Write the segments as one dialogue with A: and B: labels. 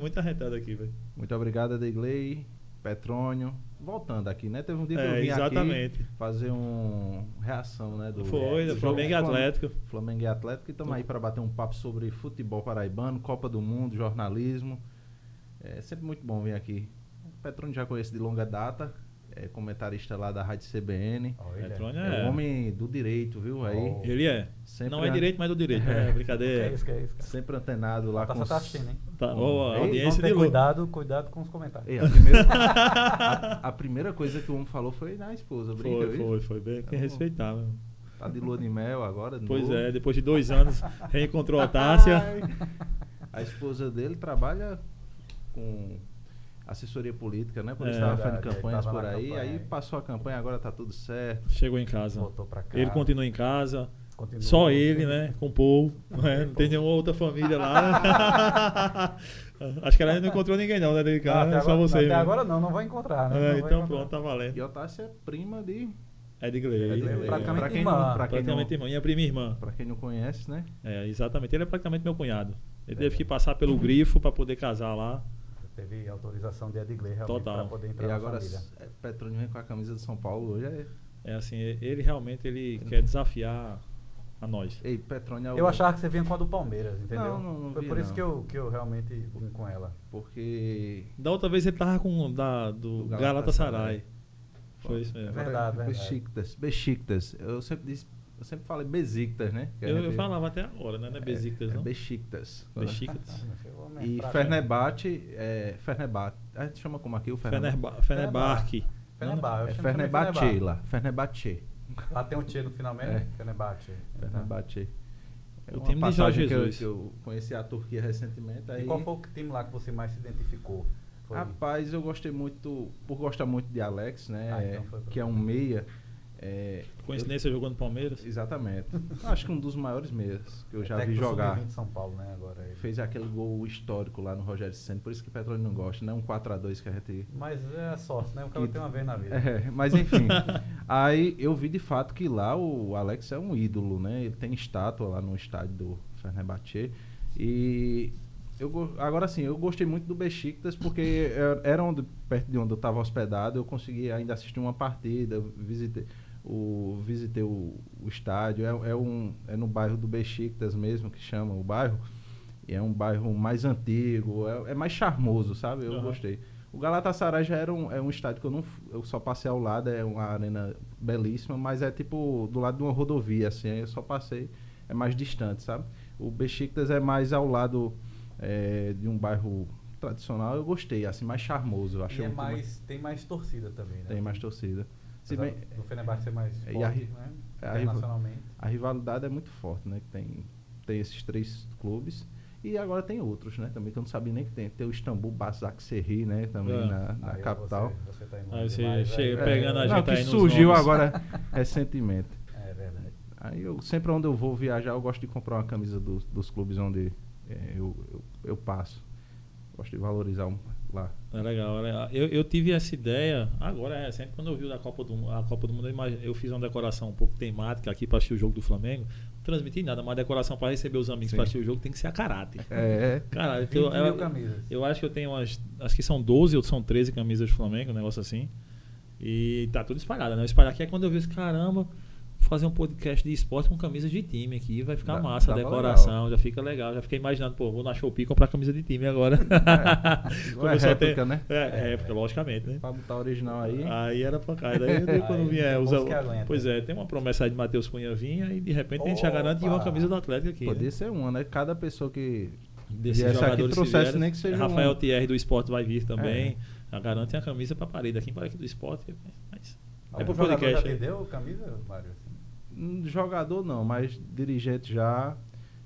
A: muito arretado aqui, velho.
B: Muito obrigado, Degley, Petrônio. Voltando aqui, né? Teve um dia que
A: É,
B: eu vim
A: exatamente.
B: aqui fazer um reação, né? Do,
A: Foi,
B: do
A: do Flamengo e
B: Flam-
A: Atlético.
B: Flamengo e Atlético. E estamos aí para bater um papo sobre futebol paraibano, Copa do Mundo, jornalismo. É sempre muito bom vir aqui. O Petrônio já conheço de longa data. É comentarista lá da Rádio CBN.
C: Olha.
A: Petrônio
B: É,
A: é.
B: um homem do direito, viu? Aí,
C: Oh.
A: Ele é.
B: Sempre
A: Não é
B: a-
A: direito, mas do direito.
B: É.
A: É, brincadeira.
C: Que é isso, que é isso, cara.
B: sempre antenado lá
C: Tá,
B: com
C: tá
B: os-
C: assistindo, hein?
A: Tá, ó, a
B: Ei,
C: Vamos
A: audiência
C: ter
A: de Lu.
C: cuidado, cuidado com os comentários.
B: Ei, a, primeira, a- a primeira coisa que o homem falou foi na esposa, brinca.
A: Foi,
B: viu?
A: foi, foi. Bem, tem que respeitar, meu.
B: Tá de lua de mel agora. de
A: Pois
B: novo.
A: é, depois de dois anos, reencontrou a Tássia.
B: A esposa dele trabalha com assessoria política, né? Quando
A: É,
B: ele estava
C: verdade,
B: fazendo campanhas
C: tava
B: por
C: na
B: aí.
C: campanha.
B: Aí passou a campanha, agora tá tudo certo.
A: Chegou em casa.
C: Voltou pra cá.
A: Ele continua em casa.
C: Continua.
A: Só ele, né? Com o Paul. né? Não tem nenhuma outra família lá. Acho que ela ainda não encontrou ninguém, não, né? Dele de
C: Não,
A: casa,
C: até
A: só
C: agora,
A: você.
C: Até
A: mesmo.
C: agora não, não vai encontrar. Né?
A: É,
C: Não vai
A: então
C: encontrar.
A: pronto, tá
B: E
A: valendo.
B: Otácia é prima de.
A: É de Gley.
B: de-
A: é.
C: praticamente
B: pra quem
C: irmã.
B: não, pra quem não,
A: Praticamente irmã. Minha prima e irmã.
B: pra quem não conhece, né?
A: É, exatamente. Ele é praticamente meu cunhado.
B: É.
A: Ele teve que passar
B: Uhum.
A: pelo grifo pra poder casar lá.
C: Teve autorização de Edgley realmente
A: Total.
C: pra poder entrar
B: E
C: na
B: agora
C: família.
B: é, Petrônio vem com a camisa de São Paulo hoje. É...
A: É assim, ele realmente ele quer desafiar a nós.
B: Ei, Petrônio é o-
C: Eu achava que você vinha com a do Palmeiras, entendeu?
B: Não, não, não
C: Foi
B: vinha,
C: por isso
B: não.
C: Que, eu, que eu realmente vim com ela.
B: Porque.
A: Da outra vez ele tava com o da, do
B: Do
A: Galatasaray.
B: Galatasaray.
A: Foi isso mesmo.
C: É verdade,
B: Agora,
C: verdade.
B: Besiktas, Besiktas. Eu sempre disse, eu sempre falei Besiktas, né? Que a
A: Eu,
B: gente-
A: eu falava até agora, né? Não é Besiktas,
B: é,
A: não?
B: É Besiktas.
A: Besiktas.
B: E Fernebate, é, Fernebate, a gente chama como aqui o Fernebate?
A: Fenerba- Fenerbahçe.
C: Fenerbahçe.
B: É Fernebate lá, Fernebate.
C: Lá tem um Tchê no final mesmo. Então,
B: É.
C: Fenerbahçe.
B: Fernebate.
A: O
B: É uma
A: time de Jorge
B: passagem que eu-
A: Jesus.
B: Que eu, conheci a Turquia recentemente. Aí,
C: E qual foi o time lá que você mais se identificou? Foi
B: Rapaz, eu gostei muito, por gostar muito de Alex, né?
C: Ah, então foi pra-
B: que é um meia. é,
A: Coincidência jogando Palmeiras.
B: Exatamente. Acho que um dos maiores meias que eu já vi
C: técnico
B: jogar.
C: sub-20 de São Paulo, né? Agora. ele.
B: Fez aquele gol histórico lá no Rogério Senna, por isso que o Petróleo não gosta, né? Um 4x2 que a gente.
C: Mas é sorte, né? O cara
B: Que-
C: tem uma vez na vida.
B: É, mas enfim. aí eu vi de fato que lá o Alex é um ídolo, né? Ele tem estátua lá no estádio do Fenerbahçe. E eu, go- agora sim, eu gostei muito do Besiktas porque era- era onde, perto de onde eu estava hospedado, eu consegui ainda assistir uma partida, eu visitei o visitei o, o estádio, é, é um é no bairro do Besiktas mesmo que chama o bairro. E é um bairro mais antigo, é, é mais charmoso, sabe? Eu
A: Aham.
B: gostei. O Galatasaray já era um, é um estádio que eu não fu- eu só passei ao lado, é uma arena belíssima, mas é tipo do lado de uma rodovia, assim, aí eu só passei, é mais distante, sabe? O Besiktas é mais ao lado é, de um bairro tradicional, eu gostei, assim, mais charmoso, eu
C: E
B: achei
C: é
B: muito
C: mais, tem mais torcida também, né?
B: tem mais torcida. Se
C: Apesar
B: bem,
C: do Fenerbahçe ser mais
B: É,
C: forte,
B: e a ri-
C: né?
B: é, a rival-
C: Internacionalmente.
B: a rivalidade é muito forte, né? Que tem, tem esses três clubes. E agora tem outros, né? Também que eu não sabia nem que tem. Tem o Istambul Basaksehir, né? Também
A: É.
B: na, na
C: Aí
B: capital.
C: Você, você tá indo
A: Aí você
C: demais,
A: chega
C: aí-
A: pegando a
C: é,
B: Não,
A: gente
B: que
A: aí nos
B: surgiu
A: nomes.
B: agora recentemente.
C: É verdade.
B: Aí eu sempre onde eu vou viajar, eu gosto de comprar uma camisa dos, dos clubes onde é, eu, eu, eu passo. Gosto de valorizar um, lá.
A: É legal, é legal. Eu, eu tive essa ideia, agora é, sempre quando eu vi da Copa do, Mu- a Copa do Mundo, eu, imagi- eu fiz uma decoração um pouco temática aqui para assistir o jogo do Flamengo. Não transmiti nada, mas a decoração para receber os amigos
B: Sim.
A: para assistir o jogo tem que ser a caráter.
B: É,
A: Cara,
C: 20
A: eu,
C: mil
A: eu,
C: camisas.
A: eu acho que eu tenho umas. Acho que são 12 ou são 13 camisas do Flamengo, um negócio assim. E tá tudo espalhado, né? Espalhar aqui é quando eu vi isso, caramba, vou fazer um podcast de esporte com camisas de time aqui, vai ficar
B: Dá-
A: massa a
B: dava
A: decoração, já fica legal. Já fiquei imaginando, pô, vou na Shopee comprar camisa de time agora.
B: É. Não é
A: só tenho-
B: réplica, né?
A: É, é réplica, logicamente, né?
B: pra botar original aí. É,
A: Aí era pra cá. Daí
C: Aí,
A: quando
C: tem
A: vier
C: uns
A: usar.
C: que aguentam.
A: Pois é, tem uma promessa aí de Matheus Cunha vinha e de repente a gente já garante uma
C: Opa!
A: camisa do Atlético aqui. né?
B: Podia ser uma, né? Cada pessoa que
A: desses
B: viesse aqui
A: jogadores
B: trouxesse
A: fizeram.
B: nem que seja
A: Rafael
B: um-
A: Thierry do esporte vai vir também.
B: É.
A: Já Garantem a camisa pra parede aqui em Parque do Esporte. Mas é
C: Algum
A: pro
C: jogador
A: podcast.
C: Já te
A: né?
C: deu camisa, Mário? Assim,
B: Hum, Jogador não, mas dirigente já.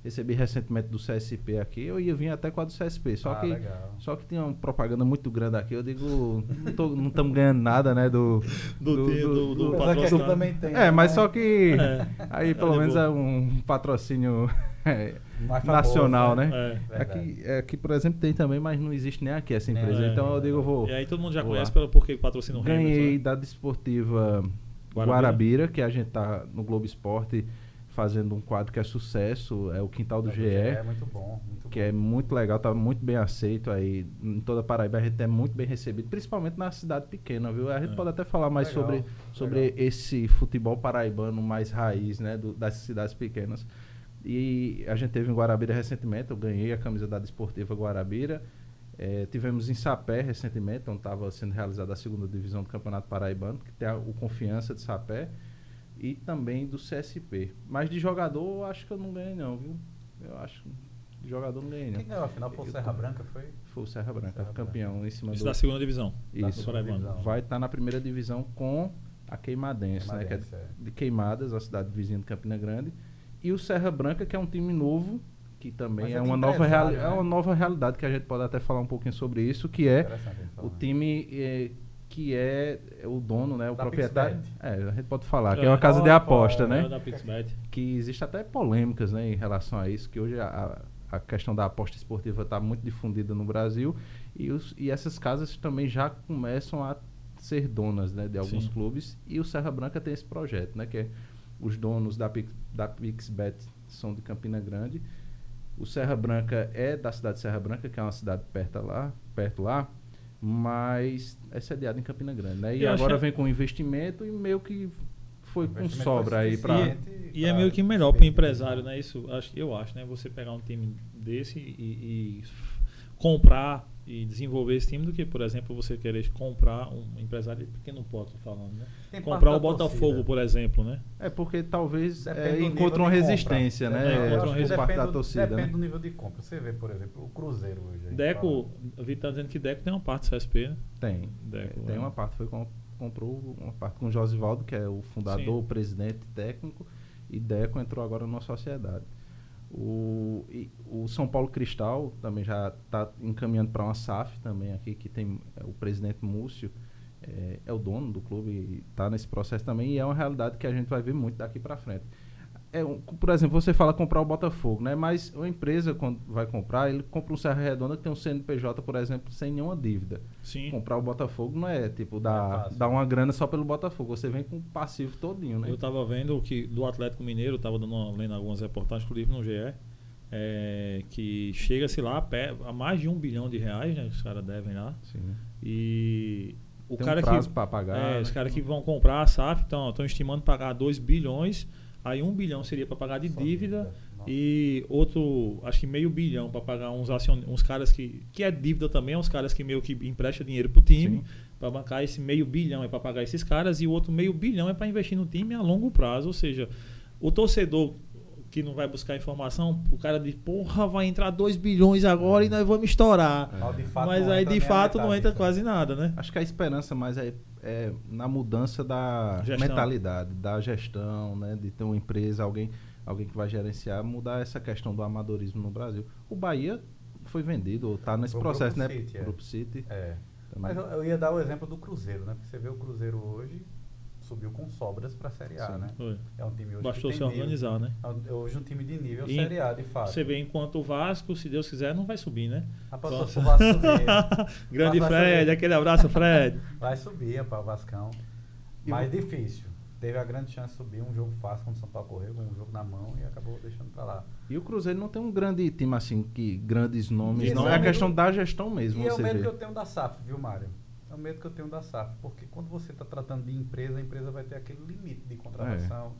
B: Recebi recentemente do CSP aqui. Eu ia vir até com a do CSP. Só,
C: Ah,
B: que,
C: legal.
B: só que tinha uma propaganda muito grande aqui. Eu digo, não estamos ganhando nada, né? Do.
A: Do- do- do- do
C: Apesar que aqui
A: patrocinado.
C: também tem.
B: É, mas
C: né?
B: só que.
A: É.
B: Aí
A: Tá
B: pelo
A: de
B: menos
A: boa.
B: é um patrocínio é,
C: Mais famoso,
B: nacional,
C: né?
B: né?
C: É.
B: Aqui, é, aqui, por exemplo, tem também, mas não existe nem aqui essa
C: Nem
B: empresa.
A: aqui.
C: é
B: então eu digo, eu vou.
A: E aí todo mundo já
B: vou
A: conhece
B: lá.
A: pelo porque patrocina o Hamilton.
B: Ganhei
A: né?
B: da desportiva
A: Guarabira.
B: Guarabira. que a gente tá no Globo Esporte fazendo um quadro que é sucesso, é o Quintal do
C: Mas o
B: GE,
C: É muito bom, muito
B: que
C: bom.
B: é muito legal, tá muito bem aceito aí. Em toda a Paraíba a gente é muito bem recebido, principalmente na cidade pequena, viu? A gente
A: É.
B: pode até falar mais
C: Legal,
B: sobre,
C: legal.
B: sobre esse futebol paraibano mais raiz, né? do- das cidades pequenas. E a gente teve em Guarabira recentemente, eu ganhei a camisa da Desportiva Guarabira. É, tivemos em Sapé recentemente, onde estava sendo realizada a segunda divisão do Campeonato Paraibano, que tem a- o Confiança de Sapé e também do CSP. Mas de jogador, eu acho que eu não ganhei, não, viu? Eu acho que de jogador eu não ganhei,
C: Quem
B: não.
C: ganhou a final foi o
B: Eu
C: Serra
B: tô-
C: Branca, foi?
B: Foi o Serra Branca,
C: Serra
B: campeão em cima
A: Isso
B: do.
A: da segunda divisão.
B: Isso.
A: Da segunda divisão.
B: Vai estar na primeira divisão com a Queimadense, né? Que é
C: Queimadense, é.
B: de Queimadas, a cidade vizinha de Campina Grande. E o Serra Branca, que é um time novo, que também
C: Mas
B: é
C: é
B: uma,
C: de
B: nova reali-
C: empresário,
B: é
C: né?
B: uma nova realidade que a gente pode até falar um pouquinho sobre isso, que é
C: Interessante então, né? ele
B: o
C: falar.
B: time eh, que é o dono, né? O
C: Da
B: proprietário.
C: Pixbet.
B: É, a gente pode falar, que
A: É.
B: é uma casa de
C: Ó,
B: aposta,
C: ó,
A: É
B: né?
A: o da Pixbet.
B: que existe até polêmicas né, em relação a isso, que hoje a, a questão da aposta esportiva está muito difundida no Brasil e, os- e essas casas também já começam a ser donas né, de alguns
A: Sim.
B: clubes e o Serra Branca tem esse projeto, né, que é os donos da, Pix, da Pixbet são de Campina Grande, o Serra Branca é da cidade de Serra Branca, que é uma cidade perto lá, perto lá mas é sediado em Campina Grande, né? E
A: Eu acho
B: agora
A: que- Um
B: vem com investimento e meio que foi com
C: Investimento
B: sobra
C: foi
B: aí para
C: suficiente
A: E é
C: pra-
A: meio que melhor para o empresário, né? Isso acho, eu acho, né? Você pegar um time desse e, e comprar e desenvolver esse time do que, por exemplo, você querer comprar um empresário de pequeno porte, tô falando, né?
C: Tem parte
A: comprar
C: da
A: o Botafogo,
C: torcida.
A: por exemplo, né?
B: É porque talvez
C: Depende
B: é,
C: do nível
B: encontra uma
C: de compra.
B: resistência,
C: Depende-
A: É,
B: né?
C: eu
A: encontra
C: acho
A: uma
C: que
A: resistência.
B: por parte da
C: depende do-
B: torcida,
C: Depende
B: né?
C: do nível de compra. Você vê, por exemplo, o Cruzeiro hoje. aí,
A: Deco, Vitor tá dizendo que Deco tem uma parte do CSP, né?
B: Tem.
A: Deco,
B: É, tem
A: é.
B: uma parte, foi com- comprou uma parte com o Josivaldo, que é o fundador,
A: Sim.
B: presidente técnico, e Deco entrou agora numa sociedade. O, e o São Paulo Cristal também já está encaminhando para uma SAF também aqui, que tem é, o presidente Múcio, é, é o dono do clube, e está nesse processo também, e é uma realidade que a gente vai ver muito daqui para frente. É, um- por exemplo, você fala comprar o Botafogo, né? Mas uma empresa, quando vai comprar, ele compra um Serra Redonda que tem um CNPJ, por exemplo, sem nenhuma dívida
A: Sim.
B: comprar o Botafogo não é tipo
C: É
B: dar,
C: fácil.
B: dar uma grana só pelo Botafogo. Você vem com o passivo todinho, né?
A: Eu tava vendo que do Atlético Mineiro, tava dando uma- lendo algumas reportagens, inclusive no GE, é, que chega-se lá a, pé- a mais de um bilhão de reais, né? que Os caras devem lá.
B: Sim.
A: E o
B: Tem um
A: cara
B: prazo
A: que.
B: pra pagar,
A: É,
B: né?
A: os caras que vão comprar a SAF estão estimando pagar 2 bilhões. Aí 1 um bilhão seria para pagar de
C: Só
A: dívida.
C: dívida. Nossa.
A: E outro, acho que meio bilhão para pagar uns, acion... uns caras que. Que é dívida também, uns caras que meio que empresta dinheiro pro time.
B: Sim.
A: Para bancar esse meio bilhão é para pagar esses caras. E o outro meio bilhão é para investir no time a longo prazo. Ou seja, o torcedor que não vai buscar informação, o cara diz: porra, vai entrar 2 bilhões
B: É.
A: agora e nós vamos estourar.
C: Mal de fato
A: Mas
C: não
A: aí
C: entra
A: de
C: nem a
A: fato não
C: metade,
A: entra
C: né?
A: quase nada, né?
B: Acho que a esperança mais é, é na mudança da
A: Gestão.
B: mentalidade, da gestão, né? De ter uma empresa, alguém, alguém que vai gerenciar, mudar essa questão do amadorismo no Brasil. O Bahia foi vendido, ou tá nesse
C: Pro
B: processo,
C: Grupo
B: né?
C: City, é.
B: Grupo City.
C: É.
B: também.
C: Mas eu, eu ia dar o exemplo do Cruzeiro, né? Porque você vê o Cruzeiro hoje subiu com sobras pra Série A,
B: Sim.
C: né?
A: Foi.
C: É um time hoje
A: Bastou se
C: que tem nível.
A: organizar, né?
C: É um- Hoje um time de nível
A: E
C: Série A, de fato.
A: Você vê, enquanto o Vasco, se Deus quiser, não vai subir, né?
C: Rapaz,
A: Só-
C: o Vasco subir.
A: Grande
C: Mas vai
A: Fred,
C: subir.
A: aquele abraço, Fred.
C: Vai subir, rapaz, o Vascão.
B: E
C: Mas
B: vo-
C: difícil. Teve a grande chance de subir um jogo fácil contra o São Paulo correu, com um jogo na mão e acabou deixando pra lá.
B: E o Cruzeiro não tem um grande time assim, que grandes nomes.
A: Isso
B: Não,
A: não
B: é
A: é
B: a
A: medo-
B: questão da gestão mesmo.
C: E é o
B: você
C: medo
B: vê.
C: que eu tenho da SAF, viu, Mário? É o medo que eu tenho da SAF, porque quando você está tratando de empresa, a empresa vai ter aquele limite de contratação.
B: É.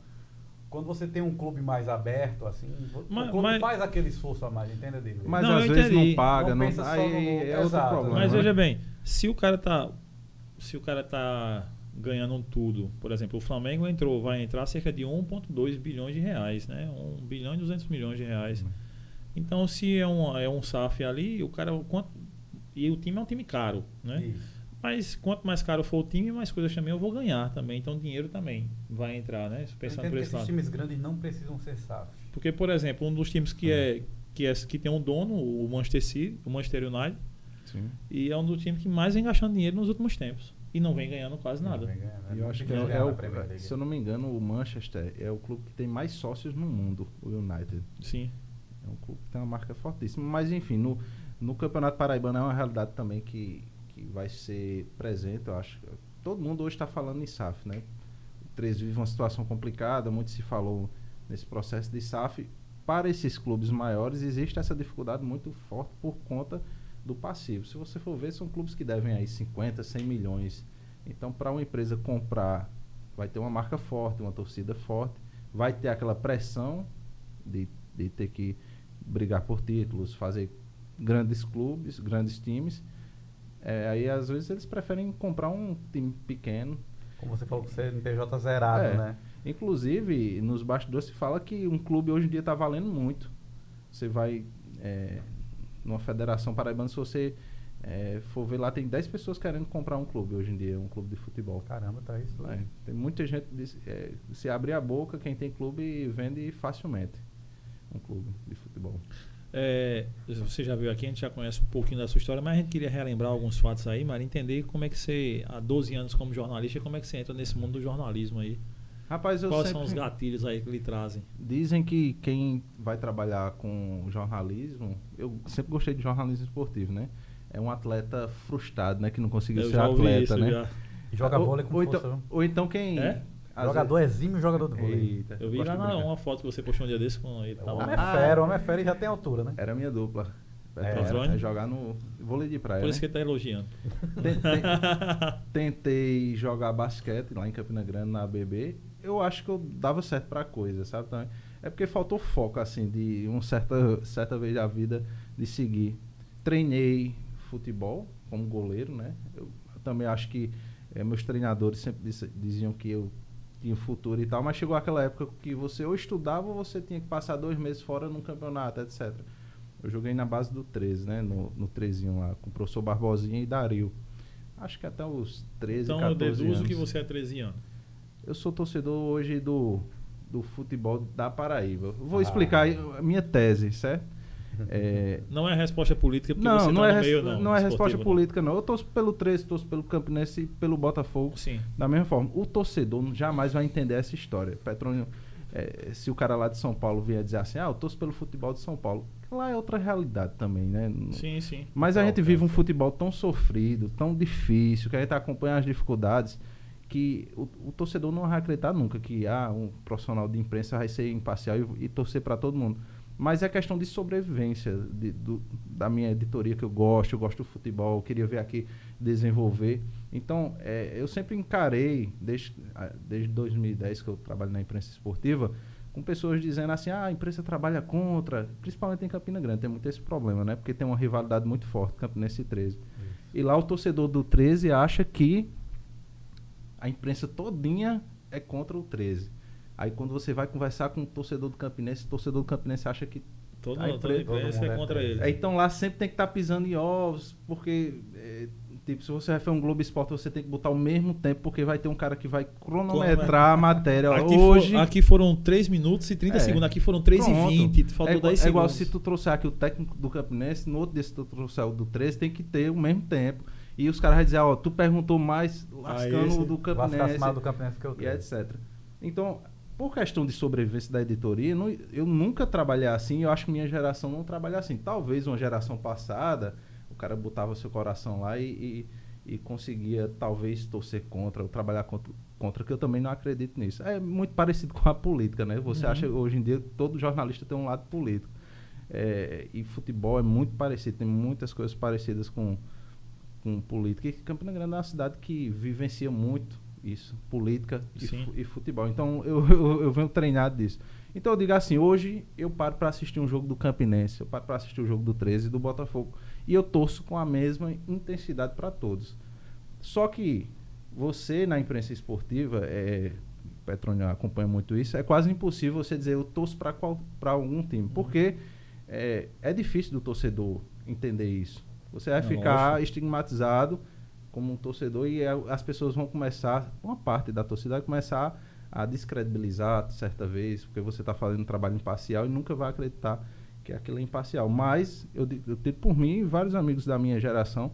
C: Quando você tem um clube mais aberto, assim, o
A: Mas-
C: clube
A: mas-
C: faz aquele esforço a mais, entende, Adilson?
B: Mas
A: Não,
B: às
A: eu
B: vezes não
A: entendi.
B: paga,
C: Não
B: não,
C: pensa só
B: aí
C: no-
B: é outro
C: Exato,
B: problema.
A: Mas
B: né?
A: veja bem, se o cara tá. Se o cara tá ganhando tudo, por exemplo, o Flamengo entrou, vai entrar cerca de 1,2 bilhões de reais, né? 1 bilhão e 200 milhões de reais.
C: Uhum.
A: Então, se é um, é um SAF ali, o cara. o Quanto, e o time é um time caro, né?
C: Isso.
A: Mas quanto mais caro for o time, mais coisas também eu vou ganhar também. Então dinheiro também vai entrar, né?
C: Eu
A: Pensando
C: entendo
A: por esse
C: que esses
A: lado.
C: times grandes não precisam ser SAF.
A: Porque, por exemplo, um dos times que, é, que, é, que tem um dono, o Manchester City, o Manchester United,
B: Sim.
A: e é um dos times que mais vem gastando dinheiro nos últimos tempos. E não vem ganhando quase nada.
B: E eu acho que é, é o, se eu não me engano, o Manchester é o clube que tem mais sócios no mundo, o United.
A: Sim.
B: É um clube que tem uma marca fortíssima. Mas, enfim, no, no Campeonato Paraibano é uma realidade também que, que vai ser presente, eu acho. tá Todo mundo hoje está falando em SAF, né? O 3 vive uma situação complicada, muito se falou nesse processo de SAF. Para esses clubes maiores, existe essa dificuldade muito forte por conta do passivo. Se você for ver, são clubes que devem aí 50, 100 milhões. Então, para uma empresa comprar, vai ter uma marca forte, uma torcida forte, vai ter aquela pressão de, de ter que brigar por títulos, fazer grandes clubes, grandes times. É, aí às vezes eles preferem comprar um time pequeno.
C: Como você falou que o CNPJ zerado, é. né?
B: Inclusive, nos bastidores se fala que um clube hoje em dia está valendo muito. Você vai é, numa federação paraibana, se você é, for ver lá, tem 10 pessoas querendo comprar um clube hoje em dia, um clube de futebol. É,
C: Caramba, tá isso.
B: tem muita gente, diz, se abrir a boca, quem tem clube vende facilmente um clube de futebol.
A: É, você já veio aqui, a gente já conhece um pouquinho da sua história, mas a gente queria relembrar alguns fatos aí, Mara, entender como é que você, há 12 anos como jornalista, como é que você entra nesse mundo do jornalismo aí.
B: Rapaz, eu
A: Quais
B: sempre...
A: são os gatilhos aí que lhe trazem?
B: Dizem que quem vai trabalhar com jornalismo, eu sempre gostei de jornalismo esportivo, né? É um atleta frustrado, né? Que não conseguiu
A: Eu
B: ser
A: já ouvi
B: atleta,
A: isso,
B: né?
A: já.
C: Joga
B: ou,
C: vôlei com
B: ou
C: força.
B: então, ou então quem.
A: É?
B: às
C: Jogador exímio, jogador de
B: vezes-
C: vôlei.
B: Eita,
A: Eu vi
B: gosto
A: lá
B: de
A: na,
B: brincar.
A: uma foto que você postou um dia desse com ele.
C: O homem
A: Tava,
B: Ah.
C: é fera, o homem é fera e já tem altura, né?
B: Era a minha dupla.
C: É,
B: Era-
A: Petrônio?
B: era jogar no vôlei de praia.
A: por isso que
B: né?
A: ele tá elogiando.
B: Tem- tem- tentei jogar basquete lá em Campina Grande na ABB. Eu acho que eu dava certo pra coisa, sabe? Também. É porque faltou foco, assim, de uma certa, certa vez da vida de seguir. Treinei futebol como goleiro, né? Eu, eu também acho que eh, meus treinadores sempre disse- diziam que eu tinha futuro e tal, mas chegou aquela época que você ou estudava ou você tinha que passar dois meses fora num campeonato, etc. Eu joguei na base do 13, né? No, no 13 lá, com o professor Barbosinha e Dario. Acho que até os 13,
A: então eu
B: 14
A: deduzo
B: anos.
A: que você é 13 anos.
B: Eu sou torcedor hoje do, do futebol da Paraíba. Vou
C: Ah.
B: explicar aí a minha tese, certo? É,
A: Não é resposta política porque
B: não,
A: você
B: não,
A: tá
B: é
A: no
B: res-
A: meio,
B: não,
A: não.
B: é resposta
A: esportivo, não.
B: política, não. Eu torço pelo 13, torço pelo Campinense e pelo Botafogo.
A: Sim.
B: Da mesma forma, o torcedor jamais vai entender essa história. Petrônio, eh, se o cara lá de São Paulo vier dizer assim, ah, eu torço pelo futebol de São Paulo. Lá é outra realidade também, né? Não-
A: Sim, sim.
B: Mas a
A: Tá,
B: gente
A: ok.
B: vive um futebol tão sofrido, tão difícil, que a gente acompanha as dificuldades, que o, o torcedor não vai acreditar nunca que ah, um profissional de imprensa vai ser imparcial e, e torcer para todo mundo. Mas é questão de sobrevivência de- do- da minha editoria que eu gosto, eu gosto do futebol, eu queria ver aqui desenvolver. Então, eh, eu sempre encarei, desde, ah, desde 2010 que eu trabalho na imprensa esportiva, com pessoas dizendo assim, ah, a imprensa trabalha contra, principalmente em Campina Grande, tem muito esse problema, né? Porque tem uma rivalidade muito forte, Campinense e 13. E lá o torcedor do 13 acha que a imprensa todinha é contra o 13. Aí quando você vai conversar com o torcedor do Campinense, o torcedor do Campinense acha que
A: Todo,
B: a
A: mundo, toda a
B: imprensa-
A: imprensa
C: todo
A: é
C: mundo é
A: contra
C: treze.
A: ele.
B: é, então lá sempre tem que estar pisando em ovos, porque é, tipo, se você vai fazer um Globo Esporte, você tem que botar o mesmo tempo, porque vai ter um cara que vai cronometrar a matéria.
A: Aqui, for-
B: Hoje.
A: aqui foram 3 minutos e 30
B: É.
A: segundos. Aqui foram 3
B: Pronto.
A: e 20. Faltou
B: é, igual-
A: 10
B: é igual
A: segundos.
B: se tu trouxer aqui o técnico do Campinense, no outro dia se tu trouxer o do 13, tem que ter o mesmo tempo. E os caras vão dizer, ó, tu perguntou mais lascando
A: esse-
B: o do
C: Vai ficar
B: Campinense
C: acima do Campinense que eu
B: e é
C: tenho.
B: etc. Então, por questão de sobrevivência da editoria, não- eu nunca trabalhei assim, eu acho que minha geração não trabalha assim. Talvez uma geração passada, o cara botava seu coração lá e, e, e conseguia talvez torcer contra ou trabalhar contra, contra, que eu também não acredito nisso. É muito parecido com a política, né?
C: Uhum.
B: Você acha hoje em dia todo jornalista tem um lado político. É, e futebol é muito parecido, tem muitas coisas parecidas com, com política. E Campina Grande é uma cidade que vivencia muito isso, política e,
A: Sim.
B: fu- e futebol. Então eu, eu, eu venho treinado disso. Então eu digo assim, hoje eu paro para assistir um jogo do Campinense, eu paro para assistir o jogo do 13 e do Botafogo. E eu torço com a mesma intensidade para todos. Só que você, na imprensa esportiva, é, Petrônio acompanha muito isso, é quase impossível você dizer eu torço para algum time. Porque é, é difícil do torcedor entender isso. Você vai
A: Não,
B: ficar
A: lógico.
B: estigmatizado como um torcedor e a- as pessoas vão começar, uma parte da torcida vai começar a descredibilizar certa vez, porque você está fazendo um trabalho imparcial e nunca vai acreditar que aquilo é imparcial. Mas eu, di- eu tenho por mim e vários amigos da minha geração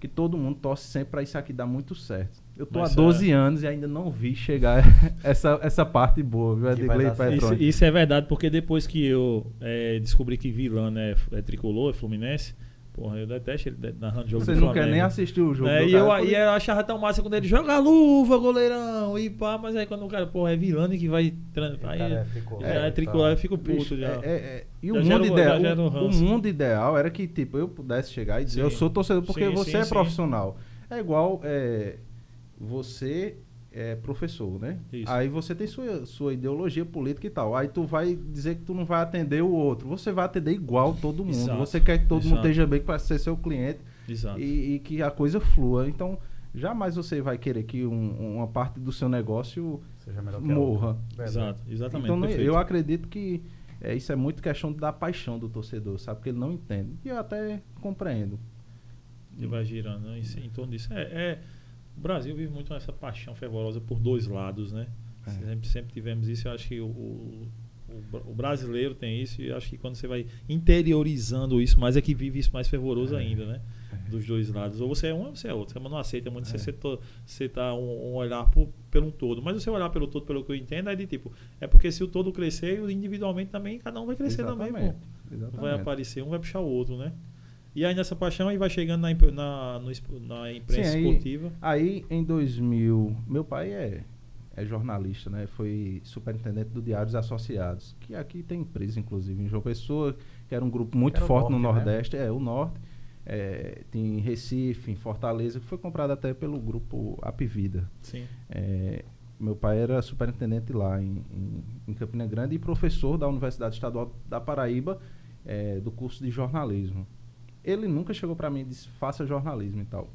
B: que todo mundo torce sempre para isso aqui dar muito certo. Eu tô
A: Mas
B: há
C: é
A: isso
B: 12 anos e ainda não vi chegar essa, essa parte boa, viu?
C: Que vai
B: Edgley
C: dar certo.
A: Isso,
B: Petrone?
A: isso né, é verdade, porque depois que eu eh, descobri que Vilã é, f- é tricolor, é fluminense, Porra, eu detesto ele narrando jogo
B: Você
A: do
B: não
A: Flamengo.
B: quer nem assistir o jogo.
A: Né?
B: do
A: E
B: cara,
A: eu,
B: por-
A: e eu achava tão massa quando ele joga a luva, goleirão, e pá, mas aí quando o cara, porra, é Vilani que vai. tran-
C: O
A: Aí,
C: cara é tricolor,
A: já é
C: tá.
A: tricolor, eu fico puto
B: Bicho,
A: já.
B: é- é- é- E
A: Já
B: o
A: gera
B: mundo,
A: um- já
B: ideal,
A: gera um
B: o, o
A: ranço.
B: mundo ideal era que, tipo, eu pudesse chegar e dizer,
A: Sim.
B: eu sou torcedor porque
A: Sim,
B: você
A: sim,
B: é
A: sim.
B: profissional. É igual é, você é professor, né?
A: Isso.
B: Aí você tem sua, sua ideologia política e tal. Aí tu vai dizer que tu não vai atender o outro. Você vai atender igual todo mundo.
A: Exato.
B: Você quer que todo mundo
A: Exato.
B: esteja bem para ser seu cliente
A: Exato.
B: e, e que a coisa flua. Então, jamais você vai querer que um- uma parte do seu negócio
C: Seja melhor que a
B: morra.
C: outra. Verdade.
A: Exato, exatamente.
B: Então, não-
A: perfeito.
B: eu acredito que é, isso é muito questão da paixão do torcedor, sabe? Porque ele não entende. E eu até compreendo.
A: E vai girando né? em, em torno disso. É, é- o Brasil vive muito essa paixão fervorosa por dois lados, né?
B: É.
A: Sempre, sempre tivemos isso. Eu acho que o, o, o bra- o brasileiro tem isso. E eu acho que quando você vai interiorizando isso mais, é que vive isso mais fervoroso
B: É.
A: ainda, né? Dos dois lados. Ou você é um ou você é outro. Você não aceita muito
B: É.
A: você to- você tá um, um olhar por- pelo um todo. Mas o seu olhar pelo todo, pelo que eu entendo, é de tipo... É porque se o todo crescer, o individualmente também, cada um vai crescer também, pô.
B: Exatamente.
A: Vai aparecer, um vai puxar o outro, né? E aí nessa paixão aí vai chegando na, imp- na, no espo- na imprensa
B: Sim, aí-
A: esportiva.
B: Aí, em 2000, meu pai é, é jornalista, né? Foi superintendente do Diários Associados, que aqui tem empresa, inclusive, em João Pessoa, que era um grupo muito
C: Era o
B: forte no
C: Norte, né?
B: Nordeste, é, o Norte. É, tem em Recife, em Fortaleza, que foi comprado até pelo grupo Apivida.
A: Sim.
B: É, meu pai era superintendente lá em, em, em Campina Grande e professor da Universidade Estadual da Paraíba, é, do curso de jornalismo. Ele nunca chegou para mim e disse, faça jornalismo e tal.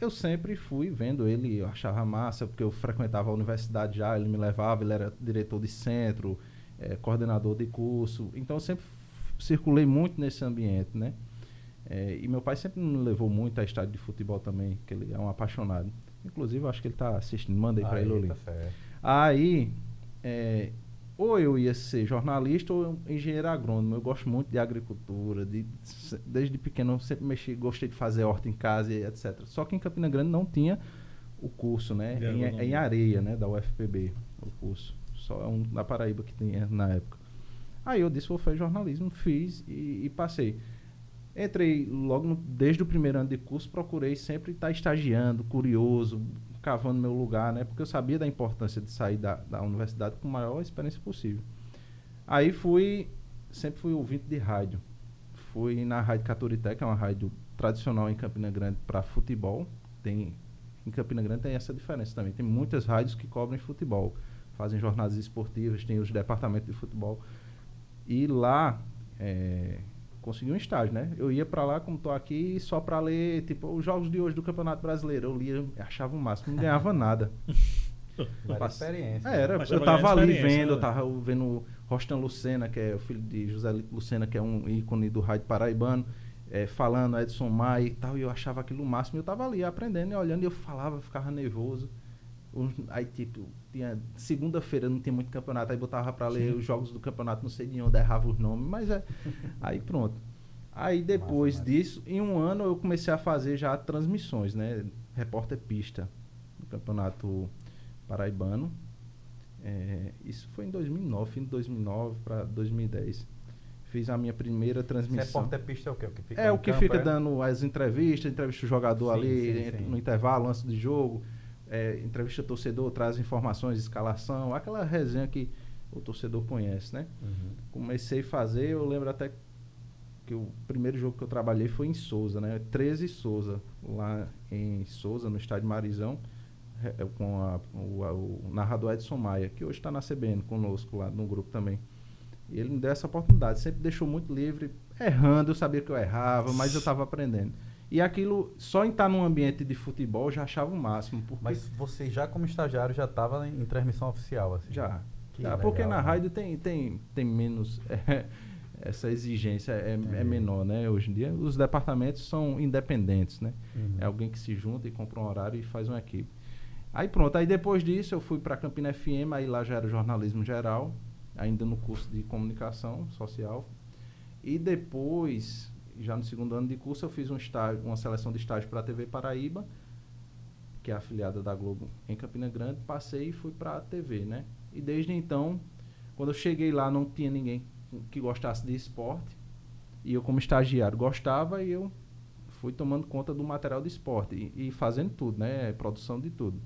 B: Eu sempre fui vendo ele, eu achava massa, porque eu frequentava a universidade já, ele me levava, ele era diretor de centro, é, coordenador de curso. Então eu sempre f- circulei muito nesse ambiente, né? É, e meu pai sempre me levou muito a estádio de futebol também, que ele é um apaixonado. Inclusive, eu acho que ele está assistindo, mandei para
C: Aí,
B: ele o
C: tá
B: link.
C: certo.
B: Aí, é, ou eu ia ser jornalista ou engenheiro agrônomo. Eu gosto muito de agricultura, de- se- desde pequeno eu sempre mexi, gostei de fazer horta em casa, e etc. Só que em Campina Grande não tinha o curso, né?
A: De
B: Em,
A: agronomia.
B: em areia, né? Da UFPB, o curso. Só é um da Paraíba que tinha na época. Aí eu disse, vou fazer jornalismo, fiz e, e passei. Entrei logo no- desde o primeiro ano de curso, procurei sempre estar estagiando, curioso, cavando meu lugar, né? Porque eu sabia da importância de sair da, da universidade com a maior experiência possível. Aí fui, sempre fui ouvinte de rádio. Fui na Rádio Caturité, que é uma rádio tradicional em Campina Grande para futebol. Tem, em Campina Grande tem essa diferença também. Tem muitas rádios que cobrem futebol, fazem jornadas esportivas, tem os departamentos de futebol. E lá é, consegui um estágio, né? Eu ia pra lá, como tô aqui, só pra ler, tipo, os jogos de hoje do Campeonato Brasileiro. Eu lia, achava o máximo, não ganhava nada.
C: Vale a
B: Passe-
C: experiência. né?
B: É, era,
A: Mas
B: eu
A: tava ganhando
B: tava ali
A: experiência,
B: vendo,
A: né,
B: eu tava vendo Rostan Lucena, que é o filho de José Lito Lucena, que é um ícone do rádio paraibano, eh, falando Edson Maia e tal, e eu achava aquilo o máximo, e eu tava ali aprendendo e olhando, e eu falava, ficava nervoso. Uns- Aí, tipo, tinha segunda-feira não tinha muito campeonato, aí botava pra ler os jogos do campeonato, não sei de onde, errava os nomes, mas é. aí pronto. Aí depois
C: massa.
B: disso, em um ano eu comecei a fazer já transmissões, né? Repórter pista no campeonato paraibano. É, isso foi em 2009, fim de 2009 para 2010. Fiz a minha primeira
C: Esse
B: transmissão.
C: repórter pista é o quê? O que fica
B: É
C: no
B: o que
C: campo,
B: fica
C: é?
B: dando as entrevistas, entrevista o jogador
C: Sim,
B: ali
C: sim,
B: entra-
C: sim.
B: no intervalo, antes do jogo, é, entrevista o torcedor, traz informações, escalação, aquela resenha que o torcedor conhece, né?
C: Uhum.
B: comecei a fazer, eu lembro até que o primeiro jogo que eu trabalhei foi em Souza, né? 13 Souza, lá em Souza, no estádio Marizão, re- eh, com a- o, a- o narrador Edson Maia, que hoje está na CBN conosco lá no grupo também. E ele me deu essa oportunidade, sempre deixou muito livre, errando, eu sabia que eu errava, mas eu estava aprendendo. E aquilo, só em estar num ambiente de futebol, eu já achava o máximo, porque
C: Mas você já como estagiário já estava em, em transmissão oficial, assim?
B: já.
C: Que
B: Já,
C: legal,
B: Ah, porque na
C: né?
B: rádio tem, tem, tem menos. é, essa exigência é, é
C: Entendi.
B: menor, né? Hoje em dia, os departamentos são independentes, né?
C: Uhum.
B: É alguém que se junta e compra um horário e faz uma equipe. Aí pronto, aí depois disso eu fui para Campina FM, aí lá já era jornalismo geral, ainda no curso de comunicação social. E depois, já no segundo ano de curso, eu fiz um estágio, uma seleção de estágio para a TV Paraíba, que é afiliada da Globo em Campina Grande, passei e fui para a TV, né? E desde então, quando eu cheguei lá, não tinha ninguém que gostasse de esporte. E eu, como estagiário, gostava e eu fui tomando conta do material de esporte e, e fazendo tudo, né? Produção de tudo.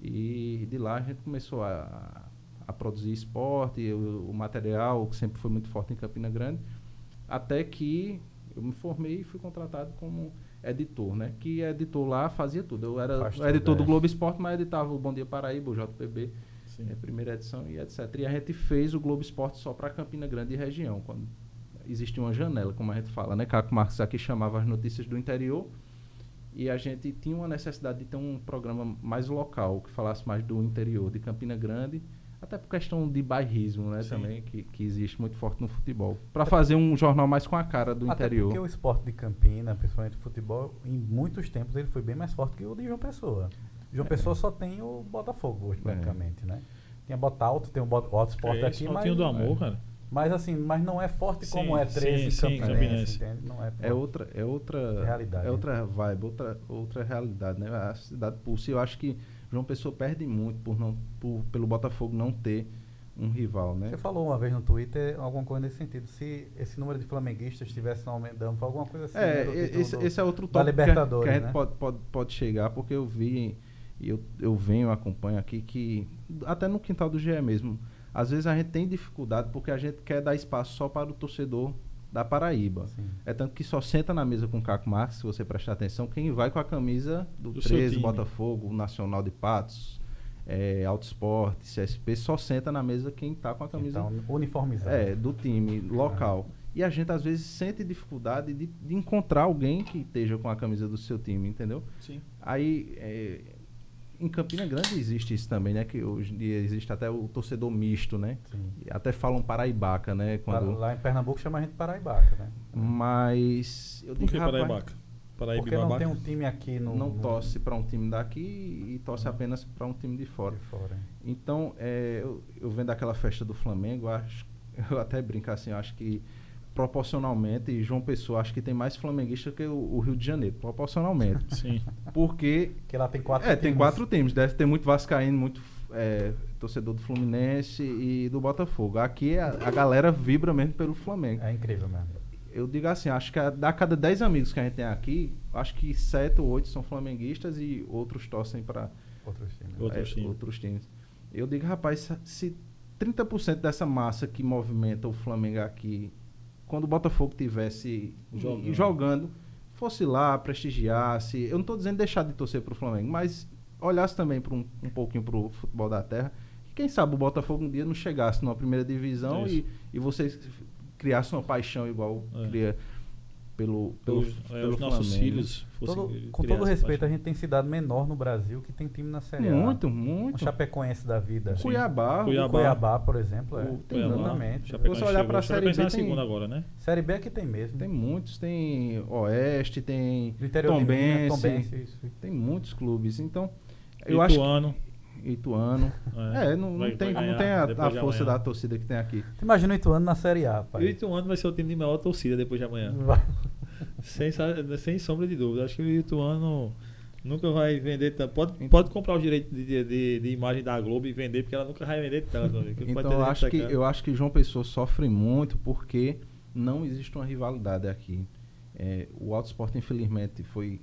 B: E de lá a gente começou a, a produzir esporte, o, o material que sempre foi muito forte em Campina Grande, até que eu me formei e fui contratado como editor, né? Que editor lá fazia tudo. Eu era
D: Faz tudo,
B: editor
D: é.
B: do Globo Esporte, mas editava o Bom Dia Paraíba, o JPB,
A: Sim.
B: eh, primeira edição e etc. E a gente fez o Globo Esporte só para Campina Grande e região, quando existia uma janela, como a gente fala, né? Caco Marques aqui chamava as notícias do interior e a gente tinha uma necessidade de ter um programa mais local, que falasse mais do interior de Campina Grande, até por questão de bairrismo, né?
A: Sim.
B: Também, que, que existe muito forte no futebol. Para fazer um jornal mais com a cara do
C: Até
B: interior.
C: porque o esporte de Campina, principalmente o futebol, em muitos tempos ele foi bem mais forte que o de João Pessoa. João Pessoa só tem o Botafogo hoje,
B: É.
C: praticamente, né? Tem a Bota Alto, tem o Bota Alto Esporte
A: É,
C: aqui, mas,
A: Esmaltinho do amor, cara.
C: mas assim, mas não é forte
A: Sim,
C: como é
A: sim,
C: 13
A: sim,
C: Campinense,
A: Campinense.
C: entende? Não é,
B: É outra, é outra
C: Realidade,
B: é
C: né?
B: outra vibe, outra, outra realidade, né? A cidade pulsa. E eu acho que João Pessoa perde muito por não, por, pelo Botafogo não ter um rival, né?
C: Você falou uma vez no Twitter alguma coisa nesse sentido. Se esse número de flamenguistas estivesse aumentando, foi alguma coisa assim. né,
B: É,
C: do
B: e-
C: título
B: esse,
C: do-
B: esse é outro
C: da
B: tópico que a-
C: Libertadores,
B: que a gente
C: né?
B: pode, pode, pode chegar, porque eu vi, e eu, eu venho, acompanho aqui, que até no quintal do GE mesmo, às vezes a gente tem dificuldade porque a gente quer dar espaço só para o torcedor da Paraíba.
C: Sim.
B: É tanto que só senta na mesa com o Caco Marques, se você prestar atenção, quem vai com a camisa do,
A: Do seu
B: 13,
A: time.
B: Botafogo, Nacional de Patos, é, Auto Esporte, CSP, só senta na mesa quem tá com a camisa
C: Então, uniformizado.
B: é, do time local. E a gente às vezes sente dificuldade de, de encontrar alguém que esteja com a camisa do seu time, entendeu?
A: Sim.
B: Aí é, em Campina Grande existe isso também, né? Que hoje em dia existe até o torcedor misto, né?
C: Sim.
B: E Até falam paraibaca, né?
C: Lá,
B: Quando...
C: lá em Pernambuco chama a gente Paraibaca, né?
B: Mas eu
A: Por
B: digo,
A: que
B: rapaz,
A: Paraibaca? Paraíba
C: Porque
A: e
C: não
A: Babaca?
C: tem um time aqui no.
B: não
C: no-
B: torce para um time daqui e torce apenas para um time de fora.
C: de fora.
B: Então, é, eu, eu vendo aquela festa do Flamengo, acho, eu até brinco assim, eu acho que proporcionalmente, e João Pessoa acho que tem mais flamenguista que o, o Rio de Janeiro, proporcionalmente.
A: Sim.
B: Porque
C: Porque lá tem quatro
B: é,
C: times.
B: tem quatro times. Deve ter muito Vascaíno, muito é, torcedor do Fluminense e do Botafogo. Aqui é a, a galera vibra mesmo pelo Flamengo.
C: É incrível mesmo.
B: Eu digo assim, acho que a, da cada 10 amigos que a gente tem aqui, acho que 7 ou 8 são flamenguistas e outros torcem para
C: Outros times.
A: Outro time.
B: É, outros times. Eu digo, rapaz, se- se 30% dessa massa que movimenta o Flamengo aqui, quando o Botafogo tivesse jogando,
A: Jogando.
B: fosse lá, prestigiasse. Eu não estou dizendo deixar de torcer para o Flamengo, mas olhasse também pra um, um pouquinho para o futebol da terra. E quem sabe o Botafogo um dia não chegasse numa primeira divisão
A: Isso.
B: e, e vocês criassem uma paixão igual
A: É.
B: cria pelo, pelo,
A: Os- é,
B: pelo
A: os nossos
B: Flamengo.
A: filhos fossem
C: Todo-
A: criados
C: com todo
A: essa
C: respeito, a
A: paixão.
C: gente tem cidade menor no Brasil que tem time na Série A.
B: Muito,
C: Um
B: muito.
C: Chapecoense da vida.
A: Sim.
B: Cuiabá,
A: Cuiabá.
C: O Cuiabá, por exemplo, é.
B: O- tem
A: Cuiabá,
C: Exatamente.
A: Chapecoense
B: Se você olhar
A: chegou.
B: pra
A: Chapecoense
B: Série B,
A: tá na
B: tem-
A: segunda agora, né?
C: Série B aqui tem mesmo.
B: Tem muitos, tem Oeste, tem
C: Do interior de Minas,
B: Tombense,
C: né? Tombense, isso.
B: tem muitos clubes. Então, eu acho
A: Ituano.
B: que Ituano. É, não, não
A: Vai-
B: tem,
A: vai
B: não
A: ganhar
B: tem a,
A: depois
B: a
A: de
B: força
A: amanhã.
B: da torcida que tem aqui.
C: Tu imagina o Ituano na Série A,
A: E o
C: pai.
A: Ituano vai ser o time de maior torcida depois de amanhã.
C: Vai-
A: Sem, sa- sem sombra de dúvida. Acho que o Ituano nunca vai vender tanto. Pode, pode comprar os direitos de, de- de imagem da Globo e vender, porque ela nunca vai vender tanto. amigo. Pode ter
B: Então, eu
A: gente
B: acho, que,
A: sacando.
B: eu acho que João Pessoa sofre muito porque não existe uma rivalidade aqui. É, o Auto Sport, infelizmente, foi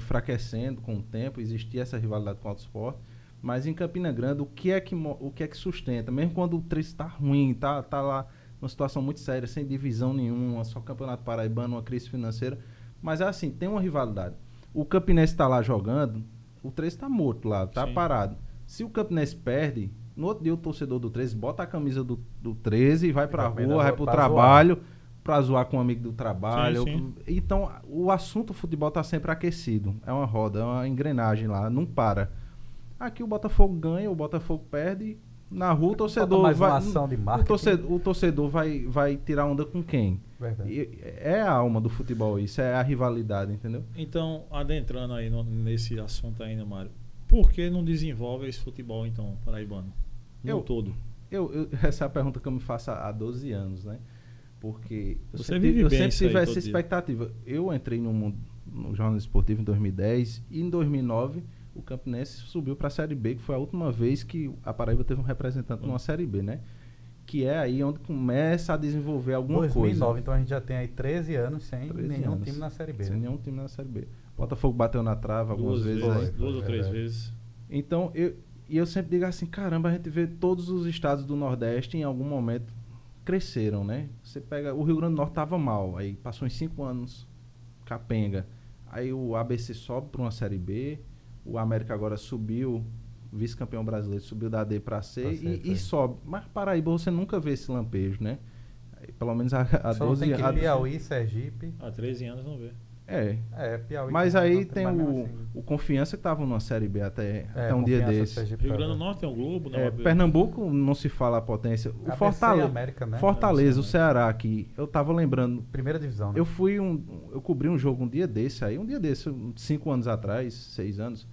B: enfraquecendo com o tempo, existia essa rivalidade com o Auto Sport. Mas em Campina Grande, o que é que, mo- o que, é que sustenta? Mesmo quando o 13 está ruim, está tá lá numa situação muito séria, sem divisão nenhuma, só campeonato paraibano, uma crise financeira. Mas é assim, tem uma rivalidade. O Campinense está lá jogando, o 13 está morto lá, está
A: Sim.
B: parado. Se o Campinense perde, no outro dia o torcedor do 13 bota a camisa do, do 13 e vai pra
C: Vai pra
B: rua, vai
C: rua
B: pro
C: pra
B: trabalho, pra zoar com um amigo do trabalho.
A: Sim, sim.
B: Então, o assunto futebol tá sempre aquecido. É uma roda, é uma engrenagem lá, não para. Aqui o Botafogo ganha, o Botafogo perde. Na rua o torcedor
C: mais uma
B: vai.
C: ação de
B: o,
C: marketing.
B: torcedor, o torcedor vai, vai tirar onda com quem?
C: Verdade.
B: E- é a alma do futebol isso, é a rivalidade, entendeu?
A: Então, adentrando aí no- nesse assunto ainda, Mário, por que não desenvolve esse futebol, então, paraibano? No
B: Eu-
A: todo.
B: Eu, eu- essa é a pergunta que eu me faço há há 12 anos, né? Porque eu
A: Você
B: sempre,
A: vive
B: eu
A: bem
B: sempre
A: isso aí
B: tive essa
A: todo dia.
B: expectativa. Eu entrei no mundo no jornalismo esportivo em 2010 e em 2009 o
A: Hum.
B: Campinense subiu para a Série B, que foi a última vez que a Paraíba teve um representante numa Série B, né? que é aí onde começa a desenvolver alguma
C: 2009,
B: coisa.
C: então a gente já tem aí 13 anos sem
B: 13
C: nenhum
B: anos.
C: time na Série B. né?
B: Sem nenhum time na Série B. Botafogo bateu na trava algumas
A: Duas
B: vezes.
A: vezes,
B: aí.
A: duas ou
C: É
A: três
C: verdade.
A: vezes.
B: Então, eu, e eu sempre digo assim, caramba, a gente vê todos os estados do Nordeste em algum momento cresceram, né? Você pega, o Rio Grande do Norte tava mal, aí passou uns cinco anos capenga. Aí o ABC sobe para uma série B, o América agora subiu, vice-campeão brasileiro, subiu da D para C
C: Pra C, é.
B: e, e
C: foi.
B: sobe. Mas Paraíba você nunca vê esse lampejo, né? Aí, Pelo menos a, a
C: Só
B: 12
C: tem que
B: a-
C: Piauí, Sergipe.
A: Há 13 anos não vê.
B: É.
C: É, Piauí.
B: Mas
C: tem
B: aí
C: bastante,
B: tem
C: mas mesmo
B: o,
C: assim.
B: o Confiança que tava numa série B até,
C: É,
B: até um dia
C: Confiança,
B: desse.
C: Sergipe,
A: Rio Grande do
C: Paraná.
A: Norte tem o Globo, né, não
B: É, Pernambuco não se fala a potência. O
C: ABC e
B: Fortaleza,
C: América, né?
B: Fortaleza, o
A: ABC,
B: Ceará aqui. Eu tava lembrando.
C: Primeira divisão, né?
B: Eu fui um, eu cobri um jogo um dia desse aí, um dia desse, um- cinco anos atrás, seis anos.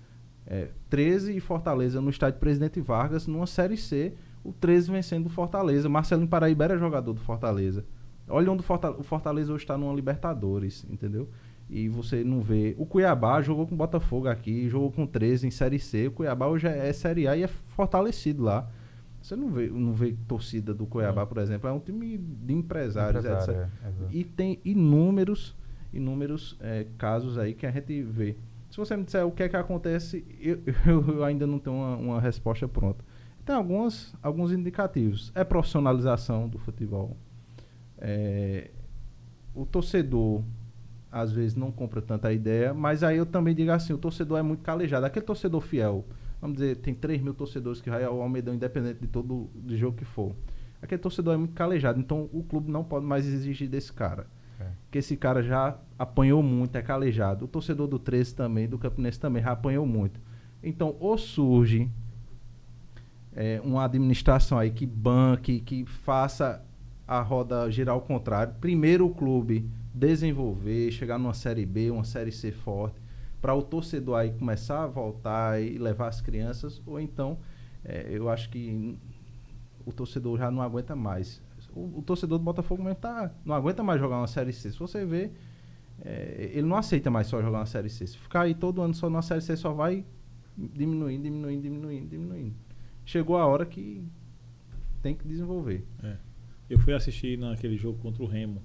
B: É, 13 e Fortaleza no estádio Presidente Vargas, numa série C, o 13 vencendo o Fortaleza. Marcelinho Paraíba era jogador do Fortaleza. Olha onde o Fortaleza, o Fortaleza hoje está numa Libertadores, entendeu? E você não vê. O Cuiabá jogou com o Botafogo aqui, jogou com o 13 em Série C. O Cuiabá hoje é, é Série A e é fortalecido lá. Você não vê, não vê torcida do Cuiabá, por exemplo. É um time de empresários,
C: Empresário,
B: etc.
C: é, exato.
B: E tem inúmeros, inúmeros eh, casos aí que a gente vê. Se você me disser o que é que acontece, eu, eu ainda não tenho uma, uma resposta pronta. Tem algumas, alguns indicativos. É profissionalização do futebol. É, o torcedor, às vezes, não compra tanta ideia, mas aí eu também digo assim, o torcedor é muito calejado. Aquele torcedor fiel, vamos dizer, tem 3 mil torcedores que vai ao Almedão, independente de todo de jogo que for. Aquele torcedor é muito calejado, então o clube não pode mais exigir desse cara.
C: É.
B: Porque esse cara já apanhou muito, é calejado. O torcedor do 13 também, do Campinense também, já apanhou muito. Então, ou surge é, uma administração aí que banque, que faça a roda girar ao contrário. Primeiro o clube desenvolver, chegar numa série B, uma série C forte, para o torcedor aí começar a voltar e levar as crianças, ou então é, eu acho que o torcedor já não aguenta mais. O, o torcedor do Botafogo mesmo tá, não aguenta mais jogar uma série C. Se você vê, é, ele não aceita mais só jogar uma série C. Se ficar aí todo ano só numa série C, só vai diminuindo, diminuindo, diminuindo, diminuindo. Chegou a hora que tem que desenvolver.
A: É. Eu fui assistir naquele jogo contra o Remo,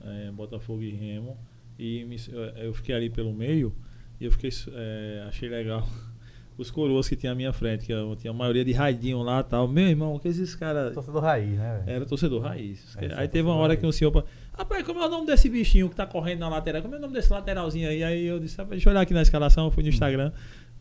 A: é, Botafogo e Remo, e me- eu- eu fiquei ali pelo meio e eu fiquei su- é, achei legal os coroas que tinha à minha frente, que eu- tinha a maioria de raidinho lá, e tal. Meu irmão, o que esses caras
C: Torcedor raiz, né? velho?
A: era torcedor raiz.
C: É, isso é
A: aí teve uma
C: torcedor
A: hora
C: raiz.
A: que um senhor. pa- Rapaz, como é o nome desse bichinho que tá correndo na lateral? Como é o nome desse lateralzinho aí? Aí eu disse, rapaz, deixa eu olhar aqui na escalação, eu fui no
B: Hum.
A: Instagram.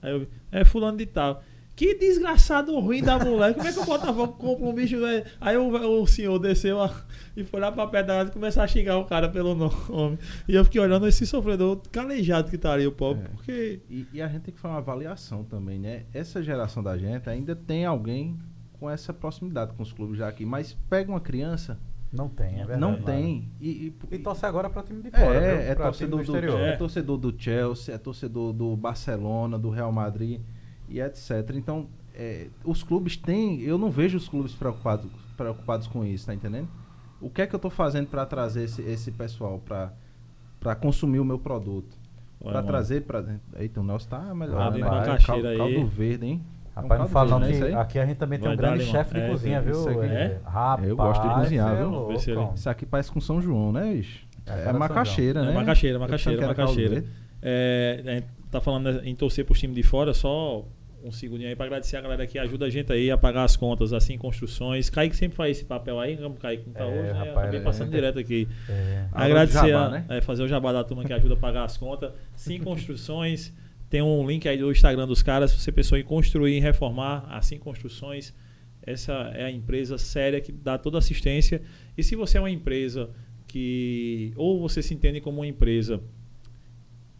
A: Aí eu vi, é fulano de tal. Que desgraçado ruim da mulher. Como é que o Botafogo compra um bicho? velho? Aí o, o senhor desceu a- e foi lá pra perto da área e começou a xingar o cara pelo nome. E eu fiquei olhando esse sofredor calejado que tá ali, o pobre,
B: É.
A: porque.
B: E, e a gente tem que fazer uma avaliação também, né? Essa geração da gente ainda tem alguém com essa proximidade com os clubes já aqui, mas pega uma criança,
C: Não tem, é verdade.
B: não
C: Mário.
B: tem. E,
C: E tá torce agora pra time de fora. né?
B: É,
C: viu?
B: é
C: Pra time
B: torcedor, do,
C: exterior.
B: é torcedor do Chelsea, é torcedor do Barcelona, do Real Madrid e etc. Então, é, os clubes têm. Eu não vejo os clubes preocupados, preocupados com isso, tá entendendo? O que é que eu tô fazendo para trazer esse, esse pessoal pra pra consumir o meu produto?
A: Olha,
B: Pra
A: mano.
B: trazer pra. Eita, o Nelson tá melhor.
A: Abre
B: né?
A: uma
B: Vai,
A: caixeira
B: caldo,
A: aí.
B: caldo verde, hein? É um
C: Rapaz, não
B: caldo
C: fala não
B: verde, né,
C: que
B: isso aí?
C: aqui a gente também tem
A: Vai
C: um
A: dar
C: grande
A: limão.
C: chefe de
A: É,
C: cozinha,
A: isso
C: viu?
B: aqui.
A: É?
C: Rapaz,
B: Eu gosto de cozinhar,
C: cê é
B: viu?
C: louco.
A: Esse ali.
B: Isso aqui parece com São João, né, bicho?
C: É,
B: É,
C: parece
B: macaxeira,
A: É,
B: né?
A: macaxeira,
B: Eu pensava
A: macaxeira,
B: que era caldo
A: macaxeira.
B: verde.
A: É, a gente tá falando em torcer pros times de fora, só um segundinho aí pra agradecer a galera que ajuda a gente aí a pagar as contas, assim, construções. Kaique sempre faz esse papel aí, vamos Kaique não tá
C: É,
A: hoje, né? Eu
C: rapaz,
A: acabei
C: é.
A: passando direto aqui.
C: É.
B: Ah,
A: Agradecer,
B: jabá,
A: a-
B: né?
A: é, fazer o jabá da turma que ajuda a pagar as contas. Sim Construções, tem um link aí do Instagram dos caras, se você pensou em construir, em reformar, assim Construções, essa é a empresa séria que dá toda assistência. E se você é uma empresa que, ou você se entende como uma empresa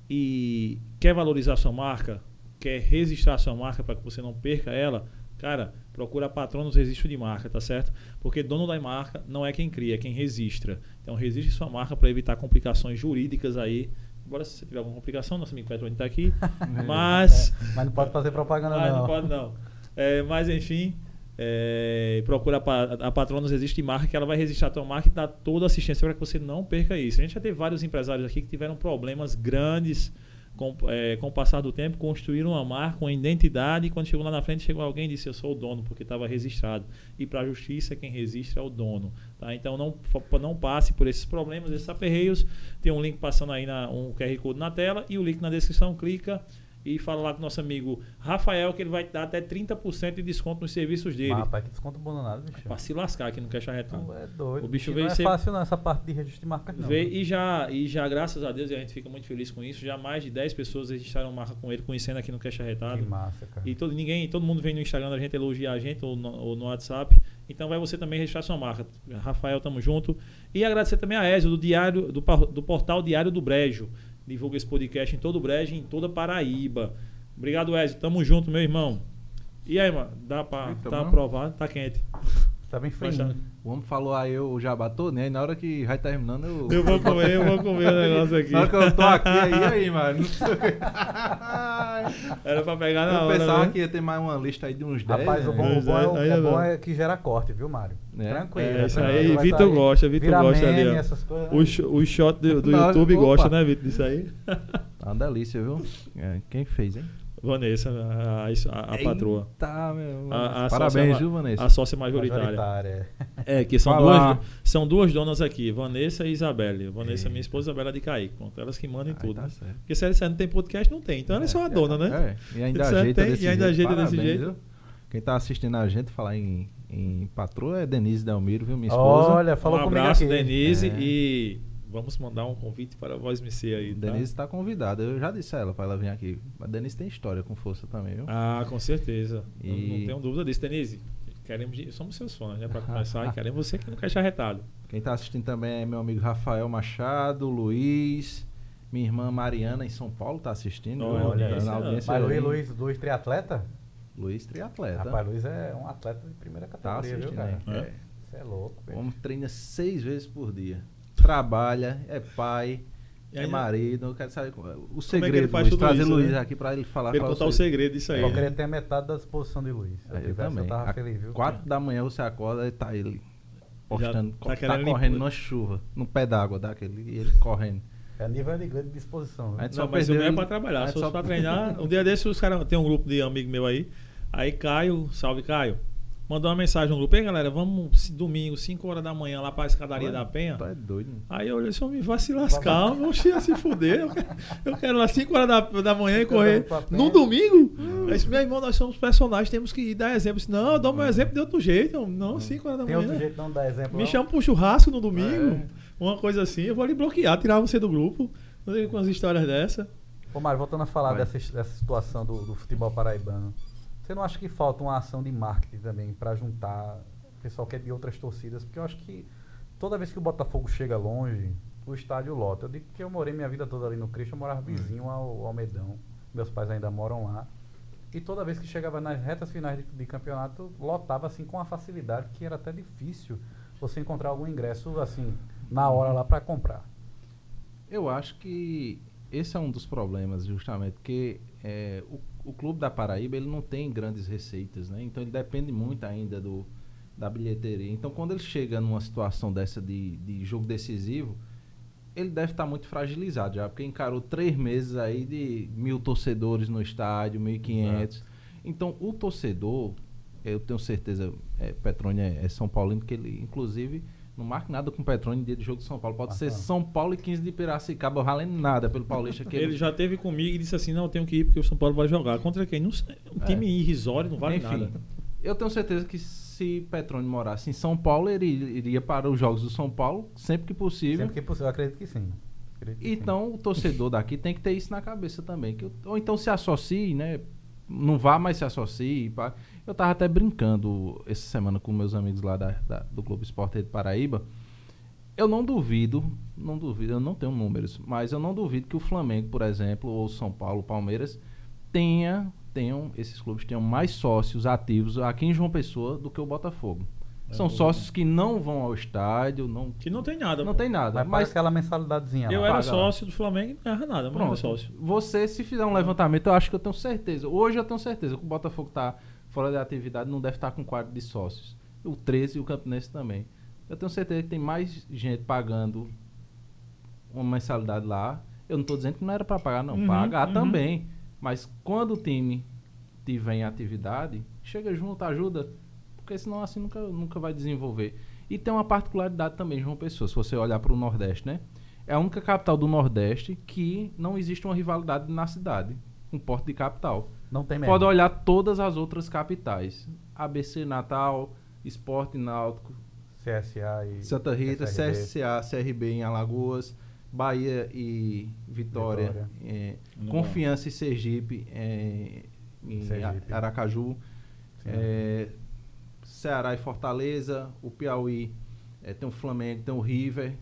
A: e quer valorizar sua marca, quer registrar sua marca para que você não perca ela, cara, procura Patronos Registro de Marca, tá certo? Porque dono da marca não é quem cria, é quem registra. Então registre sua marca para evitar complicações jurídicas aí. Embora se você tiver alguma complicação, nosso amigo Petroni está aqui. Mas.
C: É, mas não pode fazer propaganda,
A: Ah,
C: não.
A: não pode não. É, mas enfim, é, procura a, pa- a Patronos Existe de Marca, que ela vai registrar a tua marca e dar toda a assistência para que você não perca isso. A gente já teve vários empresários aqui que tiveram problemas grandes com, é, com o passar do tempo, construíram uma marca, uma identidade, e quando chegou lá na frente, chegou alguém e disse, eu sou o dono, porque estava registrado. E para a justiça, quem registra é o dono. Tá? Então, não, não passe por esses problemas, esses aperreios. Tem um link passando aí, na, um QR Code na tela, e o link na descrição, clica e fala lá com o nosso amigo Rafael que ele vai te dar até 30% de desconto nos serviços dele.
C: Rapaz, que desconto bom danado, bicho. É
A: pra se lascar que não quer charretão.
C: Tu é doido.
A: O bicho
C: que
A: veio
C: não
A: ser-
C: é fácil não, essa parte de registro de marca não.
A: Vê,
C: né?
A: e, já, e já, graças a Deus, e a gente fica muito feliz com isso, já mais de 10 pessoas registraram marca com ele, conhecendo aqui no Queixa
C: Que
A: Retado.
C: massa, cara.
A: E todo, ninguém, todo mundo vem no Instagram da gente elogiar a gente ou no, ou no WhatsApp. Então vai você também registrar sua marca. Rafael, tamo junto. E agradecer também a Ezio do Diário, do, par- do portal Diário do Brejo. Divulga esse podcast em todo o Brejo, e em toda Paraíba. Obrigado, Ezio. Tamo junto, meu irmão. E aí, mano? Dá pra.
B: Eita,
A: tá
B: mano.
A: aprovado? Tá quente.
C: Tá bem
A: Mas tá-
C: frio.
B: O homem falou aí, eu já batou, né? E na hora que vai terminando, eu.
A: Eu vou comer, eu vou comer o negócio aqui.
B: Na hora que eu tô aqui, aí, aí, mano.
A: Era pra pegar Ah, na
B: eu
A: hora.
B: pensava
A: né?
B: que ia ter mais uma lista aí de uns 10.
C: Rapaz, o
B: né?
C: bom, o bom é, o-
A: Aí
C: é
A: é
C: bom
A: bom.
C: é que gera corte, viu, Mário?
B: É.
C: Tranquilo.
A: É, isso
C: tranquilo,
A: aí,
C: né? vai
A: Vitor
C: sair.
A: gosta, Vitor
C: Vira
A: gosta
C: meme,
A: ali, ó.
C: essas coisas, né?
A: O, sh- o shot do, do
B: Não,
A: YouTube
B: opa.
A: gosta, né, Vitor, disso aí?
B: Tá uma delícia, viu? É, quem fez, hein?
A: Vanessa, a, a- a patroa.
B: Tá, meu.
A: A- a
B: Parabéns,
A: sócia-
B: viu, Vanessa?
A: A sócia majoritária.
C: Majoritária.
A: É, que são
B: Fala.
A: duas, são duas donas aqui, Vanessa e Isabelle. Vanessa é minha esposa, Isabela é de Caí. Pronto, elas que mandam em
B: Aí
A: tudo.
B: tá
A: né?
B: certo.
A: Porque se ela não tem podcast, não tem. Então ela é só a dona, né?
B: É, e ainda
A: Certo,
B: ajeita
A: hein?
B: desse
A: E ainda
B: jeito.
A: ajeita desse
B: Parabéns,
A: jeito.
B: viu? Quem tá assistindo a gente falar em, em patroa é Denise Delmiro, viu? Minha esposa.
C: Olha, falou
A: um
C: comigo
A: abraço,
C: aqui.
A: Denise,
B: É.
A: e vamos mandar um convite para a Voz MC aí. Tá?
B: Denise tá convidada. Eu já disse a ela pra ela vir aqui. Mas Denise tem história com força também, viu?
A: Ah, com certeza. Eu
B: E-
A: Não tenho dúvida disso, Denise. Queremos, de- somos seus fãs, né? Para começar, e queremos você que não quer charretado.
B: Quem tá assistindo também é meu amigo Rafael Machado, Luiz, minha irmã Mariana em São Paulo tá assistindo.
A: Olha,
B: viu?
A: olha
B: Tá
A: isso,
B: na
A: ó.
B: audiência.
C: Mas
B: aí.
C: Luiz, Luiz, Luiz triatleta?
B: Luiz triatleta.
C: Rapaz, Luiz é um atleta de primeira
B: tá
C: categoria, viu,
B: assistindo
C: cara?
B: aí.
A: cara?
B: É.
C: Você é louco,
B: O
C: velho.
B: homem treina seis vezes por dia. Trabalha, é pai,
A: E
B: é
A: aí, né?
B: marido. Eu quero saber qual- o
A: é que ele
B: segredo.
A: faz
B: Luiz.
A: tudo
B: trazer
A: isso,
B: Luiz
A: né?
B: aqui pra ele falar
A: Pra ele
B: qual é
A: contar o segredo disso aí.
C: Eu
A: né?
C: queria ter metade da disposição de Luiz. Se
B: Eu,
C: tivesse,
B: também.
C: eu tava
B: A-
C: feliz, viu?
B: Quatro da manhã você acorda e tá ele postando,
A: tá
B: co- tá,
A: querendo
B: correndo
A: limpar.
B: numa chuva, num pé d'água daquele, e ele correndo.
C: É nível de né? grande disposição.
B: A
C: viu?
B: gente
A: Não,
B: só
A: mas eu
B: perdeu
A: não é
B: ele-
A: pra trabalhar. Se
B: a gente
A: fosse
B: só-
A: pra treinar, um dia desses os caras tem um grupo de amigo meu aí. Aí Caio, salve Caio, mandou uma mensagem no grupo. Ei galera, vamos se- domingo, 5 horas da manhã, lá pra escadaria
B: Ué,
A: da Penha.
B: Tu é doido.
A: Aí eu olhei assim, me vai se lascar, vamos se fuder. Eu quero, eu quero lá 5 horas da, da manhã e
C: Cinco horas
A: correr.
C: pra Penha. Hum.
A: No domingo? Aí disse, meu irmão, nós somos personagens, temos que dar exemplo. Eu disse, não, eu dou meu exemplo de outro jeito. Eu, não, 5 horas da
C: Hum. Tem
A: manhã.
B: né?
C: outro jeito de não tá É. dar um exemplo.
A: Me
C: não?
A: chama pro churrasco no domingo, uma coisa assim, eu vou lhe bloquear, tirar você do grupo. Não sei com as histórias dessa.
C: Ô, Mário, voltando a falar
B: Vai.
C: dessa, dessa situação do, do futebol paraibano, você não acha que falta uma ação de marketing também para juntar o pessoal que é de outras torcidas? Porque eu acho que toda vez que o Botafogo chega longe, o estádio lota. Eu digo que eu morei minha vida toda ali no Cristo, eu morava vizinho ao Almedão. Meus pais ainda moram lá. E toda vez que chegava nas retas finais de, de campeonato, lotava assim com uma facilidade que era até difícil você encontrar algum ingresso assim na hora lá para comprar.
B: Eu acho que esse é um dos problemas, justamente, porque é, o, o clube da Paraíba ele não tem grandes receitas, né? Então ele depende muito ainda do, da bilheteria. Então quando ele chega numa situação dessa de, de jogo decisivo, ele deve estar muito fragilizado já, porque encarou três meses aí de mil torcedores no estádio, 1.500. Então o torcedor, eu tenho certeza, é, Petrônia é São Paulino, porque ele, inclusive, não marca nada com Petrônia em dia de jogo de São Paulo. Pode
C: Ah,
B: ser
C: tá.
B: são Paulo e 15 de Piracicaba, eu ralei nada pelo Paulista. Que
A: Ele já teve comigo e disse assim: não, eu tenho que ir porque o São Paulo vai jogar. Contra quem? Não sei. Um
B: É.
A: time irrisório, não vale nada.
B: Eu tenho certeza que se Petrônio morasse em São Paulo, ele iria para os jogos do São Paulo sempre que possível.
C: Sempre que possível, eu acredito que sim. Acredito que sim.
B: Então o torcedor daqui tem que ter isso na cabeça também. que o- ou então se associe, né? Não vá mais se associe. pá. Eu tava até brincando essa semana com meus amigos lá da- da- do Globo Esporte de Paraíba. Eu não duvido, não duvido, eu não tenho números, mas eu não duvido que o Flamengo, por exemplo, ou São Paulo, Palmeiras, tenha, tenham, esses clubes tenham mais sócios ativos aqui em João Pessoa do que o Botafogo.
A: É,
B: São
A: o-
B: sócios que não vão ao estádio, não,
A: Que não tem nada.
B: não
A: pô.
B: tem nada.
C: Mas,
B: Mas
C: mas aquela mensalidadezinha.
A: Eu
C: lá.
A: era
B: Paga lá.
A: sócio do Flamengo e não erra nada, mas eu era
B: Pronto.
A: sócio.
B: Você, se fizer um levantamento, eu acho que eu tenho certeza. Hoje eu tenho certeza que o Botafogo tá fora da atividade, não deve estar com quadro de sócios. O 13 e o Campinense também. Eu tenho certeza que tem mais gente pagando uma mensalidade lá. Eu não estou dizendo que não era para pagar, não.
A: Uhum,
B: pagar
A: uhum.
B: também. Mas quando o time tiver em atividade, chega junto, ajuda. Porque senão assim nunca, nunca vai desenvolver. E tem uma particularidade também, João Pessoa, se você olhar para o Nordeste, né? É a única capital do Nordeste que não existe uma rivalidade na cidade, com porte de capital.
C: Não tem mesmo.
B: Pode olhar todas as outras capitais. ABC Natal, Esporte Náutico,
C: CSA e.
B: Santa Rita,
C: SRB.
B: CSA, CRB em Alagoas, Bahia e Vitória, é,
A: No
B: Confiança e Sergipe é, em
C: Sergipe.
B: A- Aracaju,
C: Sim.
B: é, Ceará e Fortaleza, o Piauí é, tem o Flamengo, tem o River,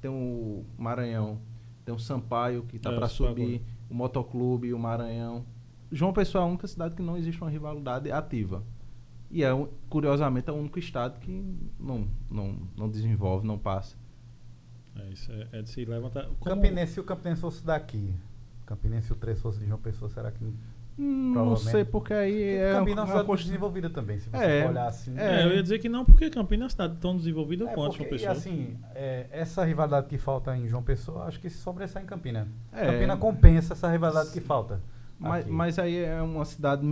B: tem o Maranhão, tem o Sampaio que está
A: É,
B: para
A: Sampaio.
B: subir, o Motoclube, o Maranhão. João Pessoa é a única cidade que não existe uma rivalidade ativa. E é, um- curiosamente, é o único estado que não, não, não desenvolve, não passa.
A: É isso, é, é de se levantar.
C: O
A: Como-
C: Campinense, se o Campinense fosse daqui. o Campinense e o Três fosse de João Pessoa, será que.
B: Hum, Não
C: Provavelmente.
B: sei, porque aí
C: É,
B: é,
C: Campinas é
B: uma-
C: uma
B: uma
C: cidade
B: coisa-
C: desenvolvida também, se você
B: É,
C: for olhar assim.
A: É, eu ia dizer que não, porque Campinas é uma cidade tão desenvolvida
C: É,
A: quanto
C: porque,
A: João Pessoa.
C: e assim, é, essa rivalidade que falta em João Pessoa, acho que se sobressai em Campina.
B: É.
C: Campina compensa essa rivalidade que falta.
B: Mas,
C: aqui.
B: mas aí é uma cidade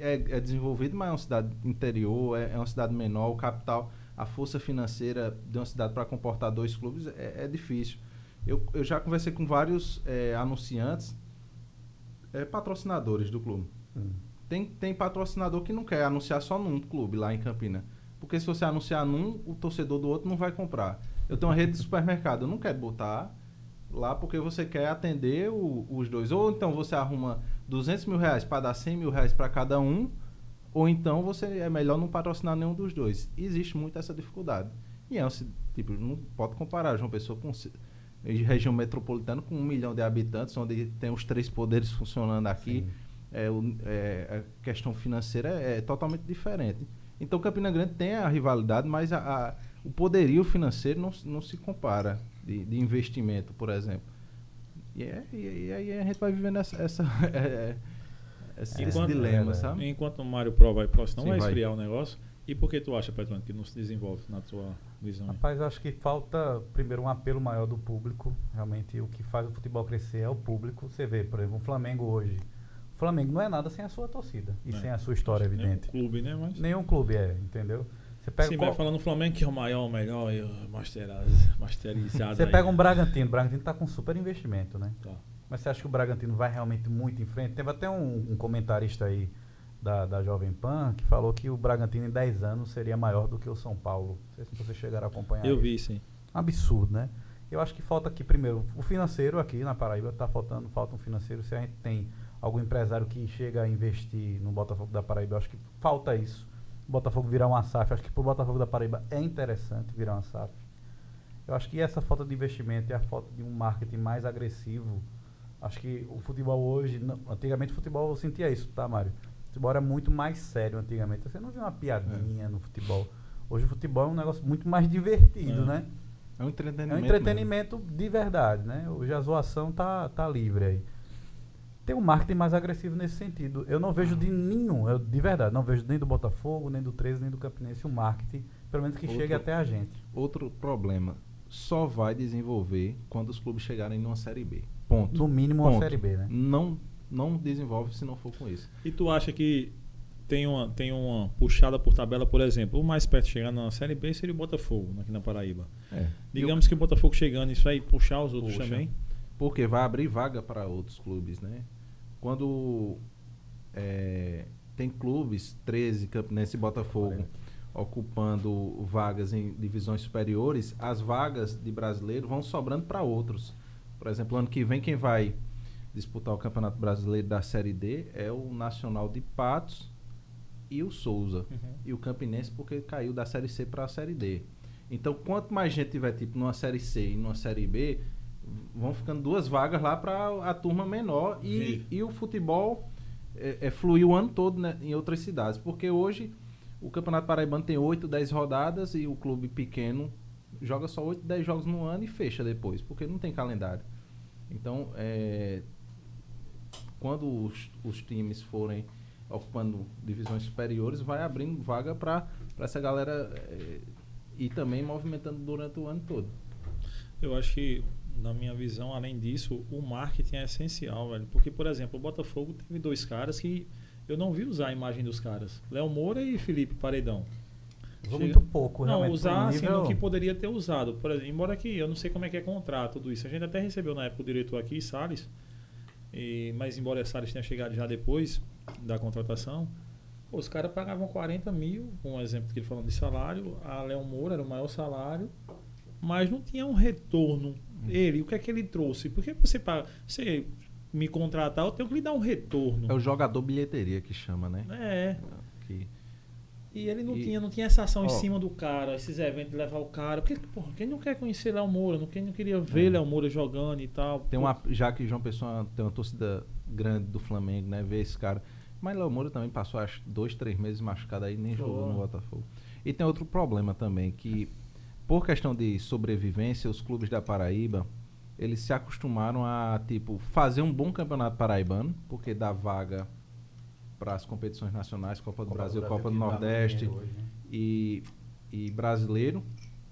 B: é, é desenvolvida, mas é uma cidade interior, é, é uma cidade menor, o capital, a força financeira de uma cidade para comportar dois clubes é, é difícil. Eu, eu já conversei com vários é, anunciantes, é, patrocinadores do clube.
C: Hum.
B: Tem, tem patrocinador que não quer anunciar só num clube lá em Campina. Porque se você anunciar num, o torcedor do outro não vai comprar. Eu tenho uma rede de supermercado, eu não quero botar lá porque você quer atender o- os dois. Ou então você arruma 200 mil reais para dar 100 mil reais para cada um, ou então você é melhor não patrocinar nenhum dos dois. Existe muito essa dificuldade. E é um, ci- tipo, não pode comparar João Pessoa com um ci- de região metropolitana com um milhão de habitantes, onde tem os três poderes funcionando aqui.
C: Sim.
B: É, o- é, a questão financeira é, totalmente diferente. Então Campina Grande tem a rivalidade, mas a- a- o poderio financeiro não, se- não se compara de, de investimento, por exemplo. E, é- e- e aí a gente vai vivendo essa, essa, é, esse, esse
A: Enquanto- né,
B: dilema,
C: é,
B: sabe?
A: Enquanto o Mário Pro vai próximo, não
B: Sim,
A: vai,
B: vai.
A: esfriar o negócio. E por que tu acha, Petrônio, que não se desenvolve na tua visão? hein?
C: Rapaz, eu acho que falta, primeiro, um apelo maior do público. Realmente, o que faz o futebol crescer é o público. Você vê, por exemplo, o Flamengo hoje. O Flamengo não é nada sem a sua torcida e
A: É.
C: sem a sua história, evidente.
A: Nenhum clube, né? Mas...
C: Nenhum clube é, entendeu? Você pega,
A: Sim,
C: qual-
A: vai falando no Flamengo que é o maior, o melhor, e o masteraz- masterizado.
C: você
A: aí.
C: pega um Bragantino. O Bragantino tá com super investimento, né?
A: Tá.
C: Mas você acha que o Bragantino vai realmente muito em frente? Teve até um, um comentarista aí da, da Jovem Pan que falou que o Bragantino em 10 anos seria maior do que o São Paulo. Não sei se vocês chegaram a acompanhar.
A: Eu
C: isso.
A: vi, sim.
C: Absurdo, né? Eu acho que falta aqui, primeiro, o financeiro aqui na Paraíba está faltando, falta um financeiro. Se a gente tem algum empresário que chega a investir no Botafogo da Paraíba, eu acho que falta isso. O Botafogo virar uma SAF, acho que pro Botafogo da Paraíba é interessante virar uma SAF. Eu acho que essa falta de investimento e a falta de um marketing mais agressivo. Acho que o futebol hoje. não- antigamente o futebol eu sentia isso, tá, Mário? O futebol era muito mais sério antigamente. Você não via uma piadinha no futebol. Hoje o futebol é um negócio muito mais divertido,
A: É.
C: né?
B: É um entretenimento.
C: É um entretenimento de verdade, né? Hoje a zoação tá, tá livre aí. Tem um marketing mais agressivo nesse sentido. Eu não vejo de nenhum, eu, de verdade, não vejo nem do Botafogo, nem do 13, nem do Campinense um marketing, pelo menos que
B: Outro-
C: chegue até a gente.
B: mesmo. Outro problema. Só vai desenvolver quando os clubes chegarem numa Série B. Ponto.
C: No mínimo uma
B: Ponto.
C: Série B, né?
B: Não, não desenvolve se não for com isso.
A: E tu acha que tem uma, tem uma puxada por tabela, por exemplo, o mais perto de chegar na Série B seria o Botafogo, aqui na Paraíba.
B: É.
A: Digamos que o Botafogo chegando, isso aí puxar os outros
B: Puxa.
A: também.
B: Porque vai abrir vaga para outros clubes, né? Quando é, tem clubes, 13, Campinense e Botafogo, ocupando vagas em divisões superiores, as vagas de brasileiro vão sobrando para outros. Por exemplo, ano que vem quem vai disputar o Campeonato Brasileiro da Série D é o Nacional de Patos e o Souza. E o Campinense porque caiu da Série C para a Série D. Então, quanto mais gente tiver tipo numa Série C e numa Série B, vão ficando duas vagas lá para a turma menor e,
A: Vi.
B: e o futebol é, é, fluiu o ano todo né, em outras cidades. Porque hoje o Campeonato Paraibano tem 8, 10 rodadas e o clube pequeno joga só 8, 10 jogos no ano e fecha depois, porque não tem calendário. Então, é, quando os, os times forem ocupando divisões superiores, vai abrindo vaga para essa eh, galera é, ir também movimentando durante o ano todo.
A: Eu acho que na minha visão, além disso, o marketing é essencial, velho. Porque, por exemplo, o Botafogo teve dois caras que eu não vi usar a imagem dos caras. Léo Moura e Felipe Paredão.
C: Usou muito pouco,
A: Não,
C: realmente. pro
A: usar assim,
C: nível-
A: no que poderia ter usado. Por exemplo, embora que eu não sei como é que é contrato, tudo isso. A gente até recebeu na época o diretor aqui, Salles, e, mas embora Salles tenha chegado já depois da contratação, pô, os caras pagavam 40 mil, um exemplo que ele falando de salário, a Léo Moura era o maior salário, mas não tinha um retorno.
B: Hum.
A: Ele, o que é que ele trouxe? Porque você paga, você me contratar, eu tenho que lhe dar um retorno.
B: É o jogador bilheteria que chama, né?
A: É.
B: Que-
A: E ele não
B: E-
A: tinha, não tinha essa ação
B: Ó.
A: em cima do cara, esses eventos, levar o cara. Porque, porra, quem não quer conhecer Léo Moura? Não- Quem não queria ver
B: É.
A: Léo Moura jogando e tal?
B: Tem uma, já que João Pessoa tem uma torcida grande do Flamengo, né? Ver esse cara. Mas Léo Moura também passou acho, dois, três meses machucado aí nem
A: Foi.
B: jogou no Botafogo. E tem outro problema também, que por questão de sobrevivência, os clubes da Paraíba, eles se acostumaram a, tipo, fazer um bom campeonato paraibano, porque dá vaga para as competições nacionais, Copa do Brasil, Copa do
C: que dá
B: Nordeste
C: dinheiro hoje, né?
B: e, e brasileiro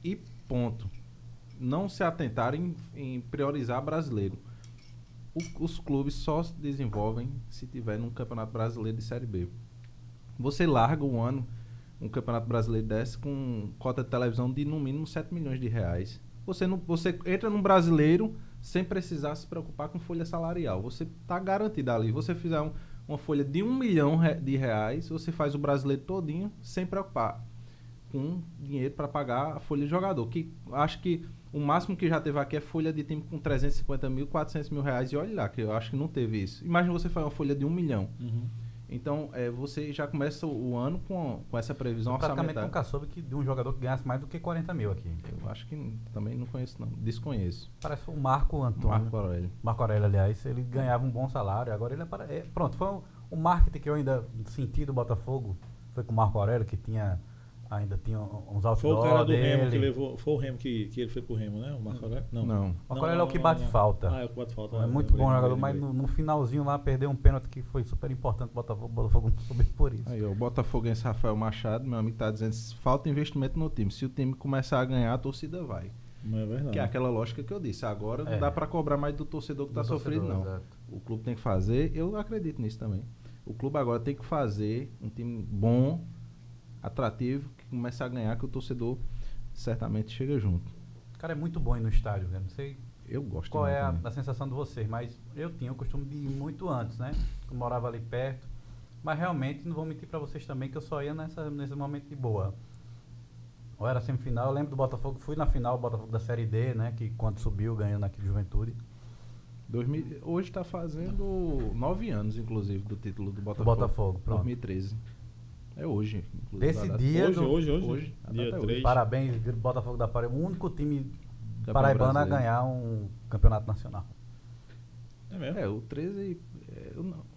B: e ponto. Não se atentarem em, em priorizar brasileiro. O- os clubes só se desenvolvem se tiver num campeonato brasileiro de Série B. Você larga um ano, um campeonato brasileiro desse, com cota de televisão de no mínimo 7 milhões de reais. Você, não, você entra num brasileiro sem precisar se preocupar com folha salarial. Você está garantido ali. Você fizer um- uma folha de um milhão re- de reais, você faz o brasileiro todinho sem preocupar com dinheiro para pagar a folha de jogador. Que acho que o máximo que já teve aqui é folha de time com 350 mil, 400 mil reais. E olha lá, que eu acho que não teve isso. Imagina você fazer uma folha de um milhão.
A: Uhum.
B: Então, é, você já começa o o ano com, com essa previsão
C: Praticamente
B: orçamentária.
C: nunca soube que de um jogador que ganhasse mais do que 40 mil aqui.
B: Eu acho que n- também não conheço, não. Desconheço.
C: Parece o Marco Antônio.
B: Marco Aurélio.
C: Marco Aurélio, aliás, ele ganhava um bom salário, agora ele é para. é, pronto, foi um, o marketing que eu ainda senti do Botafogo. Foi com o Marco Aurélio, que tinha. Ainda tinha um- uns
A: Foi
C: outdoor
A: o cara do
C: dele.
A: Remo que levou. Foi o Remo que, que ele foi pro Remo, né? O Marco Aurélio? Não.
B: Não.
C: Marco Aurélio é o que bate falta.
A: Ah, é o que bate falta.
C: É
A: né?
C: muito
A: Lembrei,
C: bom jogador,
A: lembrei,
C: mas
A: lembrei.
C: no, no finalzinho lá perdeu um pênalti que foi super importante. O Botafogo, o Botafogo não soube por isso.
B: Aí, ó, o Botafoguense Rafael Machado, meu amigo, tá dizendo falta investimento no time. Se o time começar a ganhar, a torcida vai.
A: Não é verdade.
B: Que é aquela lógica que eu disse. Agora
C: Tá. É.
B: não dá para cobrar mais do torcedor
A: tá
B: que está
C: Do
B: sofrendo,
C: torcedor,
B: não.
C: exato.
B: O clube tem que fazer, eu acredito nisso também. O clube agora tem que fazer um time bom, atrativo, que comece a ganhar, que o torcedor certamente chega junto.
C: O cara é muito bom ir no estádio, velho. Não sei
B: Eu gosto
C: qual
B: muito
C: é a,
B: também.
C: a sensação de vocês, mas eu tinha o costume de ir muito antes, né? Eu morava ali perto. Mas realmente, não vou mentir pra vocês também que eu só ia nessa, nesse momento de boa. Ou era semifinal, eu lembro do Botafogo, fui na final, o Botafogo da Série D, né? Que quando subiu, ganhou naquele Juventude.
B: 2000 hoje está fazendo nove anos, inclusive, do título do Botafogo.
C: Botafogo, pronto.
B: 2013. É hoje, inclusive.
C: Desse
B: a data.
C: dia
A: Hoje,
C: do-
A: hoje, hoje,
B: hoje, a
A: Dia
B: data é hoje.
A: 3.
C: Parabéns, Botafogo da Paraíba. O único time
B: Campeão
C: paraibano a
B: brasileiro.
C: ganhar um campeonato nacional.
A: É mesmo?
B: É, o 13. é, eu não-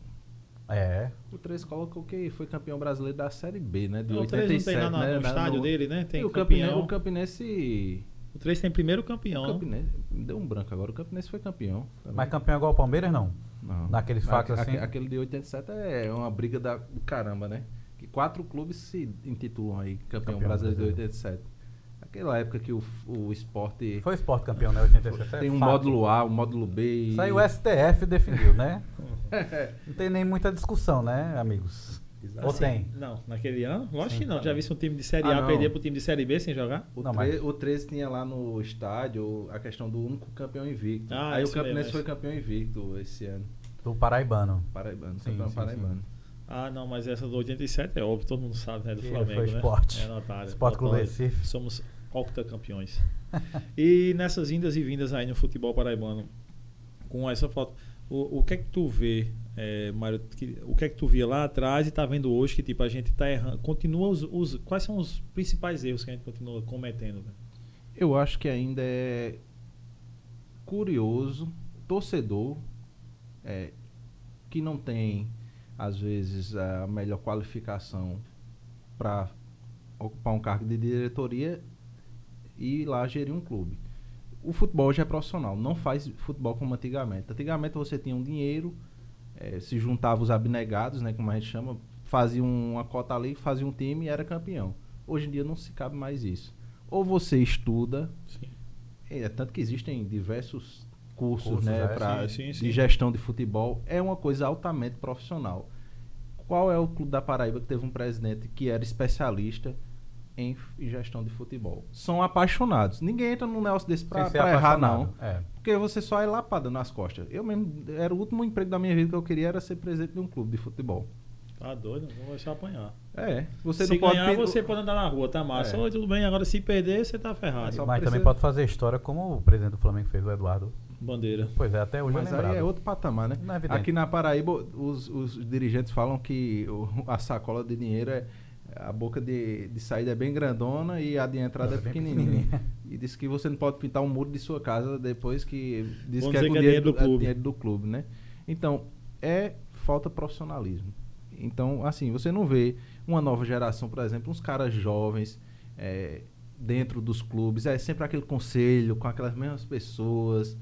C: É.
B: O 13 colocou que foi campeão brasileiro da Série B, né? De
A: É, o 3 não tem
B: 87,
A: lá na-
B: né?
A: no
B: Na-
A: estádio dele, né? Tem
B: e o Campinense,
A: campeão.
B: o Campinense
A: O 3 tem primeiro
B: O
A: campeão.
B: Campinense, me deu um branco agora, o Campinense foi campeão. Tá
C: Mas
B: vendo?
C: campeão igual o Palmeiras, não.
B: Não.
C: naqueles factos
B: Aque-
C: assim?
B: Aquele de 87 é uma briga da, do caramba, né? Que quatro clubes se intitulam aí campeão,
C: Campeão
B: brasileiro de
C: brasileiro.
B: 87. Aquela época que o, f- o esporte
C: Foi o esporte campeão, né? 87.
B: tem
C: é
B: um
C: fato.
B: módulo A, um módulo B.
C: Isso aí o STF definiu, né? Não tem nem muita discussão, né, amigos?
B: Exato.
C: Ou
A: Assim,
C: tem?
A: Não, naquele ano? Lógico
C: Sim,
A: que não.
C: tá
A: Já
C: bem.
A: visse um time de Série
B: Ah,
A: A
B: não.
A: perder pro time de Série B sem jogar?
B: O,
C: Não,
B: tre-
C: mas-
B: o 13 tinha lá no estádio a questão do único campeão invicto.
A: Ah,
B: aí o
A: isso mesmo,
B: Campinense
A: é
B: foi
A: isso.
B: campeão invicto esse ano.
C: Do Paraibano.
B: Paraibano,
C: Sim,
B: campeão
C: sim,
B: paraibano.
A: Ah, não, mas essa do 87 é óbvio, todo mundo sabe, né? Do
C: Que
A: Flamengo,
C: foi
A: né?
C: esporte.
A: É notário.
C: Esporte Clube Recife.
A: Somos octacampeões. e nessas indas e vindas aí no futebol paraibano, com essa foto, o, o que é que tu vê, é, Mário, que- o que é que tu via lá atrás e tá vendo hoje que, tipo, a gente tá errando, continua os, os- quais são os principais erros que a gente continua cometendo, né? velho?
B: Eu acho que ainda é curioso, torcedor, é, que não tem, às vezes, a melhor qualificação para ocupar um cargo de diretoria e ir lá gerir um clube. O futebol hoje é profissional, não faz futebol como antigamente. Antigamente você tinha um dinheiro, eh, se juntava os abnegados, né, como a gente chama, fazia uma cota ali, fazia um time e era campeão. Hoje em dia não se cabe mais isso. Ou você estuda, É, tanto que existem diversos cursos,
C: Cursos,
B: né,
C: é,
B: pra-
A: sim, sim, sim.
B: de gestão de futebol. É uma coisa altamente profissional. Qual é o clube da Paraíba que teve um presidente que era especialista em f- em gestão de futebol? São apaixonados. Ninguém entra num negócio desse pra,
C: Sem ser
B: pra errar, não.
C: apaixonado. É.
B: Porque você só é lapada nas costas. Eu mesmo, era o último emprego da minha vida que eu queria era ser presidente de um clube de futebol.
A: Tá doido? Vou deixar apanhar.
B: É, você
A: se
B: não pode
A: ganhar,
B: pedir-
A: você pode andar na rua, tá massa.
B: É.
A: Oi, tudo bem. Agora, se perder, você tá
B: Mas
A: ferrado.
B: só
C: Mas também
B: precisa-
C: pode fazer história como o presidente do Flamengo fez, o Eduardo.
A: Bandeira.
C: Pois é, até hoje
B: Mas
C: é lembrado.
B: aí é outro patamar, né?
C: Não é evidente.
B: Aqui na Paraíba, os, os dirigentes falam que o- a sacola de dinheiro é. A boca de, de saída é bem grandona e a de entrada é
C: Bem
B: pequenininha. E diz que você não pode pintar um muro de sua casa depois que. Diz
A: Vamos
B: que é
A: dizer
B: com
A: que é
B: dinheiro
A: dinheiro
B: do,
A: do
B: é
A: clube.
B: dinheiro do clube, né? Então, é falta profissionalismo. Então, assim, você não vê uma nova geração, por exemplo, uns caras jovens é, dentro dos clubes, é sempre aquele conselho com aquelas mesmas pessoas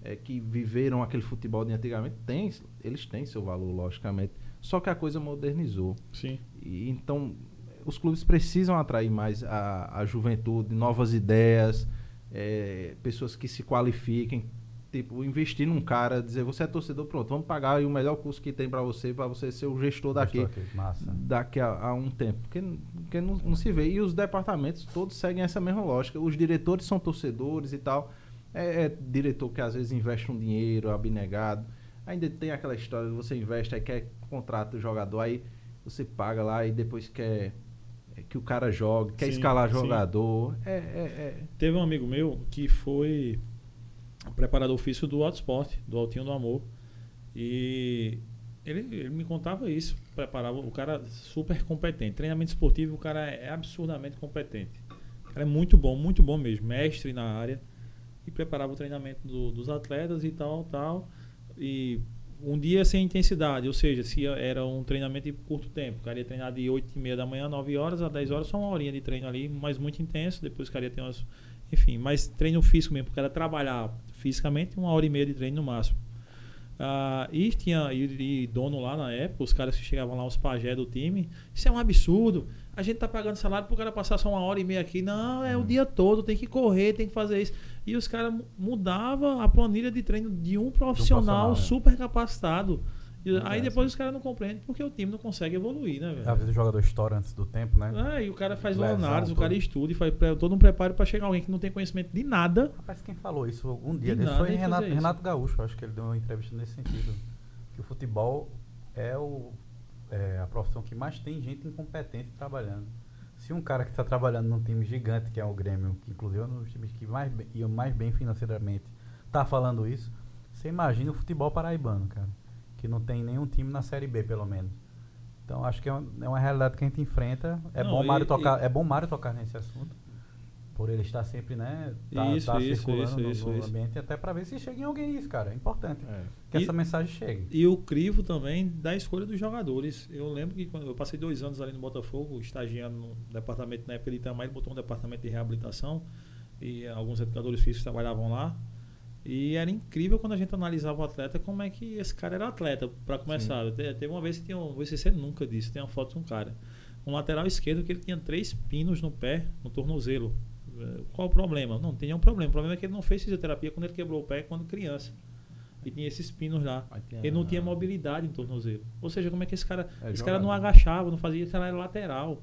B: é, que viveram aquele futebol de antigamente. Tem, eles têm seu valor, logicamente. Só que a coisa modernizou.
A: Sim.
B: E, então, os clubes precisam atrair mais a, a juventude, novas ideias, é, pessoas que se qualifiquem. Tipo, investir num cara, dizer, você é torcedor, pronto, vamos pagar aí o melhor curso que tem pra você, pra você ser o gestor daqui,
C: Gostou aqui, Massa.
B: daqui a, a um tempo. Porque, n- porque não, não se vê. E os departamentos todos seguem essa mesma lógica. Os diretores são torcedores e tal. É, é diretor que às vezes investe um dinheiro abnegado. Ainda tem aquela história, você investe, aí quer contrata o jogador, aí você paga lá e depois quer é, que o cara jogue, quer
A: Sim,
B: escalar
A: sim.
B: jogador. É, é, é.
A: Teve um amigo meu que foi preparador físico do Alto Esporte, do Altinho do Amor. E ele, ele me contava isso. Preparava o cara super competente. Treinamento esportivo, o cara é absurdamente competente. O cara é muito bom, muito bom mesmo. Mestre na área. E preparava o treinamento do- dos atletas e tal, tal. E um dia sem intensidade, ou seja, se era um treinamento de curto tempo, o cara ia treinar de 8 e meia da manhã, 9 horas a 10 horas, só uma horinha de treino ali, mas muito intenso, depois o cara ia ter umas, enfim, mas treino físico mesmo, o cara trabalhar fisicamente uma hora e meia de treino no máximo. Ah, e tinha e, e dono lá na época, os caras que chegavam lá, os pajé do time, isso é um absurdo, a gente tá pagando salário pro cara passar só uma hora e meia aqui, não,
C: Uhum.
A: é o dia todo, tem que correr, tem que fazer isso. E os caras mu- mudavam a planilha de treino de um profissional,
C: profissional, é.
A: super capacitado. E
C: Verdade.
A: aí depois os caras não compreendem porque o time não consegue evoluir,
B: É.
A: né,
C: Às
A: velho?
C: vezes o jogador estoura antes do tempo, né?
A: Ah, e o cara faz uma
C: Lesão,
A: análise, o
C: tudo.
A: cara estuda e faz pre- todo um preparo pra chegar alguém que não tem conhecimento de nada.
C: Rapaz, quem falou isso um dia
A: De
C: desse
A: nada
C: foi
A: ele fazer
C: Renato,
A: isso.
C: Renato Gaúcho, acho que ele deu uma entrevista nesse sentido. Que o futebol é, o, é a profissão que mais tem gente incompetente trabalhando. Se um cara que está trabalhando num time gigante, que é o Grêmio, que inclusive é um dos times que mais bem- iam mais bem financeiramente, tá falando isso, você imagina o futebol paraibano, cara. Que não tem nenhum time na Série B, pelo menos. Então acho que é, um- é uma realidade que a gente enfrenta. É
A: Não,
C: bom
A: e-
C: Mário
A: e-
C: tocar, é bom Mário tocar nesse assunto. Por ele estar sempre, né? Tá,
A: Isso,
C: tá
A: isso,
C: circulando
A: isso,
C: no,
A: isso,
C: no
A: isso.
C: ambiente até para ver se chega em alguém isso, cara. É importante que
A: E-
C: essa mensagem chegue.
A: E o crivo também da escolha dos jogadores. Eu lembro que quando eu passei dois anos ali no Botafogo, estagiando no departamento, na época de Itamar, ele botou um departamento de reabilitação e alguns educadores físicos trabalhavam lá. E era incrível quando a gente analisava o atleta, como é que esse cara era atleta, para começar. Te- Teve uma vez que tinha, um- você sempre nunca disse, tem uma foto de um cara, um lateral esquerdo que ele tinha três pinos no pé, no tornozelo. Eh, Qual o problema? Não, não tem nenhum problema. O problema é que ele não fez fisioterapia quando ele quebrou o pé quando criança. E tinha esses pinos lá.
B: Aí tem a-
A: Ele não tinha mobilidade em tornozelo. Ou seja, como é que esse cara.
B: É
A: esse cara não
B: jogador.
A: agachava, não fazia, esse cara era lateral.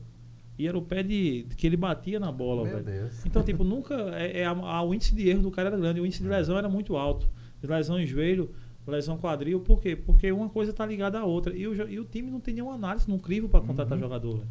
A: E era o pé de, que ele batia na bola,
C: Meu
A: velho.
C: Deus.
A: Então, tipo, nunca. É, é a- a- o índice de erro do cara era grande, o índice de lesão era muito alto. Lesão em joelho, lesão quadril, por quê? Porque uma coisa tá ligada à outra. E o, jo- e o time não tem nenhuma análise, não crivo pra contratar jogador. velho.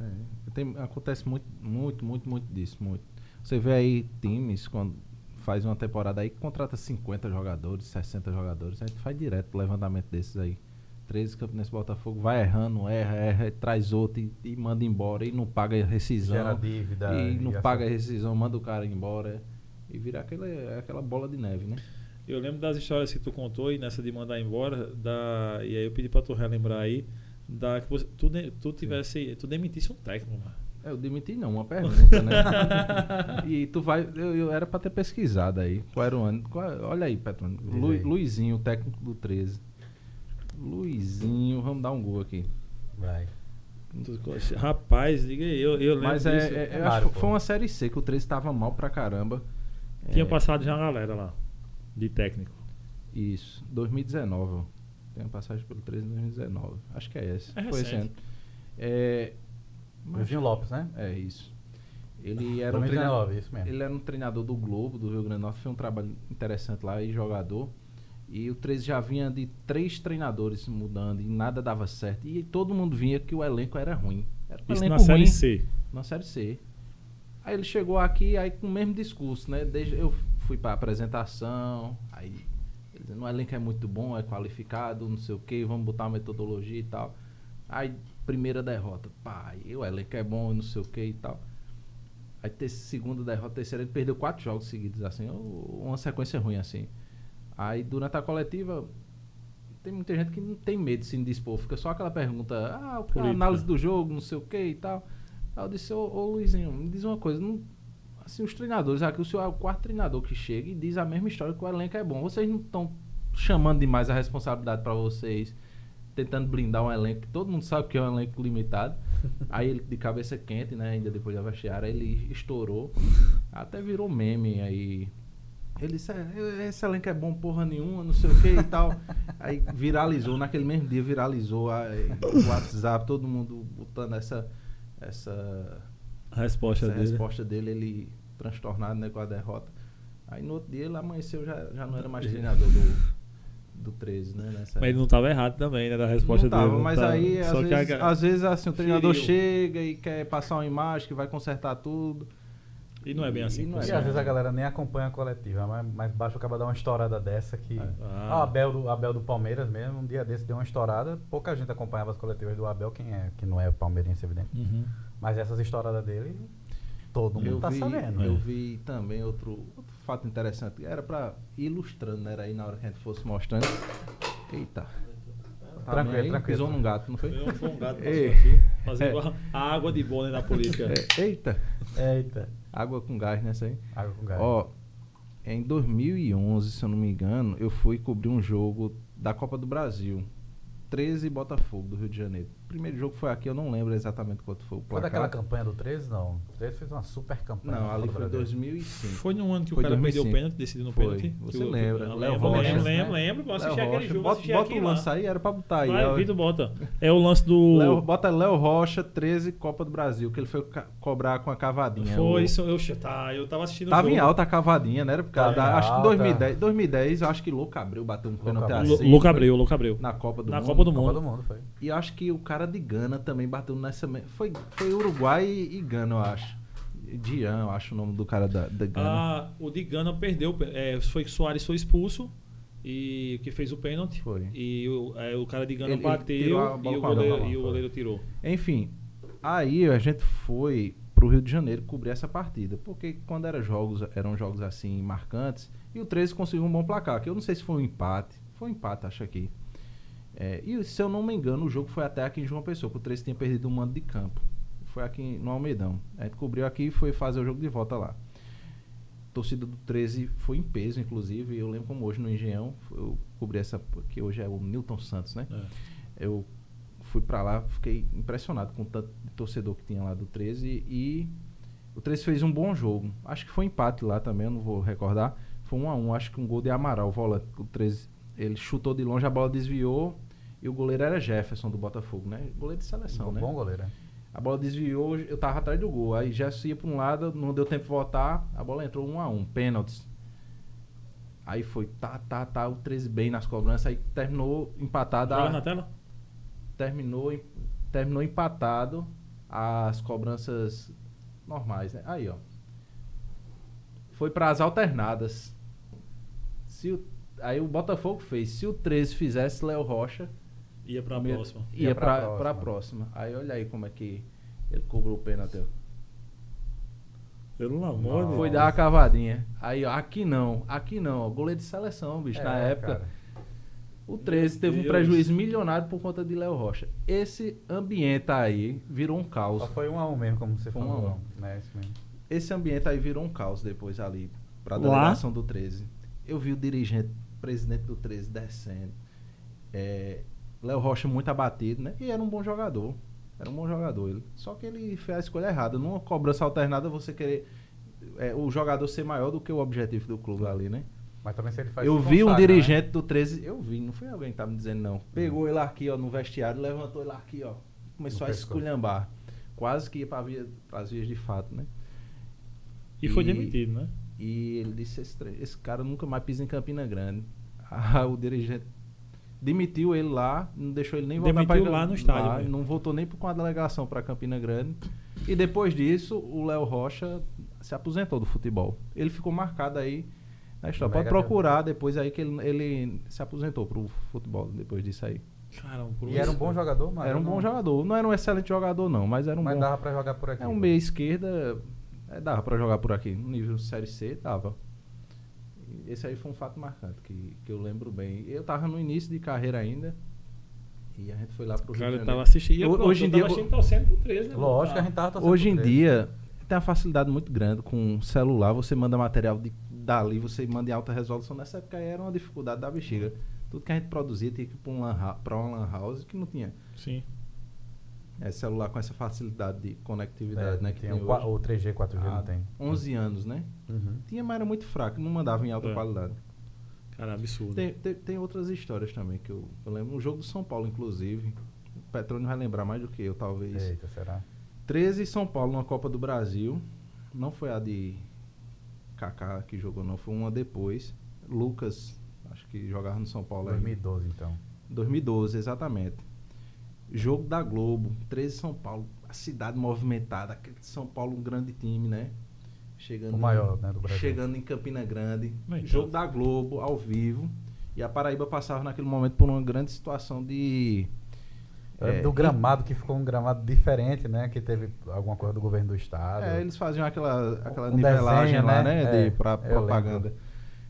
B: É, tem- acontece muito, muito, muito, muito disso, muito. Você vê aí times quando faz uma temporada aí que contrata 50 jogadores, 60 jogadores, a gente faz direto levantamento desses aí. 13 Campinense Botafogo vai errando, erra, erra, e traz outro e, e manda embora e não paga a rescisão.
C: Gera dívida. assim.
B: E não
C: essa-
B: paga a rescisão, manda o cara embora. E vira aquele, é aquela bola de neve, né?
A: Eu lembro das histórias que tu contou e nessa de mandar embora, da, e aí eu pedi pra tu relembrar aí, da que você, tu, de- tu tivesse. Tu demitisse um técnico, mano.
B: É, Eu demiti não, uma pergunta, né? e tu vai. Eu, eu era pra ter pesquisado aí. Qual era o ano? qual- olha aí, Petrônio.
C: Diz
B: Lu,
C: aí.
B: Luizinho, técnico do 13. Luizinho, vamos dar um gol aqui.
C: Vai.
A: Tu- Um Rapaz, diga aí, eu, eu lembro
B: Mas
A: disso.
B: é, é- eu
C: Claro,
B: acho que
C: pô.
B: foi uma série C que o 13 tava mal pra caramba. É,
A: Tinha passado já a galera lá, de técnico.
B: Isso, 2019. Tem uma passagem pelo 13 em 2019. Acho que é esse.
A: É
B: Foi
A: recente.
B: esse ano. É, mas-
C: Virgílio Lopes, né?
B: É isso.
A: Ah,
B: Ele era, um
C: 2019,
B: treinador,
C: isso mesmo.
B: ele era um treinador do Globo, do Rio Grande do Norte, fez um trabalho interessante lá e jogador. E o 13 já vinha de três treinadores mudando e nada dava certo. E todo mundo vinha que o elenco era ruim. Era um
A: Isso
B: elenco
A: na Série
B: ruim
A: C.
B: na Série C. Aí ele chegou aqui, aí com o mesmo discurso, né? Desde eu fui pra apresentação, aí ele dizendo, o elenco é muito bom, é qualificado, não sei o quê, vamos botar uma metodologia e tal. Aí, primeira derrota, pá, aí o elenco é bom, não sei o quê e tal. Aí, ter, segunda derrota, terceira, ele perdeu quatro jogos seguidos, assim, ou- uma sequência ruim, assim. Aí, durante a coletiva, tem muita gente que não tem medo de se indispor, fica só aquela pergunta, ah, o- a
A: Política.
B: análise do jogo, não sei o quê e tal. Aí eu disse, ô, ô Luizinho, me diz uma coisa, não- assim, os treinadores, aqui o senhor é o quarto treinador que chega e diz a mesma história que o elenco é bom. Vocês não estão chamando demais a responsabilidade pra vocês, tentando blindar um elenco, que todo mundo sabe que é um elenco limitado. Aí ele, de cabeça quente, né, ainda depois da vestiária, ele estourou, até virou meme aí. Ele disse, "É, esse elenco é bom porra nenhuma, não sei o que e tal. Aí viralizou, naquele mesmo dia viralizou aí, o WhatsApp, todo mundo botando essa, essa,
A: A resposta
B: essa é
A: dele.
B: resposta dele, ele transtornado né, com a derrota. Aí no outro dia ele amanheceu, já, já não era mais treinador do, do 13, né? Nessa
A: Mas ele não estava errado também, né? Da resposta
B: não tava,
A: dele. não
B: mas
A: tava.
B: aí
A: Só
B: às
A: que a
B: vezes,
A: ga-
B: às vezes, assim, o treinador
A: Feriu.
B: chega e quer passar uma imagem que vai consertar tudo.
A: E não é bem
B: e
A: assim. que
B: não é
C: E
A: funciona.
C: às vezes a galera nem acompanha a coletiva, mas, mas basta o cara dar uma estourada dessa que.
B: É.
A: Ah.
C: Ah, o Abel do, Abel do Palmeiras mesmo, um dia desse deu uma estourada. Pouca gente acompanhava as coletivas do Abel, quem é, que não é palmeirense, evidente.
A: Uhum.
C: Mas essas estouradas dele, todo mundo
B: eu
C: tá
B: vi,
C: sabendo.
B: Eu
C: né?
B: vi também outro, outro fato interessante. Era pra ir ilustrando, né? Era aí na hora que a gente fosse mostrando. Eita. Tá
C: Tranquilo,
B: bem aí?
C: tranquilo.
B: Pisou num gato, não foi?
A: Eu fui um gato
B: Ei.
A: passou aqui, fazendo
B: É.
A: a água de boné na política.
B: É, eita.
C: Eita.
B: Água com gás nessa aí.
C: Água com gás.
B: Ó, em 2011, se eu não me engano, eu fui cobrir um jogo da Copa do Brasil. 13 e Botafogo do Rio de Janeiro. O primeiro jogo foi aqui, eu não lembro exatamente quanto foi o
C: Foi
B: placar.
C: daquela campanha do 13? Não. O 13 fez uma super campanha.
B: Não,
C: na
B: ali
C: Copa
B: foi
C: do Brasil.
B: 2005.
A: Foi no ano que
B: Foi
A: o cara perdeu
B: 2005.
A: o pênalti, decidiu no
B: Foi.
A: pênalti?
B: Você
A: Que o-
B: lembra,
A: Eu
B: Léo
A: lembro,
B: Rocha,
A: lembro,
B: né?
A: lembro, lembro. Eu assisti
B: Léo
A: aquele
B: Rocha.
A: jogo,
B: Bota,
A: assisti
B: bota
A: aqui
B: o
A: lá.
B: lance aí, era pra botar aí.
A: Vai,
B: ó.
A: Vitor, bota. É o lance do...
B: Léo- bota Léo Rocha, 13, Copa do Brasil, que ele foi ca- cobrar com a cavadinha.
A: Foi
B: O-
A: isso. Eu, tá, eu tava assistindo o
B: Tava em
A: jogo.
B: alta a cavadinha, né? Era por causa
C: Tava
B: da-
C: em
B: acho que
C: alta.
B: 2010, 2010, eu acho que Louco Abreu bateu um pênalti
C: Abreu.
A: Lu-
B: assim.
A: Luca Abreu, Luca Abreu.
B: Na Copa do
A: Na
B: Mundo.
A: Copa do
C: Copa
A: mundo.
C: do Mundo, foi.
B: E acho que o cara de Gana também bateu nessa. me- Foi, foi Uruguai e, e Gana, eu acho. Dian, eu acho o nome do cara da, da Gana.
A: Ah, o de Gana perdeu. É, foi que Soares foi expulso. E que fez o pênalti.
B: Foi.
A: E o, é, o cara de Gana
B: Ele- ele
A: bateu
B: tirou a bola
A: e, o
B: com a mão,
A: goleiro,
B: lá,
A: e o
B: foi.
A: goleiro tirou.
B: Enfim, aí a gente foi pro Rio de Janeiro cobrir essa partida. Porque quando era jogos, eram jogos assim marcantes. E o 13 conseguiu um bom placar, que eu não sei se foi um empate. Foi um empate, acho aqui. É, e se eu não me engano, o jogo foi até aqui em João Pessoa, que o 13 tinha perdido um mando de campo. Foi aqui no Almeidão. A gente cobriu aqui e foi fazer o jogo de volta lá. torcida do 13 foi em peso, inclusive. Eu lembro como hoje no Engenhão, eu cobri essa, que hoje é o Newton Santos, né? Eu fui pra lá, fiquei impressionado com o tanto de torcedor que tinha lá do 13 e o 13 fez um bom jogo. Acho que foi empate lá também, eu não vou recordar. Foi um a um, acho que um gol de Amaral, volante. O 13, ele chutou de longe, a bola desviou e o goleiro era Jefferson do Botafogo, né? Goleiro de seleção,
C: Um
B: né?
C: bom goleiro. né?
B: A bola desviou, eu tava atrás do gol. Aí Gerson ia pra um lado, não deu tempo de voltar, a bola entrou um a um, pênaltis. Aí foi, tá, tá, tá, o 13 bem nas cobranças, aí terminou empatado.
A: Joga
B: a-
A: na tela?
B: terminou, em- terminou empatado as cobranças normais, né? Aí, ó. Foi para as alternadas. Se o- aí o Botafogo fez. Se o 13 fizesse Léo Rocha,
A: Ia pra
B: primeiro-
A: próxima.
B: ia
C: Ia
B: pra
C: pra
B: pra
C: próxima.
B: próxima. Aí olha aí como é que ele cobrou o pênalti.
A: Pelo amor de
C: Não.
B: Foi
A: Deus.
B: dar uma cavadinha. Aí, ó, aqui não, aqui não, ó, goleiro de seleção, bicho, na
C: É,
B: época.
C: cara.
B: O 13 teve um
A: Deus.
B: prejuízo milionário por conta de Léo Rocha. Esse ambiente aí virou um caos.
C: Só foi um a um mesmo, como você
B: Foi um
C: falou.
B: a um.
C: né? Isso mesmo.
B: Esse ambiente aí virou um caos depois ali pra
A: Lá?
B: delegação do 13. Eu vi o dirigente, presidente do 13 descendo. É, Léo Rocha muito abatido, né? E era um bom jogador. Era um bom jogador ele. Só que ele fez a escolha errada. Numa cobrança alternada, você querer é, o jogador ser maior do que o objetivo do clube ali, né?
C: Mas também se ele faz
B: eu
C: se
B: vi um
C: consagra, né?
B: dirigente do 13, eu vi, não foi alguém que tava me dizendo não. Pegou ele aqui, ó, no vestiário, levantou ele aqui, ó. Começou
C: No
B: a
C: pescoço.
B: esculhambar. Quase que ia para via, as vias de fato, né?
A: E foi
B: E-
A: demitido, né?
B: E ele disse: esse, tre- esse cara nunca mais pisa em Campina Grande. Ah, o dirigente demitiu ele lá, não deixou ele nem voltar
A: Demitiu
B: pra-
A: lá no estádio mesmo.
B: não voltou nem com a delegação para Campina Grande. E depois disso, o Léo Rocha se aposentou do futebol. Ele ficou marcado aí na história. Pode
C: Mega
B: procurar depois aí que ele, ele se aposentou pro futebol depois disso aí.
A: Caramba, por
C: E era um
A: isso-
C: bom jogador, mas.
B: era um
C: não-
B: bom jogador. Não era um excelente jogador, não, mas era um
C: mas
B: bom.
C: dava pra jogar
A: Tá
C: por aqui.
B: É um
A: né?
B: meia esquerda, é, dava pra jogar por aqui. No nível Série C, dava. E Esse aí foi um fato marcante que, que eu lembro bem. Eu tava no início de carreira ainda. E a gente foi lá pro
A: O
B: Rio de
A: cara
B: Janeiro.
A: tava assistindo. e eu,
B: Ho-
A: pronto,
B: hoje em
A: eu
B: dia-
A: tava achando torcendo pro 13, né?
C: Lógico que a
A: Ah,
C: gente tá- tava torcendo
B: Hoje em
C: por ele.
B: dia tem uma facilidade muito grande com um celular, você manda material de, dali, você manda em alta resolução. Nessa época aí era uma dificuldade da bexiga. Tudo que a gente produzia tinha que ir pra, um lan hou- pra uma lan house que não tinha.
A: Ah, Sim.
B: É celular com essa facilidade de conectividade,
C: É,
B: né? Que
C: tem
B: tem
C: o,
B: hoje. Ah,
C: qua- o 3G, 4G
B: Há
C: não Ah, tem.
B: 11 anos, né?
C: Uhum.
B: Tinha, mas era muito fraco, não mandava em alta
A: É.
B: qualidade.
A: Cara, absurdo.
B: Tem, tem, tem outras histórias também que eu, eu lembro. Um jogo do São Paulo, inclusive. O Petrônio vai lembrar mais do que eu, talvez.
C: Eita, será?
B: 13 e São Paulo na Copa do Brasil. Não foi a de Kaká que jogou, não. Foi uma depois. Lucas, acho que jogava no São Paulo. aí.
C: 2012, então.
B: 2012, exatamente. Jogo da Globo, 13 São Paulo, a cidade movimentada, aquele São Paulo um grande time, né? Chegando
C: O maior, né, do Brasil.
B: Chegando em Campina Grande,
A: Bem,
B: jogo
A: então.
B: da Globo ao vivo. E a Paraíba passava naquele momento por uma grande situação de
C: Eu lembro
B: É,
C: do
B: e-
C: gramado que ficou um gramado diferente, né? Que teve alguma coisa do governo do estado.
B: É, eles faziam aquela, aquela
C: Um
B: nivelagem
C: desenho,
B: lá,
C: né?
B: né?
C: É,
B: de, pra
C: eu
B: propaganda.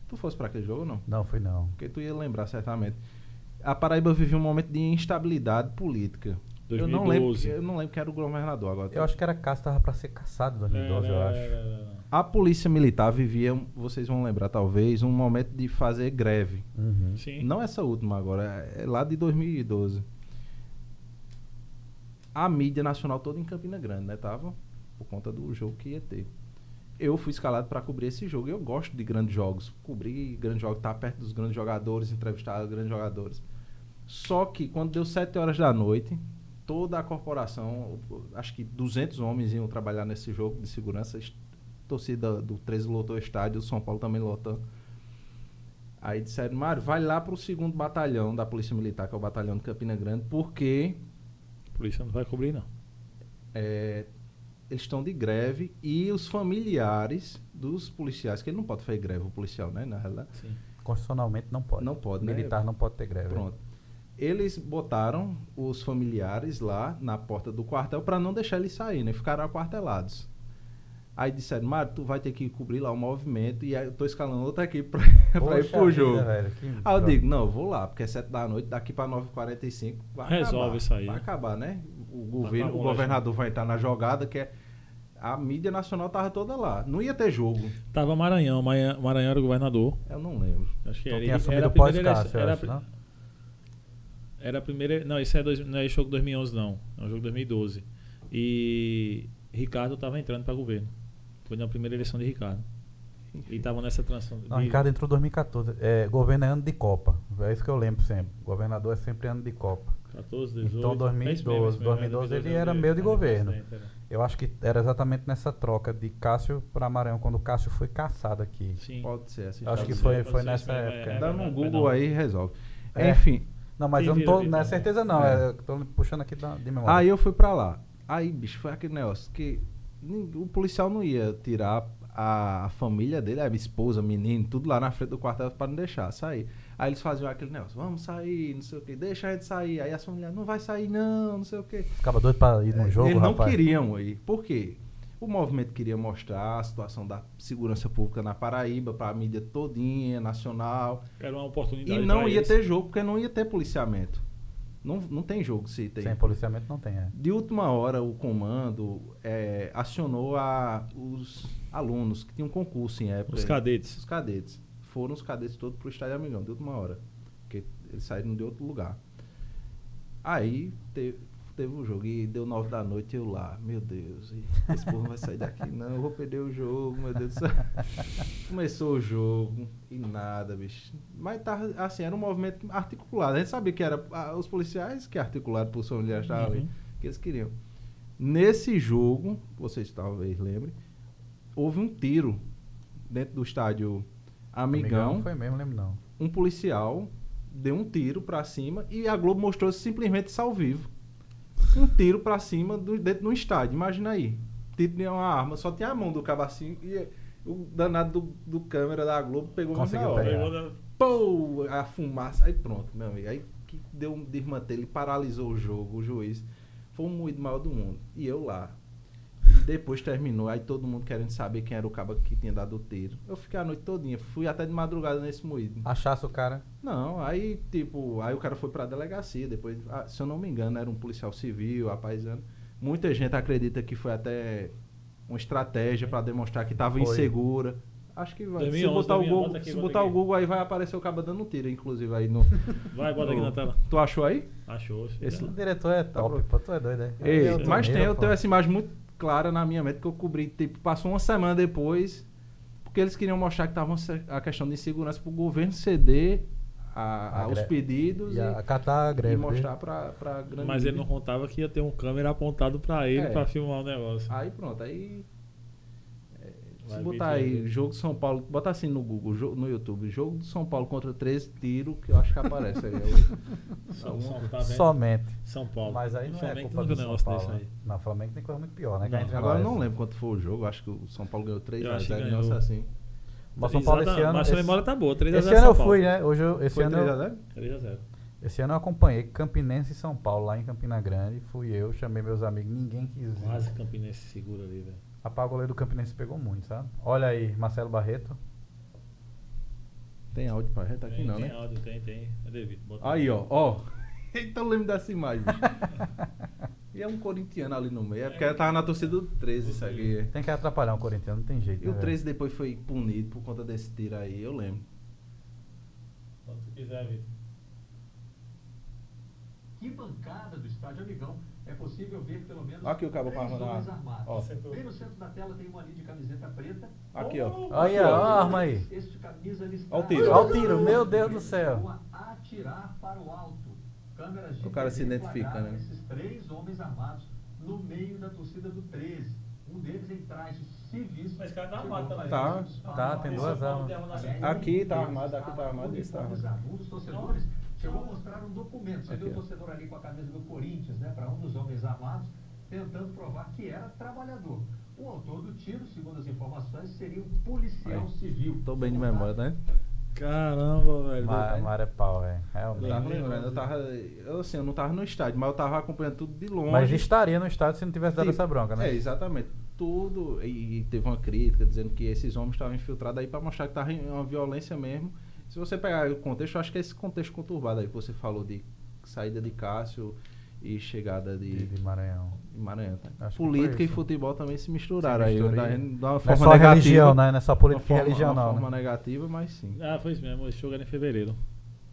B: Tu fosse pra aquele jogo ou não?
C: Não, fui não.
B: Porque tu ia lembrar certamente. A Paraíba vivia um momento de instabilidade política. Eu não lembro,
A: 2012.
B: eu não lembro quem era o governador agora. tá?
C: Eu acho que era Cássio, tava pra ser caçado em
A: É,
C: 2012, eu
A: Era-
C: acho.
B: A polícia militar vivia, um- vocês vão lembrar talvez, um momento de fazer greve.
C: Uhum.
A: é. Sim.
B: Não essa última agora, é lá de 2012. A mídia nacional toda em Campina Grande, né? Tava por conta do jogo que ia ter. Eu fui escalado para cobrir esse jogo. Eu gosto de grandes jogos. Cobrir grandes jogos, estar perto dos grandes jogadores, entrevistar grandes jogadores. Só que quando deu 7 horas da noite, toda a corporação, acho que 200 homens iam trabalhar nesse jogo de segurança. Est- Torcida do 13 lotou o estádio, o São Paulo também lotando. Aí disseram, Mário, vai lá pro segundo batalhão da Polícia Militar, que é o batalhão de Campina Grande, porque
A: A polícia não vai cobrir, não.
B: é, eles estão de greve e os familiares dos policiais, que ele não pode fazer greve, o policial, né? Na realidade.
A: Sim.
C: Constitucionalmente não pode.
B: Não pode, né?
C: Militar não pode ter greve.
B: Pronto. Eles botaram os familiares lá na porta do quartel para não deixar eles saírem, né? Ficaram aquartelados. Aí disseram, Mário, tu vai ter que cobrir lá o movimento e aí eu tô escalando outra equipe pra, pra ir
C: Poxa
B: pro
C: vida,
B: jogo.
C: velho, que
B: Aí eu
C: droga.
B: digo, não, eu vou lá, porque é 7 da noite, daqui pra 9h45 vai
A: Resolve
B: acabar,
A: isso aí,
B: Vai
A: né?
B: acabar, né? O, governo,
A: acabou,
B: o
A: né,
B: governador vai entrar na jogada, que é. A mídia nacional tava toda lá. Não ia ter jogo.
A: Tava Maranhão, Maia- Maranhão era o governador.
B: Eu não lembro.
A: Acho que
C: Então
A: era,
C: tem assumido
A: era a
C: o pós
A: primeira
C: Cássio,
A: eleição- era,
C: eu
A: a
C: acho, né?
A: pri-
C: não?
A: era a primeira. Não, isso é dois, não é jogo de 2011, não. É um jogo de 2012. E Ricardo tava entrando pra governo. Foi na primeira eleição de Ricardo. E tava nessa transição.
C: Não,
A: de-
C: Ah, Ricardo entrou em 2014. É, governo é ano de Copa. É isso que eu lembro sempre. Governador é sempre ano de Copa.
A: 14, 18.
C: Então,
A: é isso mesmo, é isso
C: 2012,
A: mesmo, era
C: 2012, ele
A: 2012,
C: era meio de
A: era
C: governo.
A: é presidente, né? era.
C: Eu acho que era exatamente nessa troca de Cássio para Maranhão, quando o Cássio foi caçado aqui.
A: Sim.
B: Pode ser essa
C: Eu acho
B: história.
C: que
A: Pode
C: foi-
A: ser, pode
C: foi
A: ser
C: nessa
A: isso mesmo,
C: época. né?
A: é,
B: Dá
A: vai-
B: no
A: vai
B: Google
A: dar.
B: aí e resolve.
C: É.
B: Enfim,
C: Não, mas
A: Quem
C: eu não
A: vira,
C: tô.
A: vira,
C: Não é
A: né?
C: certeza, não.
B: É.
C: É. eu tô puxando aqui da, de memória.
B: aí Ah, eu fui pra lá. Aí, bicho, foi aquele negócio que nin- o policial não ia tirar a a família dele, a esposa, menino, tudo lá na frente do quartel pra não deixar sair. Aí eles faziam aquele negócio, vamos sair, não sei o que, deixa a gente sair. Aí as famílias, não vai sair não, não sei o que.
C: Ficava doido pra ir num jogo,
B: Eles É, não
C: rapaz.
B: queriam ir. Por quê? O movimento queria mostrar a situação da segurança pública na Paraíba, pra mídia todinha, nacional.
A: Era uma
B: E
A: oportunidade.
B: não
A: pra
B: ia
A: eles.
B: ter jogo, porque não ia ter policiamento. Não, não tem jogo se tem.
C: Sem policiamento não tem, é.
B: De última hora, o comando eh, acionou a, os alunos que tinham um concurso em época.
A: Os cadetes.
B: Os cadetes. Foram os cadetes todos pro Estádio Amigão, de última hora. Porque eles saíram de outro lugar. Aí te- teve, teve o jogo e deu nove da noite eu lá, meu Deus, e esse povo não vai sair daqui não, eu vou perder o jogo, meu Deus do céu. Começou o jogo e nada, bicho. Mas tava, assim, era um movimento articulado. A gente sabia que era ah, os policiais que articularam por familiares estavam ali,
A: Uhum.
B: que eles queriam. Nesse jogo, vocês talvez lembrem, houve um tiro dentro do estádio Amigão
C: Não foi mesmo, lembro não.
B: um policial deu um tiro pra cima e a Globo mostrou simplesmente isso ao vivo. Um tiro pra cima do, dentro de um estádio, imagina aí. Tiro de uma arma, só tinha a mão do cabacinho e o danado do, do câmera da Globo pegou mesmo
C: Conseguiu
B: na
C: pegar.
B: hora.
A: Pegou da-
B: Pô, a fumaça, aí pronto, meu amigo. Aí que deu um desmantelo, ele paralisou o jogo, o juiz. Foi o moído maior do mundo. E eu lá. E depois terminou, aí todo mundo querendo saber quem era o cabo que tinha dado o tiro. Eu fiquei a noite todinha, fui até de madrugada nesse moído.
C: Achasse o cara.
B: Não, aí, tipo, aí o cara foi pra delegacia, depois, ah, se eu não me engano, era um policial civil, apaisando. Muita gente acredita que foi até uma estratégia pra demonstrar que tava
C: Foi.
B: insegura. Acho que vai.
A: 2011,
B: se botar, o
A: 2011,
B: Google,
A: bota aqui,
B: se
A: bota
B: botar
A: aqui.
B: o Google aí vai aparecer o cabo dando um tiro, inclusive, aí no.
A: Vai, bota aqui
B: no-
A: na tela.
B: Tu achou aí?
A: Achou. assim, né? filho.
B: Esse-
C: O diretor é top,
B: pronto.
C: pô, tu é doido, é?
B: Ei,
C: Eu tô
B: mas tem,
C: meio,
B: eu
C: pô.
B: tenho essa imagem muito clara na minha mente que eu cobri, tipo, passou uma semana depois, porque eles queriam mostrar que tava uma se- a questão de insegurança pro governo ceder a,
C: A
B: a- ah, os
C: gre-
B: pedidos
C: E acatar a greve. né?
B: e
C: dele.
B: mostrar pra, pra é grande
A: Mas ele não
B: mídia.
A: contava que ia ter um câmera apontado pra ele
B: É. Ah,
A: pra filmar o negócio.
B: Aí pronto, aí. é,
A: Vai
B: Se botar
A: ver que-
B: aí, jogo de São Paulo, bota assim no Google, jo- no YouTube, jogo de São Paulo contra 13 tiro, que eu acho que aparece aí.
A: São, São, tá vendo?
C: Somente.
A: São Paulo.
C: Mas aí
A: O
C: não é
A: Flamengo
C: culpa
A: tem
C: do
A: um
C: São
A: negócio
C: Paulo. né?
A: desse
C: Aí. Não, Flamengo tem coisa muito pior, né?
A: Não.
C: Cá entre
B: Agora eu
C: nós.
B: não lembro quanto foi o jogo, acho que o São Paulo ganhou 3
A: Eu
B: a
A: acho que
B: 0
A: ganhou.
B: negócio assim.
C: Mas São Paulo
A: 3 a 0
C: esse
A: tá-
C: ano.
A: Mas sua
C: esse-
A: memória tá boa. 3 a 0
C: Esse ano
A: São
C: eu
A: Paulo.
C: fui, né? Hoje eu, esse
B: Foi
C: ano
B: 3 a
C: eu,
B: 0
A: 3 a 0
C: esse ano eu acompanhei Campinense e São Paulo lá em Campina Grande. Fui eu, chamei meus amigos, ninguém quis. ir.
A: Quase Campinense segura ali, velho.
C: Rapaz, o goleiro do Campinense pegou muito, sabe? Olha aí, Marcelo Barreto.
B: Tem áudio pra gente
A: Tem,
B: aqui não,
A: tem
B: né?
A: áudio, tem, tem. É devido. Bota
B: Aí, ó, ó. Então eu lembro dessa imagem. e é um corintiano ali no meio, é porque ela tava na torcida do 13 isso aqui.
C: Tem que atrapalhar um corintiano, não tem jeito.
B: E
C: né,
B: o
C: velho?
B: 13 depois foi punido por conta desse tiro aí, eu lembro.
A: Quando tu quiser, Vitor.
D: arquibancada do estádio Amigão é possível ver pelo menos
B: Aqui o cabo com a
D: três
B: arma na-
D: homens armados.
B: ó.
D: Bem no centro da tela tem um ali de camiseta preta.
B: Aqui, ó.
C: Olha, ó, a arma aí.
D: Este camisa listrada.
B: Ó o tiro.
C: Ó o tiro, meu Deus do céu.
D: A Atirar para o alto. Câmeras de
B: O cara se
D: TV
B: identifica,
D: flagraram
B: né?
D: Esses três homens armados no meio da torcida do 13. Um deles em trajes civis.
A: Mas cada
D: Chegou
A: armado também.
D: a
B: Tá,
D: fazer
C: tá,
D: um
C: tem
D: disparo.
C: duas armas.
B: Aqui tá armado, aqui tá armado, esse tá armado.
D: Alguns torcedores chegou a mostrar um documento. Você
B: Aqui,
D: viu o
B: ó.
D: torcedor ali com a camisa do Corinthians, né? Para um dos homens armados, tentando provar que era trabalhador. O autor do tiro, segundo as informações, seria um policial
B: Aí.
D: civil.
B: Tô bem de memória,
D: tá?
B: né?
A: Caramba, velho.
C: Ma-
B: né?
C: Mara é pau,
B: Eu
C: é. Realmente.
B: tava lembrando, eu tava. Eu assim, eu não tava no estádio, mas eu tava acompanhando tudo de longe.
C: Mas estaria no estádio se não tivesse dado
B: Tipo,
C: essa bronca, né?
B: É, exatamente. Tudo. E, e teve uma crítica dizendo que esses homens estavam infiltrados aí pra mostrar que tava em uma violência mesmo. Se você pegar o contexto, eu acho que é esse contexto conturbado aí que você falou de saída de Cássio e chegada
C: De,
B: de,
C: de Maranhão.
B: de Maranhão. tá?
C: Acho que foi
B: Política e
C: isso.
B: futebol também se misturaram aí.
C: mistura
B: né?
C: aí.
B: Dá uma
C: Não é
B: forma
C: só
B: negativa.
C: religião, né? Não é só
B: Uma
C: política e
B: forma-
C: religião,
B: uma
C: não.
B: forma
C: né?
B: negativa, mas sim.
A: Ah, foi isso mesmo. Esse jogo era em fevereiro.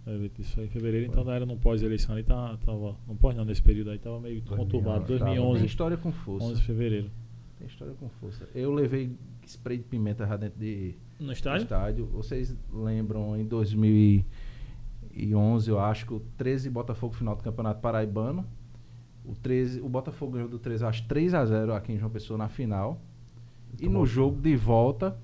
A: É, Vitor, Isso aí em fevereiro, então não era no pós-eleição ali, tá- tava. Não pós não, nesse período aí, tava meio
C: 2011,
A: conturbado.
C: tava.
B: Tem
A: 2011,
B: história com força.
A: 11 de fevereiro.
B: Tem história com força. Eu levei spray de pimenta já dentro de
A: No estádio?
B: estádio. Vocês lembram em 2011, eu acho que o 13 Botafogo final do Campeonato Paraibano. O 13, o Botafogo ganhou do 13 às 3 a 0 aqui em João Pessoa na final. E
C: Tomou.
B: no jogo de volta,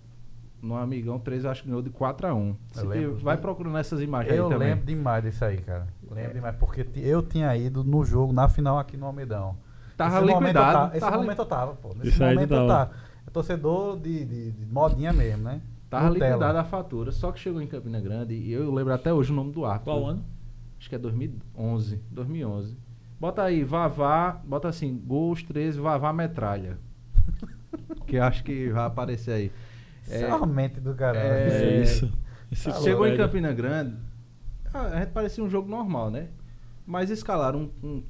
B: no Amigão 13 acho que ganhou de 4 a 1. Se
C: lembro. né?
B: teve- vai procurando essas imagens
C: Eu
B: aí também. É.
C: lembro demais disso aí, cara. Lembro demais, porque ti- eu tinha ido no jogo, na final aqui no Almedão.
B: Tava
C: Nesse momento eu
B: liquidado,
C: tava- Esse
B: tava li-
C: momento eu tava, pô. Nesse
A: Isso aí tu
C: momento eu
A: tava.
C: tava. É torcedor de, de- de modinha mesmo, né?
B: Tava
C: Nutella.
B: liquidada a fatura, só que chegou em Campina Grande e eu lembro até hoje o nome do árbitro.
A: Qual ano?
B: Acho que é 2011. 2011. Bota aí, Vavá, bota assim, gols 13, Vavá metralha. que eu acho que vai aparecer aí.
C: Isso é uma mente do caralho.
B: É,
A: É isso. Esse
B: Se chegou
A: Flamengo.
B: em Campina Grande, a a gente parecia um jogo normal, né? Mas escalaram um, um,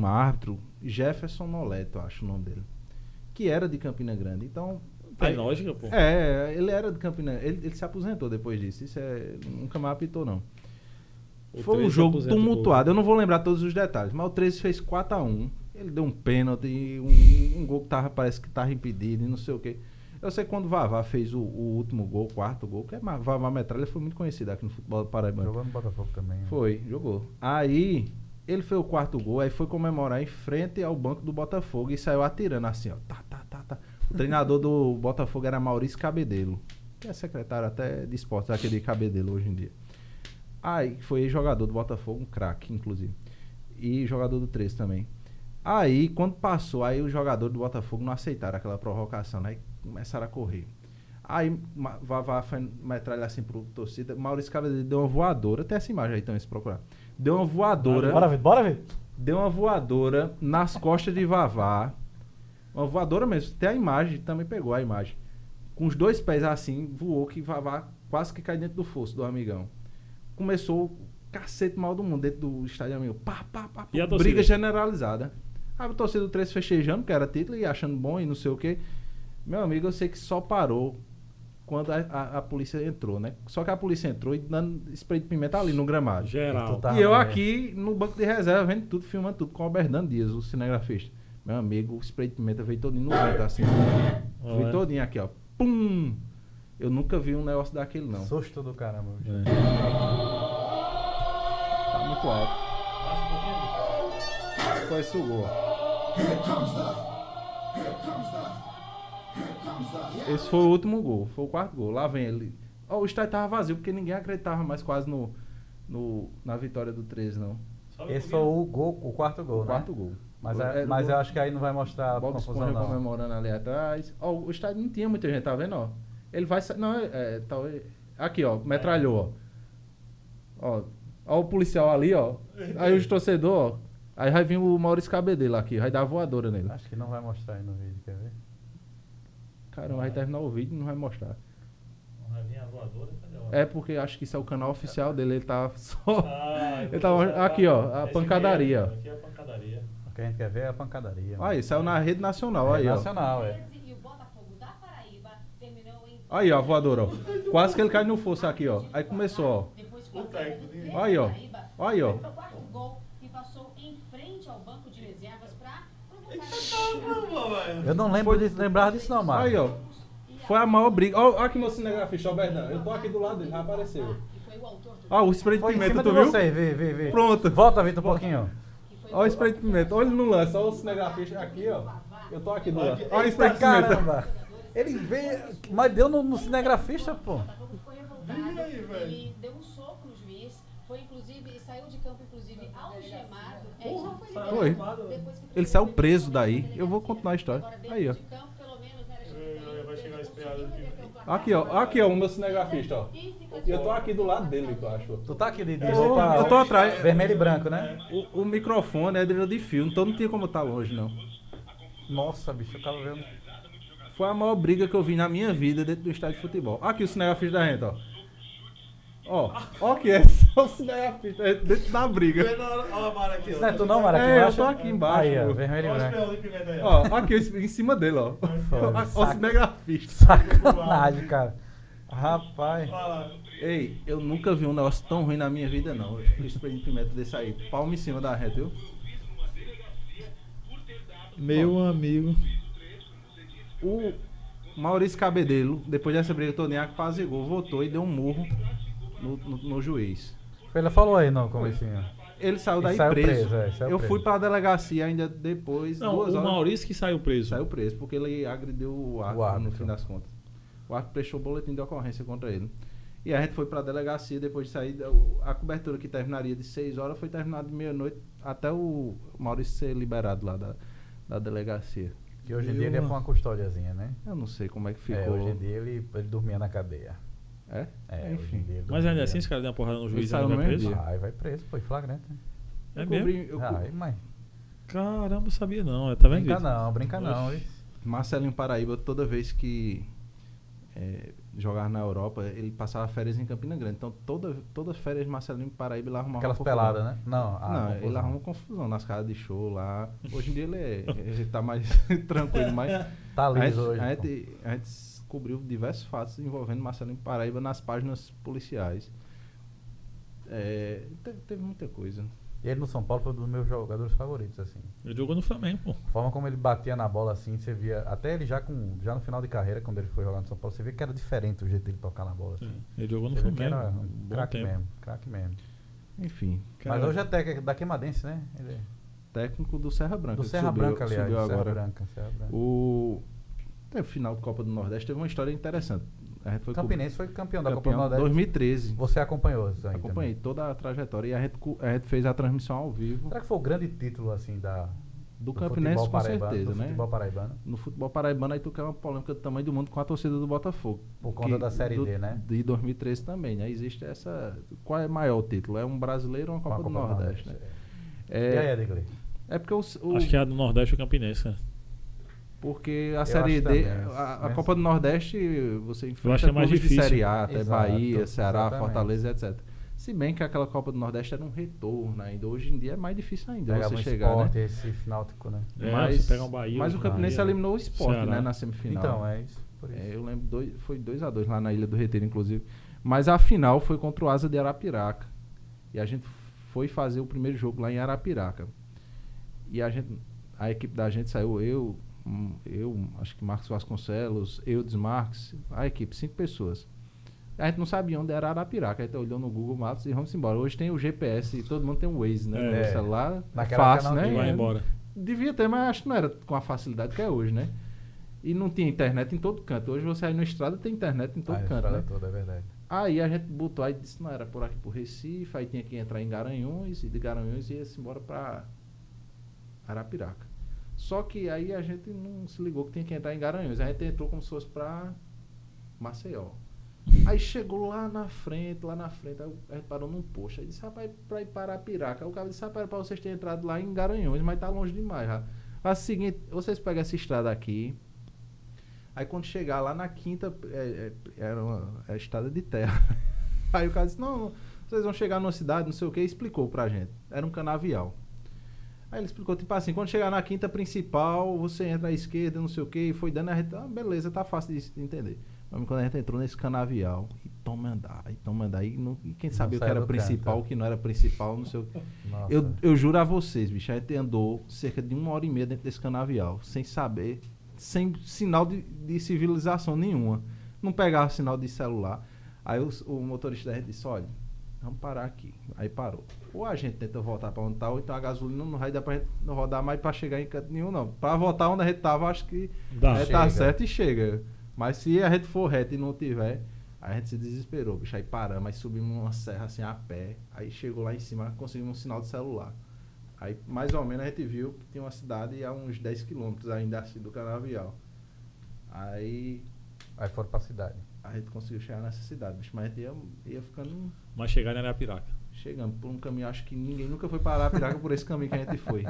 B: um árbitro, Jefferson Noleto, eu acho o nome dele, que era de Campina Grande. Então.
A: Tem
B: aí-
A: lógica, pô.
B: é, ele era do Campina. Ele, ele se aposentou depois disso. Isso é. Nunca mais apitou, não.
A: O
B: Foi um
A: 13
B: jogo
A: aposentou.
B: tumultuado. Eu não vou lembrar todos os detalhes, mas o 13 fez 4x1. Ele deu um pênalti, um, um gol que tava, parece que estava impedido e não sei o quê. Eu sei que quando o Vavá fez o, o último gol, o quarto gol, que é Ma- Vavá Metralha, foi muito conhecido aqui no futebol paraibano.
C: Jogou no Botafogo também. né?
B: Foi, jogou. Aí ele fez o quarto gol, aí foi comemorar em frente ao banco do Botafogo e saiu atirando assim, ó. Tá, tá, tá, tá. O treinador do Botafogo era Maurício Cabedelo, que é secretário até de esportes daquele Cabedelo hoje em dia. Aí foi jogador do Botafogo, um craque, inclusive. E jogador do 13 também. Aí, quando passou, aí os jogadores do Botafogo não aceitaram aquela provocação, né? E Começaram a correr. Aí, Ma- Vavá foi metralha assim pro torcida. Maurício Cabedelo deu uma voadora. Tem essa imagem aí também, se procurar. Deu uma voadora.
E: Bora ver, bora ver.
B: Deu uma voadora nas costas de Vavá. Uma voadora mesmo. Tem a imagem, também pegou a imagem. Com os dois pés assim, voou que Vavá quase que cai dentro do fosso do amigão. Começou o cacete mal do mundo dentro do estádio amigo. Pá, pá, pá, pá.
A: E a torcida?
B: Briga generalizada. Aí o torcedor 3 festejando, que era título, e achando bom e não sei o quê. Meu amigo, eu sei que só parou quando a, a- a polícia entrou, né? Só que a polícia entrou e dando spray de pimenta ali no gramado.
A: Geral.
C: Tu tá-
B: E eu
C: né?
B: aqui no banco de reserva, vendo tudo, filmando tudo, com o Alberdan Dias, o cinegrafista. Meu amigo, o spray de pimenta veio todinho no vento,
C: Ah.
B: assim.
A: Ó,
B: veio
A: é.
B: todinho aqui, ó. Pum! Eu nunca vi um negócio daquele, não.
C: Susto do caramba. bicho.
A: É.
B: Tá muito alto.
C: um
B: Foi sugou. Esse foi o último gol, foi o quarto gol. Lá vem ele. Ó, o estádio tava vazio, porque ninguém acreditava mais quase no, no, na vitória do 13, não.
C: Esse foi o gol, o quarto gol,
B: O
C: né?
B: quarto gol.
C: Mas,
B: Gol-
C: é-
B: é,
C: mas
B: gol-
C: eu acho que aí não vai mostrar
B: Bob
C: confusão,
B: Esponja
C: não.
B: comemorando ali atrás. Ó, o estádio não tinha muita gente, tá vendo? Ó, ele vai sair. Não, é, é, talvez. Aqui, ó, metralhou, ó. ó. Ó, o policial ali, ó. Aí os torcedores, ó. Aí vai vir o Maurício Cabedelo aqui, vai dar a voadora nele.
C: Acho que não vai mostrar aí no vídeo, quer ver?
B: Caramba, vai terminar o vídeo e não vai mostrar.
A: É.
B: É porque acho que isso é o canal oficial dele, ele tá só.
A: Ah,
B: Ele tava- aqui, ó, a
A: Esse
B: pancadaria.
A: Aqui é, aqui é a pancadaria.
C: O que a gente quer ver é a pancadaria.
B: Aí, saiu na rede nacional, aí, ó.
C: Nacional, é.
F: 13 e o Botafogo da Paraíba terminou em
B: Aí, ó, a voadora, ó. Quase que ele cai no fosso aqui, ó. Aí começou, ó.
F: Depois que
D: O
F: o
D: técnico,
F: Atlético
B: né? Aí, ó.
F: Paraíba
B: Aí, ó.
F: fez o quarto gol e passou em frente ao banco de reservas para provocar
C: Eu não lembro disso, lembrar disso não, Marcos.
B: Aí, ó. Foi a maior briga. Ó, ó aqui meu cinegrafista, ó, Bernan. Eu tô aqui do lado dele, já apareceu.
F: que foi o autor do
B: Ó, o spray de
C: Foi em
B: pimenta,
C: cima
B: tu
C: de
B: viu?
C: você, vê, vê, vê.
B: Pronto.
C: Volta, Vitor, um pouquinho.
F: que foi
B: Ó o spray de pimenta, olha ele no lance, ó o cinegrafista aqui, ó. Eu tô aqui do lado. Ó o
C: Eita,
B: spray de pimenta.
C: caramba. Ele veio, mas deu no, no cinegrafista, pô.
F: Botafogo ficou revoltado. é Ele deu um soco no juiz, foi inclusive e saiu de campo inclusive algemado. É, só foi liberado
B: Foi.
F: depois que
B: Ele saiu preso daí. Eu vou continuar a história.
F: Agora, dentro
B: Aí, ó.
F: de campo, pelo menos, né,
A: Vai-
F: Alexandre Calil,
A: vai chegar
F: ele um
A: espiado
F: conseguiu
A: aqui.
F: reverter o placar.
B: Aqui, ó. Aqui, ó, o meu cinegrafista, ó.
F: E
B: E
F: se
B: eu tô aqui do lado dele, tu acha?
C: Tu tá aqui de de-
B: Eu-
C: tá-
B: eu tô atrás.
C: Vermelho e branco, né?
B: O, o microfone é dele de fio, então não tinha como estar longe, não.
C: Nossa, bicho, eu tava vendo.
B: Foi a maior briga que eu vi na minha vida dentro do estádio de futebol. Aqui o cinegrafista da gente, ó. Ó, ó que é só o cinegrafista da gente dentro da briga.
C: Isso não é tu não, Mara, aqui
B: É, eu
C: embaixo?
B: tô aqui embaixo,
C: Aí, ó,
B: pô.
C: vermelho e branco.
B: Ó, aqui em cima dele, ó. Ó o
C: Saca.
B: cinegrafista.
C: Sacanagem, cara. Rapaz.
B: Ei, eu nunca vi um negócio tão ruim na minha vida, não. O spray de pimenta desse aí. Palma em cima da reta, viu?
A: Meu amigo.
B: O Maurício Cabedelo, depois dessa briga toda, apazigou, voltou e deu um murro no, no- no juiz.
C: Ele falou aí no comecinho.
B: Ele saiu
C: E
B: daí
C: saiu
B: preso.
C: preso, é, saiu
B: eu
C: preso.
B: fui pra delegacia ainda depois,
A: Não,
B: duas
A: o
B: horas.
A: Maurício que saiu preso.
B: Saiu preso, porque ele agrediu o árbitro,
C: árbitro.
B: no fim das contas. O árbitro prestou boletim de ocorrência contra ele. E a gente foi pra delegacia, depois de sair, o- a cobertura que terminaria de 6 horas foi terminada de meia-noite, até o Maurício ser liberado lá da, da delegacia.
C: Que hoje em dia ele é pra uma custódiazinha, né?
B: Eu não sei como é que ficou.
C: É, hoje em dia ele, ele dormia na cadeia.
B: É?
C: É, hoje em
B: enfim.
C: dia ele
A: Mas ainda
C: dormia.
A: assim, esse cara deu uma porrada no
B: Ele
A: juiz e
B: saiu
A: ainda
B: no
A: vai
B: mesmo
A: preso?
B: dia.
C: Ah, aí vai preso, pô, em flagrante. né?
A: É
B: eu
A: mesmo?
B: cobri- eu co-
C: Ai, mas.
A: Caramba, eu sabia não. é, Tá vendo?
C: Brinca
A: Vitor?
C: não, brinca não.
A: Oxi.
C: viu?
B: Marcelinho Paraíba, toda vez que é, jogava na Europa, ele passava férias em Campina Grande. Então, toda, todas as férias Marcelinho Paraíba lá arrumava
C: Aquelas
B: uma confusão.
C: peladas, né? Não, ah,
B: um Não,
C: confusão.
B: ele arruma confusão nas casas de show lá. Hoje em dia ele, é, ele tá mais tranquilo, mas.
C: Tá
B: a gente,
C: liso hoje.
B: a
C: pô.
B: gente- a gente descobriu diversos fatos envolvendo Marcelinho Paraíba nas páginas policiais. É, teve, teve muita coisa.
C: E ele no São Paulo foi um dos meus jogadores favoritos, assim.
A: Ele jogou no Flamengo, pô.
C: A forma como ele batia na bola, assim, você via. Até ele já com. Já no final de carreira, quando ele foi jogar no São Paulo, você via que era diferente o jeito dele tocar na bola, assim.
A: É, ele jogou no
C: Você via que
A: Flamengo.
C: era
A: um
C: um
A: bom
C: craque
A: tempo.
C: mesmo, craque mesmo.
B: Enfim,
A: Cara,
C: Mas hoje é técnico da Queimadense, né? Ele é-
B: técnico do Serra Branca.
C: do
B: que
C: Serra
B: subiu-
C: Branca, aliás.
B: subiu
C: Serra
B: agora.
C: Branca, Serra Branca.
B: O teve o final da Copa do Nordeste teve uma história interessante. A gente
C: O
B: foi
C: Campinense foi
B: campeão
C: campeão da Copa do Nordeste.
B: 2013.
C: Você acompanhou isso aí
B: Acompanhei
C: também.
B: toda a trajetória e a gente, cu- a gente fez a transmissão ao vivo
C: Será que foi o grande título, assim, da,
B: do,
C: do
B: Campinense
C: futebol
B: com
C: paraibano,
B: certeza,
C: do
B: né?
C: futebol paraibano?
B: No futebol paraibano aí tu quer uma polêmica do tamanho do mundo com a torcida do Botafogo.
C: Por conta da Série
B: do-
C: D, né?
B: De 2013 também, né? Existe essa qual é maior o título? É um brasileiro ou uma
C: Com
B: Copa,
C: a
B: do Nordeste, né?
C: É. E aí,
B: É,
C: Edgley?
B: é porque o, o-
A: Acho que é a do Nordeste o Campinense. né?
B: porque a
C: Eu
B: série D,
C: acho também, é
B: a, a
C: mesmo.
B: Copa do Nordeste você enfrenta
A: acho que é mais
B: clubes de
A: difícil.
B: série A, até
C: Exato,
B: Bahia, Ceará,
C: exatamente.
B: Fortaleza, etc. Se bem que aquela Copa do Nordeste era um retorno ainda, hoje em dia é mais difícil ainda
C: Pegava
B: você
C: um
B: chegar, né?
C: esporte, Recife, Náutico, né?
A: É,
B: mas,
A: você pega um Bahia,
B: mas o
A: um
B: Campinense
A: Bahia,
B: eliminou o esporte,
A: Ceará.
B: né, na semifinal.
C: Então, é isso. Por isso.
B: É, eu lembro, dois, foi 2 a 2 lá na Ilha do Retiro, inclusive. Mas a final foi contra o Asa de Arapiraca. E a gente foi fazer o primeiro jogo lá em Arapiraca. E a, gente, a equipe da gente saiu, eu, hum, eu acho que Marcos Vasconcelos, eu, Desmarques, a equipe, cinco pessoas. A gente não sabia onde era Arapiraca, a gente olhou no Google Maps e vamos embora. Hoje tem o GPS e todo mundo tem um Waze, né?
A: É.
B: No celular,
C: Naquela
B: fácil,
C: época não
B: né?
A: E
C: tinha.
A: vai
B: É,
A: embora.
B: Devia ter, mas acho que não era com a facilidade que é hoje, né? E não tinha internet em todo canto. Hoje você aí na estrada tem internet em todo
C: Ah, a
B: canto,
C: estrada
B: né?
C: toda, é verdade.
B: Aí a gente botou, aí disse, não, era por aqui pro Recife, aí tinha que entrar em Garanhuns, e de Garanhuns ia-se embora pra Arapiraca. Só que aí a gente não se ligou que tinha que entrar em Garanhuns. A gente entrou como se fosse pra Maceió. Aí chegou lá na frente, lá na frente, aí a gente parou num posto. Aí disse, rapaz, pra ir para Arapiraca. Aí o cara disse, rapaz, pra vocês terem entrado lá em Garanhuns, mas tá longe demais. Rapaz. Faz o seguinte, vocês pegam essa estrada aqui. Aí quando chegar lá na quinta, é, é, era uma é estrada de terra. Aí o cara disse, não, vocês vão chegar numa cidade, não sei o que, e explicou pra gente. Era um canavial. Aí ele explicou, tipo assim, quando chegar na quinta principal, você entra à esquerda, não sei o que, e foi dando a reta. Ah, beleza, tá fácil de entender. Mas quando a gente entrou nesse canavial, e toma andar, e toma andar, e, não- e quem
C: Não
B: sabia o que
C: saiu
B: era
C: do
B: principal,
C: canto. é.
B: o que não era principal, não sei o que.
C: Nossa.
B: Eu, eu juro a vocês, bicho, a gente andou cerca de uma hora e meia dentro desse canavial, sem saber, sem sinal de, de civilização nenhuma. Não pegava sinal de celular. Aí os- o, motorista da gente disse, olha, vamos parar aqui. Aí parou. Ou a gente tenta voltar pra onde tá, ou então a gasolina não vai dar pra gente não rodar mais pra chegar em canto nenhum, não. Pra voltar onde a gente tava, acho que
A: Dá.
B: é, tá
C: Chega.
B: certo e chega. Mas se a gente for reto e não tiver, a gente se desesperou, bicho. Aí paramos, aí subimos uma serra assim a pé. Aí chegou lá em cima, conseguimos um sinal de celular. Aí mais ou menos a gente viu que tinha uma cidade a uns 10 quilômetros ainda assim do canavial. Aí
C: Aí foram pra cidade.
B: a gente conseguiu chegar nessa cidade, bicho. Mas a gente ia, ia ficando.
A: Mas chegaram na Arapiraca.
B: Chegando por um caminho, acho que ninguém nunca foi parar a piraca por esse caminho que a gente foi.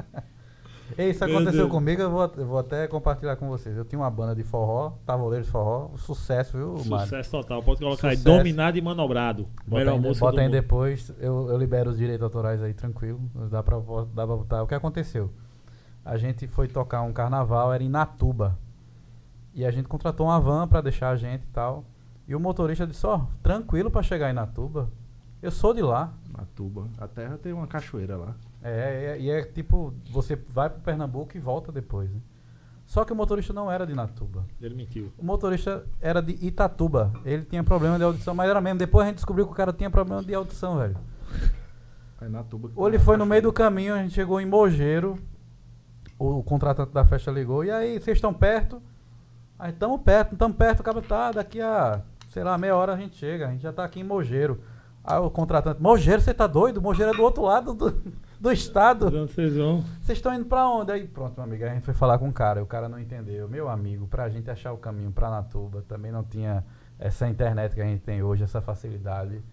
C: Ei, Isso
A: Meu
C: aconteceu
A: Deus.
C: comigo, eu vou, at- eu vou até compartilhar com vocês. Eu tinha uma banda de forró, Tavoleiros Forró, um sucesso, viu, Mário?
A: Sucesso total. Pode colocar aí.
C: Sucesso.
A: Dominado e manobrado.
C: Bota
A: Melhor
C: aí, de-
A: música
C: bota
A: do
C: aí
A: mundo.
C: depois, eu, eu libero os direitos autorais aí, tranquilo. Dá pra, vo- dá pra botar. O que aconteceu? A gente foi tocar um carnaval, era em Natuba. E a gente contratou uma van pra deixar a gente e tal. E o motorista disse, ó, tranquilo pra chegar em Natuba. Eu sou de lá.
B: Na tuba. A terra tem uma cachoeira lá.
C: É, é, e é tipo, você vai pro Pernambuco e volta depois, né? Só que o motorista não era de Natuba.
A: Ele mentiu.
C: O motorista era de Itatuba. Ele tinha problema de audição, mas era mesmo. Depois a gente descobriu que o cara tinha problema de audição, velho.
B: Aí na tuba. que
C: Ou ele
B: tem uma
C: foi no meio do
B: cachoeira.
C: caminho, a gente chegou em Mogeiro. O, o contratante da festa ligou. E aí, vocês estão perto? Aí, estamos perto, estamos perto. O cara tá, daqui a, sei lá, meia hora a gente chega. A gente já tá aqui em Mogeiro. Aí o contratante, Mogeiro, você tá doido? Mogeiro é do outro lado do, do estado.
A: Vocês vão.
C: Vocês estão indo pra onde? Aí pronto, meu amigo, aí a gente foi falar com o cara, o cara não entendeu. Meu amigo, pra gente achar o caminho pra Natuba, também não tinha essa internet que a gente tem hoje, essa facilidade.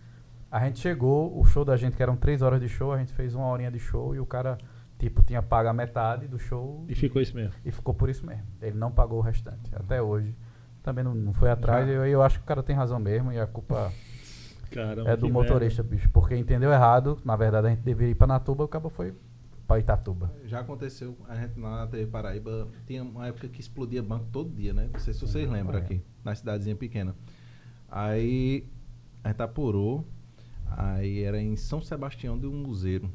C: A gente chegou, o show da gente, que eram três horas de show, a gente fez uma horinha de show e o cara, tipo, tinha pago a metade do show
A: E ficou isso mesmo.
C: e ficou por isso mesmo. Ele não pagou o restante, até hoje. Também não, não foi
A: Ah.
C: atrás, e eu, eu acho que o cara tem razão mesmo e a culpa
A: Caramba.
C: é do
A: que
C: motorista, bicho. Porque entendeu errado, na verdade a gente deveria ir pra Natuba, o cara foi pra Itatuba.
B: Já aconteceu, a gente lá na TV Paraíba tinha uma época que explodia banco todo dia, né? Não sei se vocês lembram
C: é.
B: aqui, na cidadezinha pequena. Aí a gente apurou, Aí era em São Sebastião de um Museiro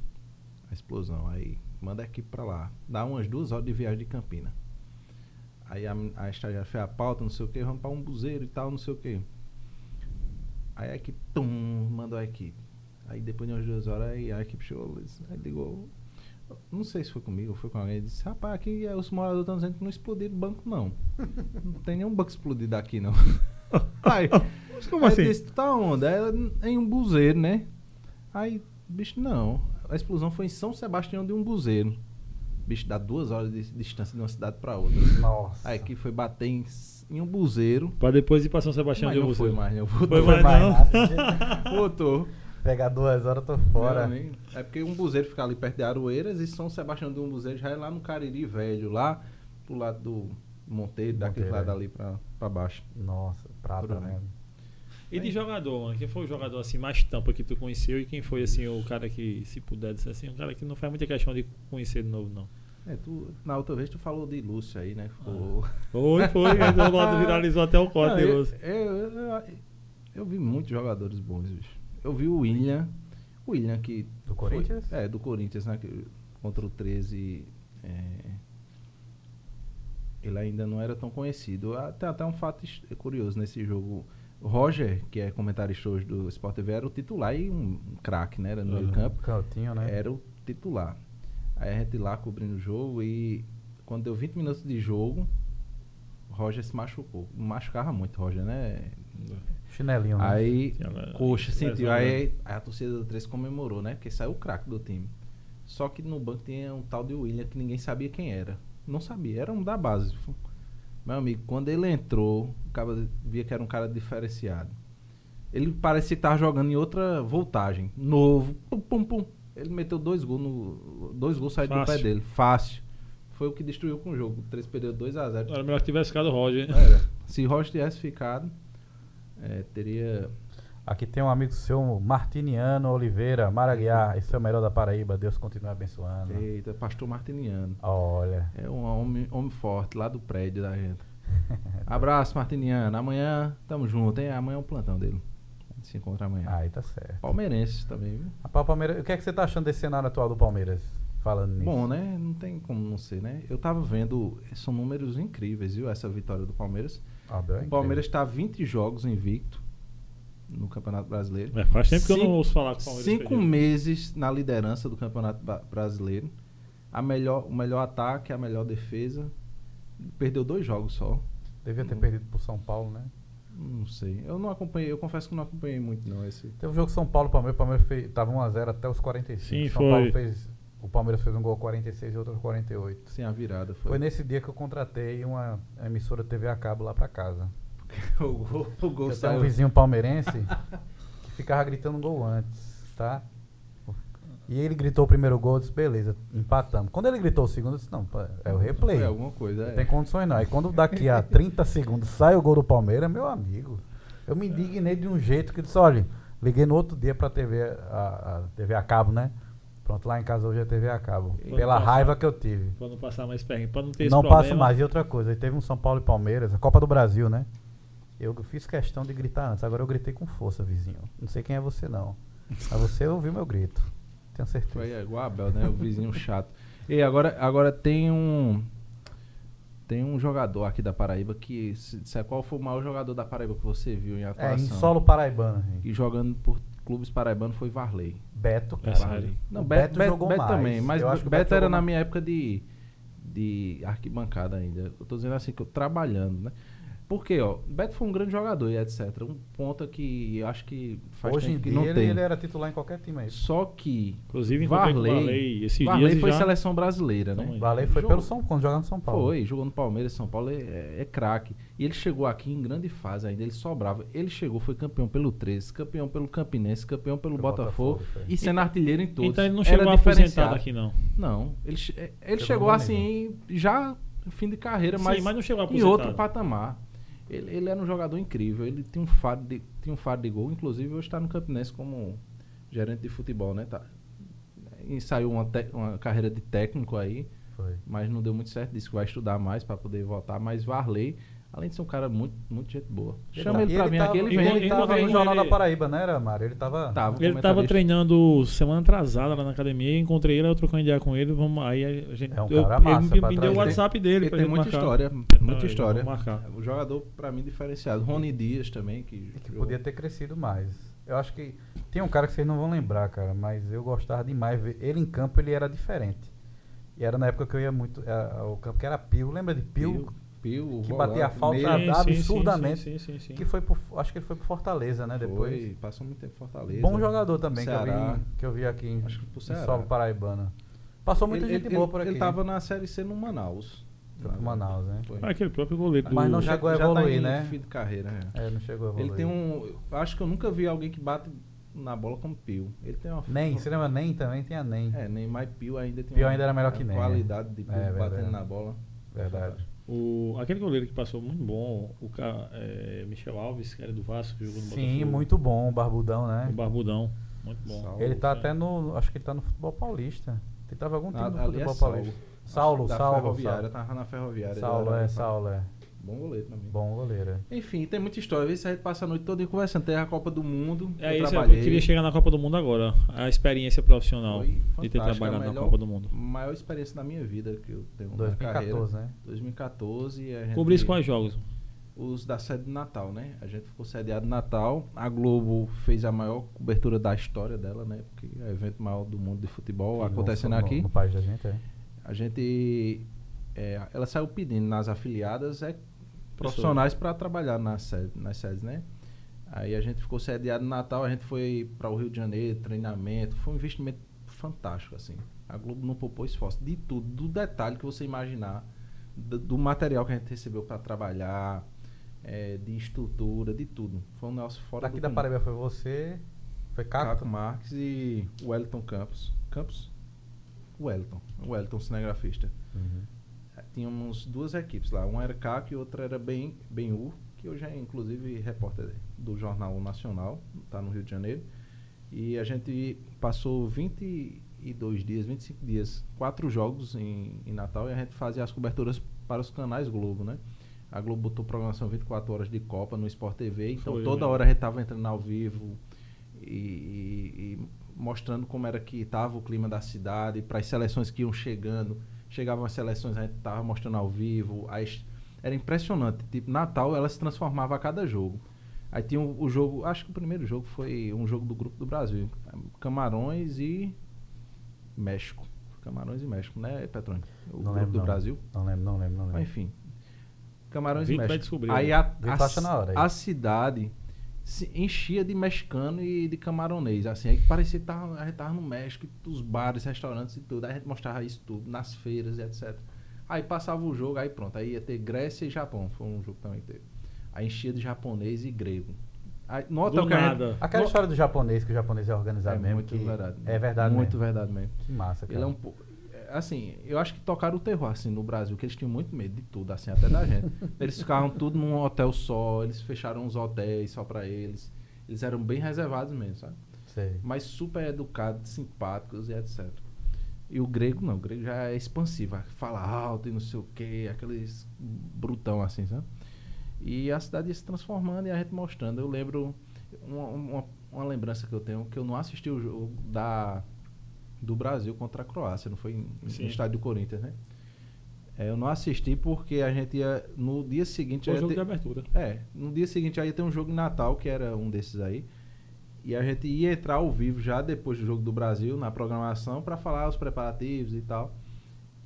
B: a explosão. Aí manda a equipe pra lá. Dá umas duas horas de viagem de Campina. Aí a, a estagiária fez a pauta, não sei o que, vamos pra um buzeiro e tal, não sei o que. Aí a equipe, tum, mandou a equipe. Aí depois de umas duas horas, aí a equipe chegou, disse- aí ligou. Não sei se foi comigo ou foi com alguém. Disse, rapaz, aqui eh, os moradores estão dizendo que não explodiram o banco, não. Não tem nenhum banco explodido aqui, não. Aí,
A: Mas como
B: aí
A: assim?
B: Eu disse, tu tá onde? Aí Ela, em um buzeiro, né? Aí, bicho, não. A explosão foi em São Sebastião de um buzeiro. Bicho, dá duas horas de distância de uma cidade pra outra.
C: Nossa.
B: Aí que foi bater em, s- em um buzeiro.
A: Pra depois ir pra São Sebastião
B: Mas
A: de
B: não um foi
A: você.
B: mais, não.
A: Foi
B: Voltou.
A: mais,
C: mais
A: não.
C: nada.
B: Voltou.
C: né? Pegar duas horas, eu tô fora.
B: Não, nem- É porque um buzeiro fica ali perto de Aroeiras e São Sebastião de um buzeiro já é lá no Cariri Velho, lá pro lado do Monteiro, daquele
C: Monteiro,
B: lado
C: é.
B: ali pra, pra baixo.
C: Nossa, prata,
B: Por
C: né?
B: aí.
A: E de jogador, mano? Quem foi o jogador assim mais tampa que tu conheceu e quem foi assim o cara que, se puder, disse assim, um cara que não faz muita questão de conhecer de novo, não.
B: É, tu, na outra vez tu falou de Lúcio aí, né? Ficou...
A: Foi, foi, o lado viralizou até o corte,
B: Não,
A: hein,
B: eu,
A: Lúcio?
B: eu- eu- eu vi muitos jogadores bons, bicho. Eu vi o William. O William que.
C: Do
B: foi-
C: Corinthians?
B: é, do Corinthians, né? que- Contra o 13. é, ele ainda não era tão conhecido. Ah, Tem até um fato his- curioso nesse jogo. O Roger, que é comentarista hoje do Sport TV, era o titular e um, um craque, né? Era no meio
A: Uhum.
B: campo. É.
C: Cantinho, né?
B: Era o titular. Aí a gente lá cobrindo o jogo e quando deu 20 minutos de jogo, o Roger se machucou. Machucava muito o Roger, né?
C: Chinelinho, né?
B: Aí,
A: Sim, agora-
B: coxa,
A: lesão,
B: sentiu.
A: né?
B: Aí, aí a torcida do 3 comemorou, né? Porque saiu o craque do time. Só que no banco tinha um tal de William que ninguém sabia quem era. Não sabia, era um da base. Fu- Meu amigo, quando ele entrou, o cara via que era um cara diferenciado. Ele parecia que tava jogando em outra voltagem. Novo, pum, pum, pum. Ele meteu dois gols, no, dois gols saíram do pé
A: Fácil.
B: dele. Fácil. Foi o que destruiu com o jogo. O 3 perdeu 2x0.
A: Era melhor que tivesse ficado o Roger, né?
B: Era. Se Rocha tivesse ficado, é, teria.
C: Aqui tem um amigo seu, Martiniano Oliveira Maraguiar. Esse é o melhor da Paraíba. Deus continue abençoando.
B: Eita, pastor Martiniano.
C: Olha.
B: É um homem, homem forte lá do prédio da gente. Abraço, Martiniano. Amanhã tamo junto, hein? Amanhã é o plantão dele. A gente se encontra amanhã.
C: Aí tá certo.
B: Palmeirense também, viu?
C: Rapaz, o Palmeiras, o que é que você tá achando desse cenário atual do Palmeiras? Falando nisso.
B: Bom, né? Não tem como não ser, né? Eu tava vendo, são números incríveis, viu? Essa vitória do Palmeiras.
C: Abel é
B: o Palmeiras tá 20 jogos invicto no Campeonato Brasileiro.
A: É, faz tempo que eu não
B: Cinco-
A: ouço falar com o Palmeiras.
B: Cinco
A: perdido.
B: meses na liderança do Campeonato Ba- Brasileiro. A melhor, o melhor ataque, a melhor defesa. Perdeu dois jogos só.
C: incrível. Devia ter perdido pro São Paulo, né?
B: Não sei. Eu não acompanhei, eu confesso que não acompanhei muito, não, esse.
C: Teve um jogo São Paulo e Palmeiras, o Palmeiras fez, tava 1x0 até os 45.
A: Sim,
C: São
A: foi.
C: Paulo fez. O Palmeiras fez um gol aos 46 e outro aos 48.
B: Sem assim, a virada.
C: Foi.
B: Foi,
C: nesse dia que eu contratei uma emissora TV a cabo lá pra casa.
B: o gol, o gol
C: Eu tenho
B: saiu.
C: um vizinho palmeirense que ficava gritando gol antes, tá? E ele gritou o primeiro gol, eu disse, beleza, empatamos. Quando ele gritou o segundo, eu disse, não, pá, é o replay.
B: Foi
C: Não
B: alguma coisa, é.
C: tem condições não. E quando daqui a 30 segundos sai o gol do Palmeiras, meu amigo, eu me indignei de um jeito que eu disse, olha, liguei no outro dia pra TV, a, a TV a cabo, né? Pronto, lá em casa hoje é TV a cabo.
A: Quando
C: Pela
A: passar.
C: raiva que eu tive.
A: Pra não passar mais perna, pra não ter esse
C: Não
A: problema.
C: passo mais. E outra coisa, aí teve um São Paulo e Palmeiras, a Copa do Brasil, né? Eu fiz questão de gritar antes, agora eu gritei com força, vizinho. Não sei quem é você, não. Mas você ouviu meu grito. Tenho
B: Foi
C: certeza.
B: igual a Abel, né? O vizinho chato. E agora, agora tem um. Tem um jogador aqui da Paraíba que. Se disser qual foi o maior jogador da Paraíba que você viu em
C: É, em
B: atuação.
C: solo paraibano, gente.
B: E jogando por clubes paraibano foi Varley.
C: Beto,
A: É
C: cara.
A: sério.
B: Não,
C: O
B: Beto,
C: Beto
B: Beto,
C: jogou
B: Beto
C: mais.
B: também, mas
C: Eu
B: Be-
C: acho que o
B: Beto,
C: Beto
B: era
C: jogou
B: na
C: mais.
B: minha época de, de arquibancada ainda. Eu tô dizendo assim, que eu trabalhando, né? Porque, ó, Beto foi um grande jogador e etc. Um ponto que eu acho que faz
C: Hoje em
B: tempo que
C: dia
B: não
C: ele, é-
B: tem.
C: ele era titular em qualquer time aí.
B: Só que
A: Inclusive, encontrei com o
B: Varley,
A: Varley esses
B: Varley
A: dias e
B: foi
A: já...
B: seleção brasileira, né?
A: Tamo aí.
C: Valeu, foi
B: Jogou.
C: pelo São Paulo, jogando no São Paulo.
B: Foi, jogou no Palmeiras, São Paulo é, é- é craque. E ele chegou aqui em grande fase ainda, ele sobrava. Ele chegou, foi campeão pelo 13, campeão pelo Campinense, campeão pelo,
C: Pelo
B: Botafogo,
C: Botafogo, foi.
B: e sendo artilheiro em todos.
A: Então ele não
B: Era
A: chegou aposentado
B: diferenciado.
A: aqui, não.
B: Não, ele, che- é, ele
C: Chegou
B: chegou
C: no
B: assim, já fim de carreira,
A: Sim,
B: mas,
A: mas não chegou
B: em
A: aposentado.
B: outro patamar. Ele, ele era um jogador incrível, ele tinha um faro de, tinha um faro de gol, inclusive hoje está no Campinense como gerente de futebol, né? Tá, ensaiou uma, te- uma carreira de técnico aí,
C: Foi.
B: mas não deu muito certo, disse que vai estudar mais para poder voltar, mas Varley Além de ser um cara muito, muito gente boa.
C: Ele
B: Chama
C: tá-
B: ele
C: e
B: pra vir
C: tava-
B: aqui, ele
C: e
B: vem.
A: ele
C: Ele tá- tava no
A: vem,
C: Jornal
A: ele-
C: da Paraíba, né, era, Mário? Ele tava.
B: Tava
A: Ele estava
B: comentarista.
A: treinando semana atrasada lá na academia, eu encontrei ele, eu trocando ideia com ele, vamos, aí a gente
C: É um
A: eu-
C: cara
A: ele
C: massa
A: me-
C: pra
A: me, deu o
C: trás. Ele tem-
A: WhatsApp dele
B: Ele
A: pra
B: tem
A: gente
B: muita
A: marcar.
B: história, muita
A: Aí,
B: história.
A: vamos marcar.
B: O jogador, pra mim, diferenciado. Rony Dias também, que,
C: É Que
B: jogou.
C: podia ter crescido mais. Eu acho que tem um cara que vocês não vão lembrar, cara, mas eu gostava demais ver ele em campo, ele era diferente. E era na época que eu ia muito a- ao campo que era Pio, lembra de Pio?
B: Pio, Pio,
C: que
B: volante,
C: batia a falta
B: meia,
C: Tá
A: Sim,
C: absurdamente.
A: Sim, sim, sim, sim, sim.
C: Que foi pro, acho que ele foi pro Fortaleza, né, depois.
B: Foi, passou muito tempo em Fortaleza.
C: Bom jogador também que eu,
B: Ceará.
C: vi, que eu vi aqui em,
B: Acho que pro
C: em
B: Ceará.
C: solo paraibana. Passou muita
B: Ele-
C: gente
B: ele-
C: boa
B: ele-
C: por aqui.
B: Ele tava na Série C no Manaus.
C: Foi pro Manaus, né?
B: Foi.
A: Ah, aquele próprio goleiro do...
C: Mas não chegou a
B: Já- já
C: evoluir,
B: tá em
C: né?
B: fim de carreira, né?
C: É, não chegou a evoluir.
B: Ele tem um... eu Acho que eu nunca vi alguém que bate na bola como Pio. Ele tem uma...
C: Nem, você lembra Nem também? Tinha Nem.
B: É, nem mais Pio ainda tem
C: Pio
B: uma-
C: ainda era melhor
B: uma
C: que Nem, né?
B: qualidade de Pio
C: É, verdade.
B: batendo na bola.
C: Verdade.
A: O, aquele goleiro que passou muito bom, o ca- é, Michel Alves, que era do Vasco, que jogou no
C: Sim,
A: Botafogo.
C: muito bom, barbudão, né?
A: O Barbudão, muito bom.
B: Salvo.
C: Ele tá
A: É.
C: até no. Acho que ele tá no futebol paulista. Ele tava em algum
B: Ah,
C: time no
B: ali é
C: futebol
B: Saulo.
C: paulista.
B: Acho
C: Saulo,
B: que da
C: Saulo.
B: Ferroviária,
C: Saulo.
B: tava na ferroviária.
C: Saulo,
B: Ele era
C: é,
B: bom-
C: Saulo, é.
B: Bom goleiro também.
C: Bom goleiro. é.
B: Enfim, tem muita história. Vê se a gente passa a noite toda conversando. Teve a Copa do Mundo.
A: É
B: eu
A: isso, eu
B: trabalhei.
A: queria chegar na Copa do Mundo agora. A experiência profissional
B: Foi
A: de ter
B: fantástica,
A: trabalhado
B: a
A: na
B: melhor-
A: Copa do Mundo.
B: Maior experiência da minha vida que eu tenho na
C: 2014,
B: carreira.
C: né?
B: 2014. a gente-
A: Cobrir quais jogos?
B: Os da sede do Natal, né? A gente ficou sediado em Natal. A Globo fez a maior cobertura da história dela, né? Porque é o evento maior do mundo de futebol acontecendo
C: No- no-
B: aqui.
C: No país da gente, é.
B: A gente. é, ela saiu pedindo nas afiliadas é, profissionais para trabalhar nas sedes, nas sedes, né? Aí a gente ficou sediado no Natal, a gente foi para o Rio de Janeiro, treinamento. Foi um investimento fantástico, assim. A Globo não poupou esforço de tudo, do detalhe que você imaginar, do, do material que a gente recebeu para trabalhar, é, de estrutura, de tudo. Foi um negócio fora
C: Daqui
B: do
C: da
B: comum.
C: Paraíba foi você. Foi
B: Caco
C: Caco.
B: Marques e Wellington Campos. Campos? Wellington. Wellington, cinegrafista.
C: Uhum.
B: Tínhamos duas equipes lá. Uma era CAC e outra era Ben, ben U, que hoje é inclusive repórter do Jornal Nacional, está no Rio de Janeiro. E a gente passou 22 dias, 25 dias, quatro jogos em, em Natal e a gente fazia as coberturas para os canais Globo, né? A Globo botou programação 24 horas de Copa no Sport TV, então
A: Foi, eu
B: toda
A: lembro.
B: hora a gente tava entrando ao vivo e, e- e mostrando como era que estava o clima da cidade, para as seleções que iam chegando. Chegavam as seleções, a gente tava mostrando ao vivo. as- era impressionante. Tipo, Natal ela se transformava a cada jogo. Aí tinha o, o jogo, acho que o primeiro jogo foi um jogo do Grupo do Brasil. Camarões e México. Camarões e México, né, Petrônica? O Grupo do
C: não.
B: Brasil.
C: Não lembro, não lembro, não lembro.
B: Mas, Então, enfim. Camarões
A: Vitor vai
B: e México.
A: descobrir,
B: aí
A: né?
B: a,
C: Vitor
B: a,
C: acha na hora aí.
B: a cidade se enchia de mexicano e de camaronês. Assim, aí que parecia que tava, a gente tava no México, e os bares, restaurantes e tudo. Aí a gente mostrava isso tudo, nas feiras e etc. Aí passava o jogo, aí pronto. Aí ia ter Grécia e Japão. Foi um jogo também que teve. Aí enchia de japonês e grego. Aí, no hotel
A: Do
B: que a gente-
A: nada.
C: Aquela
B: no-
C: história do japonês, que o japonês é organizado
B: é
C: mesmo.
B: muito
C: que
B: verdade.
C: É verdade
B: Muito
C: mesmo.
B: verdade mesmo.
C: Que massa, cara.
B: Ele é um pouco. é, Assim, eu acho que tocaram o terror, assim, no Brasil, que eles tinham muito medo de tudo, assim, até da gente. Eles ficavam tudo num hotel só, eles fecharam os hotéis só pra eles. Eles eram bem reservados mesmo, sabe?
C: Sei.
B: Mas super educados, simpáticos e etc. E o grego não, o grego já é expansivo, fala alto e não sei o quê, aqueles brutão assim, sabe? E a cidade ia se transformando e a gente mostrando. Eu lembro uma, uma, uma lembrança que eu tenho que eu não assisti o jogo da, do Brasil contra a Croácia, não foi em-
A: Sim.
B: no estádio do Corinthians, né? É, eu não assisti porque a gente ia. No dia seguinte.
A: Foi
B: eu
A: o
B: ia
A: um jogo
B: ter-
A: de abertura.
B: é, no dia seguinte aí ia ter um jogo de Natal, que era um desses aí. E a gente ia entrar ao vivo já depois do jogo do Brasil, na programação, pra falar os preparativos e tal.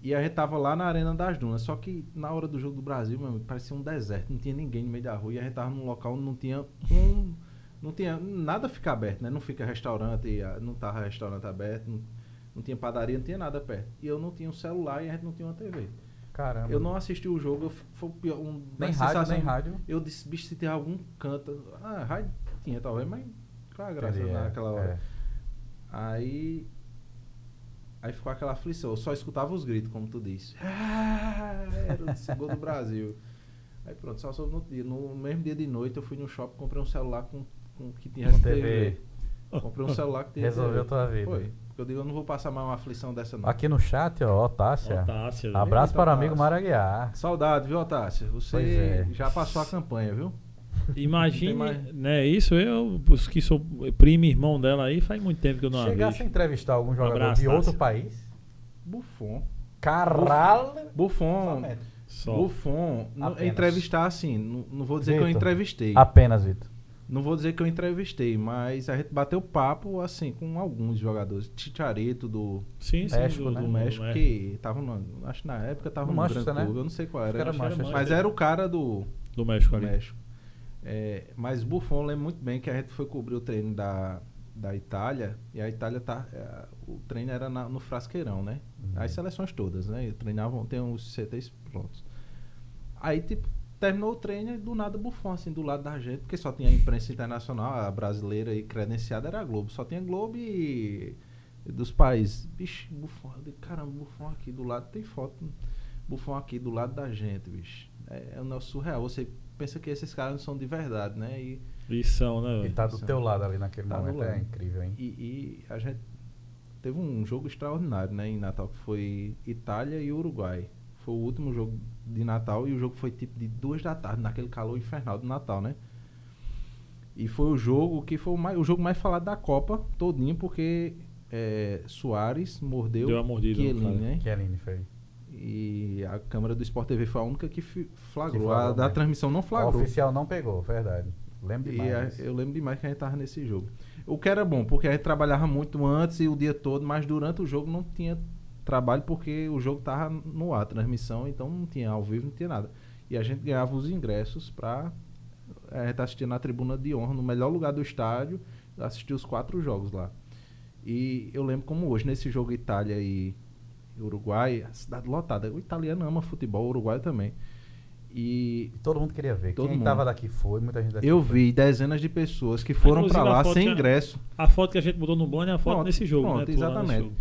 B: E a gente tava lá na Arena das Dunas. Só que na hora do jogo do Brasil, meu amigo, parecia um deserto. Não tinha ninguém no meio da rua. E a gente tava num local onde não tinha um. Não tinha. Nada fica aberto, né? Não fica restaurante, ah, não tava restaurante aberto, não, não tinha padaria, não tinha nada perto. E eu não tinha um celular e a gente não tinha uma TV.
C: Caramba.
B: Eu não assisti o jogo, eu f- foi o pior. Um,
C: Nem
B: uma
C: rádio,
B: sensação-
C: nem rádio.
B: eu disse, bicho, se tem algum canto. Ah, rádio tinha talvez, mas qual a graça
C: Entendi, é,
B: naquela hora?
C: é.
B: Aí. Aí ficou aquela aflição. Eu só escutava os gritos, como tu disse. Ah, era o segundo do Brasil. Aí pronto, só soube no outro dia. No mesmo dia de noite eu fui no shopping, comprei um celular com, com que tinha
C: Com
B: TV.
C: TV.
B: Comprei um celular que tinha
C: Resolveu
B: TV.
C: tua vida.
B: Foi. Porque eu digo, eu não vou passar mais uma aflição dessa não.
C: Aqui no chat, ó, Otácia.
A: Otácia,
C: Abraço
B: Eita,
C: para o amigo
B: Otácia.
C: Maraguiar.
B: Saudade, viu, Otácio?
C: Pois
B: Você
C: é.
B: já passou a campanha, viu?
A: Imagine,
B: Não tem mais-
A: né? Isso eu, os que sou primo e irmão dela aí, faz muito tempo que eu não a
C: Chegasse a
A: vejo.
C: entrevistar algum jogador
A: abraço,
C: de outro
A: Tássio.
C: país?
B: Buffon.
C: Caralho!
B: Buffon.
A: Só.
B: Buffon. não-
C: Apenas.
B: Entrevistar assim, não, não vou dizer que eu
C: Vitor.
B: entrevistei.
C: Apenas, Vitor.
B: Não vou dizer que eu entrevistei, mas a gente bateu papo assim com alguns jogadores. Ticharito do,
A: Sim, sim,
C: México,
A: do,
C: né?
B: do
A: do
B: México,
A: México.
B: que tava no. Acho que na época tava
C: No
B: no,
C: Manchester,
B: Gran
C: né?
B: Club, eu não sei qual era.
C: que era
B: acho que era
A: Manchester.
B: mas era o cara do,
A: Do México
B: do
A: ali.
B: México. É, mas Buffon eu lembro muito bem que a gente foi cobrir o treino da, da Itália, e a Itália tá. é, o treino era na- no Frasqueirão, né?
A: Uhum.
B: As seleções todas, né? E treinavam, tem uns CTs prontos. Aí, tipo, terminou o treino e do nada Buffon, assim, do lado da gente, porque só tinha a imprensa internacional, a brasileira e credenciada era a Globo. Só tinha Globo e. e dos países. Bicho, Buffon, eu digo, caramba, Buffon aqui do lado, tem foto. Buffon aqui do lado da gente, bicho. É, é o nosso surreal. Você pensa que esses caras não são de verdade, né? E,
A: Lição, né?
C: E
A: velho?
C: tá do teu lado ali naquele
B: Tá do
C: momento.
B: lado.
C: É incrível, hein?
B: e- e a gente teve um jogo extraordinário, né, em Natal, que foi Itália e Uruguai. Foi o último jogo de Natal e o jogo foi tipo de duas da tarde, naquele calor infernal do Natal, né? E foi o jogo que foi o, mais, o jogo mais falado da Copa todinho, porque é, Soares mordeu
A: Deu a mordida no
B: Chiellini,
A: cara.
B: né?
C: Que Aline foi.
B: E a câmera do Sport TV foi a única que fi- flagrou.
C: Que
B: a
C: flagrou,
B: da
C: né?
B: transmissão não
C: O
B: flagrou.
C: oficial não pegou, verdade. Lembro
B: E a-
C: demais.
B: eu lembro demais que a gente tava nesse jogo. O que era bom, porque a gente trabalhava muito antes e o dia todo, mas durante o jogo não tinha trabalho porque o jogo tava no ar, transmissão, então não tinha ao vivo, não tinha nada. E a gente ganhava os ingressos pra eh, a gente assistir na tribuna de honra, no melhor lugar do estádio, assistir os quatro jogos lá. E eu lembro como hoje, nesse jogo Itália e Uruguai, a cidade lotada. O italiano ama futebol, o uruguaio também. E
C: E todo mundo queria ver.
B: Todo
C: Quem
B: mundo.
C: tava daqui foi, muita gente daqui
B: eu
C: foi.
B: vi dezenas de pessoas que foram
A: Inclusive,
B: pra
A: a
B: lá
A: foto
B: sem
A: tinha-
B: ingresso.
A: A foto que a gente botou no banner é a foto
B: Pronto,
A: nesse jogo, né?
B: pronto,
A: Tu lá nesse
B: exatamente.
A: jogo.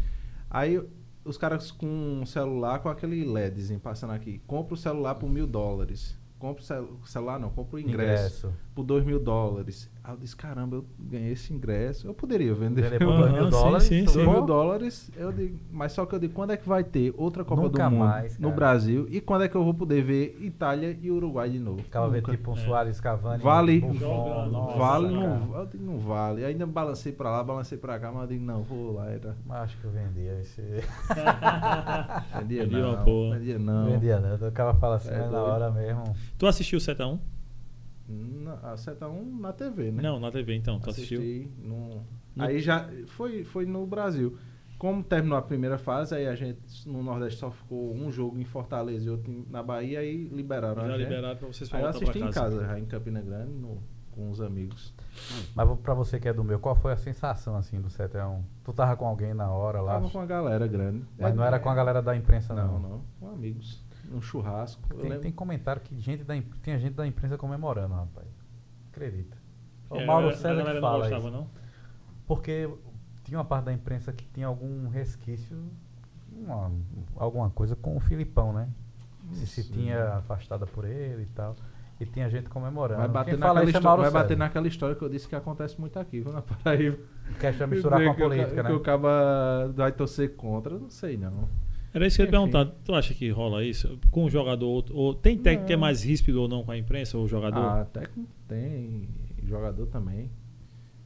B: Aí os caras com um celular com aquele LEDzinho passando aqui. Compra o celular por mil dólares. Compra o cel- celular, não, compra o ingresso, por dois mil dólares. Aí eu disse, caramba, eu ganhei esse ingresso. Eu poderia vender.
C: Vender
B: por
C: por dois mil
A: Aham, sim,
C: dólares.
A: sim,
C: tá
A: sim.
B: dois
C: bom?
B: mil dólares, eu digo, mas só que eu digo, quando é que vai ter outra Copa
C: Nunca
B: do Mundo
C: mais,
B: no
C: cara.
B: Brasil? E quando é que eu vou poder ver Itália e Uruguai de novo?
C: Ficava ver
B: Nunca.
C: tipo um
A: É.
C: Soares Cavani. um
B: Vale.
C: Buffon,
A: Jogando.
C: Ah, nossa,
B: vale, um
C: cara.
B: não, eu digo, não vale. Ainda balancei pra lá, balancei pra cá, mas eu digo, não, vou lá. Era...
C: Mas acho que eu vendia esse.
B: Vendia
A: Vendia
B: não,
A: uma boa.
B: vendia não.
C: Vendia, né? O cara fala assim,
B: É
C: mas na
B: doido.
C: hora mesmo.
A: Tu assistiu o 7 a 1
B: Na, a seta 1 na TV, né?
A: Não, na TV então. Tu assistiu?
B: Assisti no-
A: No-
B: Aí já foi, foi no Brasil. Como terminou a primeira fase, aí a gente no Nordeste só ficou um jogo em Fortaleza e outro em- na Bahia, aí liberaram
A: Já
B: a gente.
A: liberaram pra vocês
B: é. Aí eu
A: voltar pra
B: assisti
A: casa.
B: em casa, já em Campina Grande, no- com os amigos.
C: Mas vou- pra você que é do meu, qual foi a sensação assim do 7x1? Tu tava com alguém na hora lá?
B: Tava com uma galera grande.
C: Mas
B: É,
C: não era com a galera da imprensa, não.
B: Não, não. Com amigos. Num churrasco. Eu
C: Tem,
B: lembro-
C: tem comentário que gente da, imp- tinha gente da imprensa comemorando, rapaz. Acredita. O
A: É,
C: Mauro
A: a
C: César
A: galera
C: que
A: não
C: fala
A: gostava,
C: isso.
A: não?
B: né?
C: Porque tinha uma parte da imprensa que tinha algum resquício, uma- alguma coisa com o Filipão, né? Se, se
B: Sim.
C: tinha afastada por ele e tal. E tinha gente comemorando.
B: Vai bater,
C: Quem fala
B: naquela
C: isso é
B: histó-
C: Mauro
B: vai bater
C: César.
B: naquela história que eu disse que acontece muito aqui, viu, na Paraíba.
C: Quer misturar com a
B: Que o ca-
C: política, né?
B: Que o cara vai torcer contra, eu não sei não.
A: Era isso que eu ia
B: Enfim.
A: perguntar. Tu acha que rola isso? Com o jogador. ou- Ou, tem técnico que é mais ríspido ou não com a imprensa ou o jogador?
B: Ah, técnico tem, jogador também.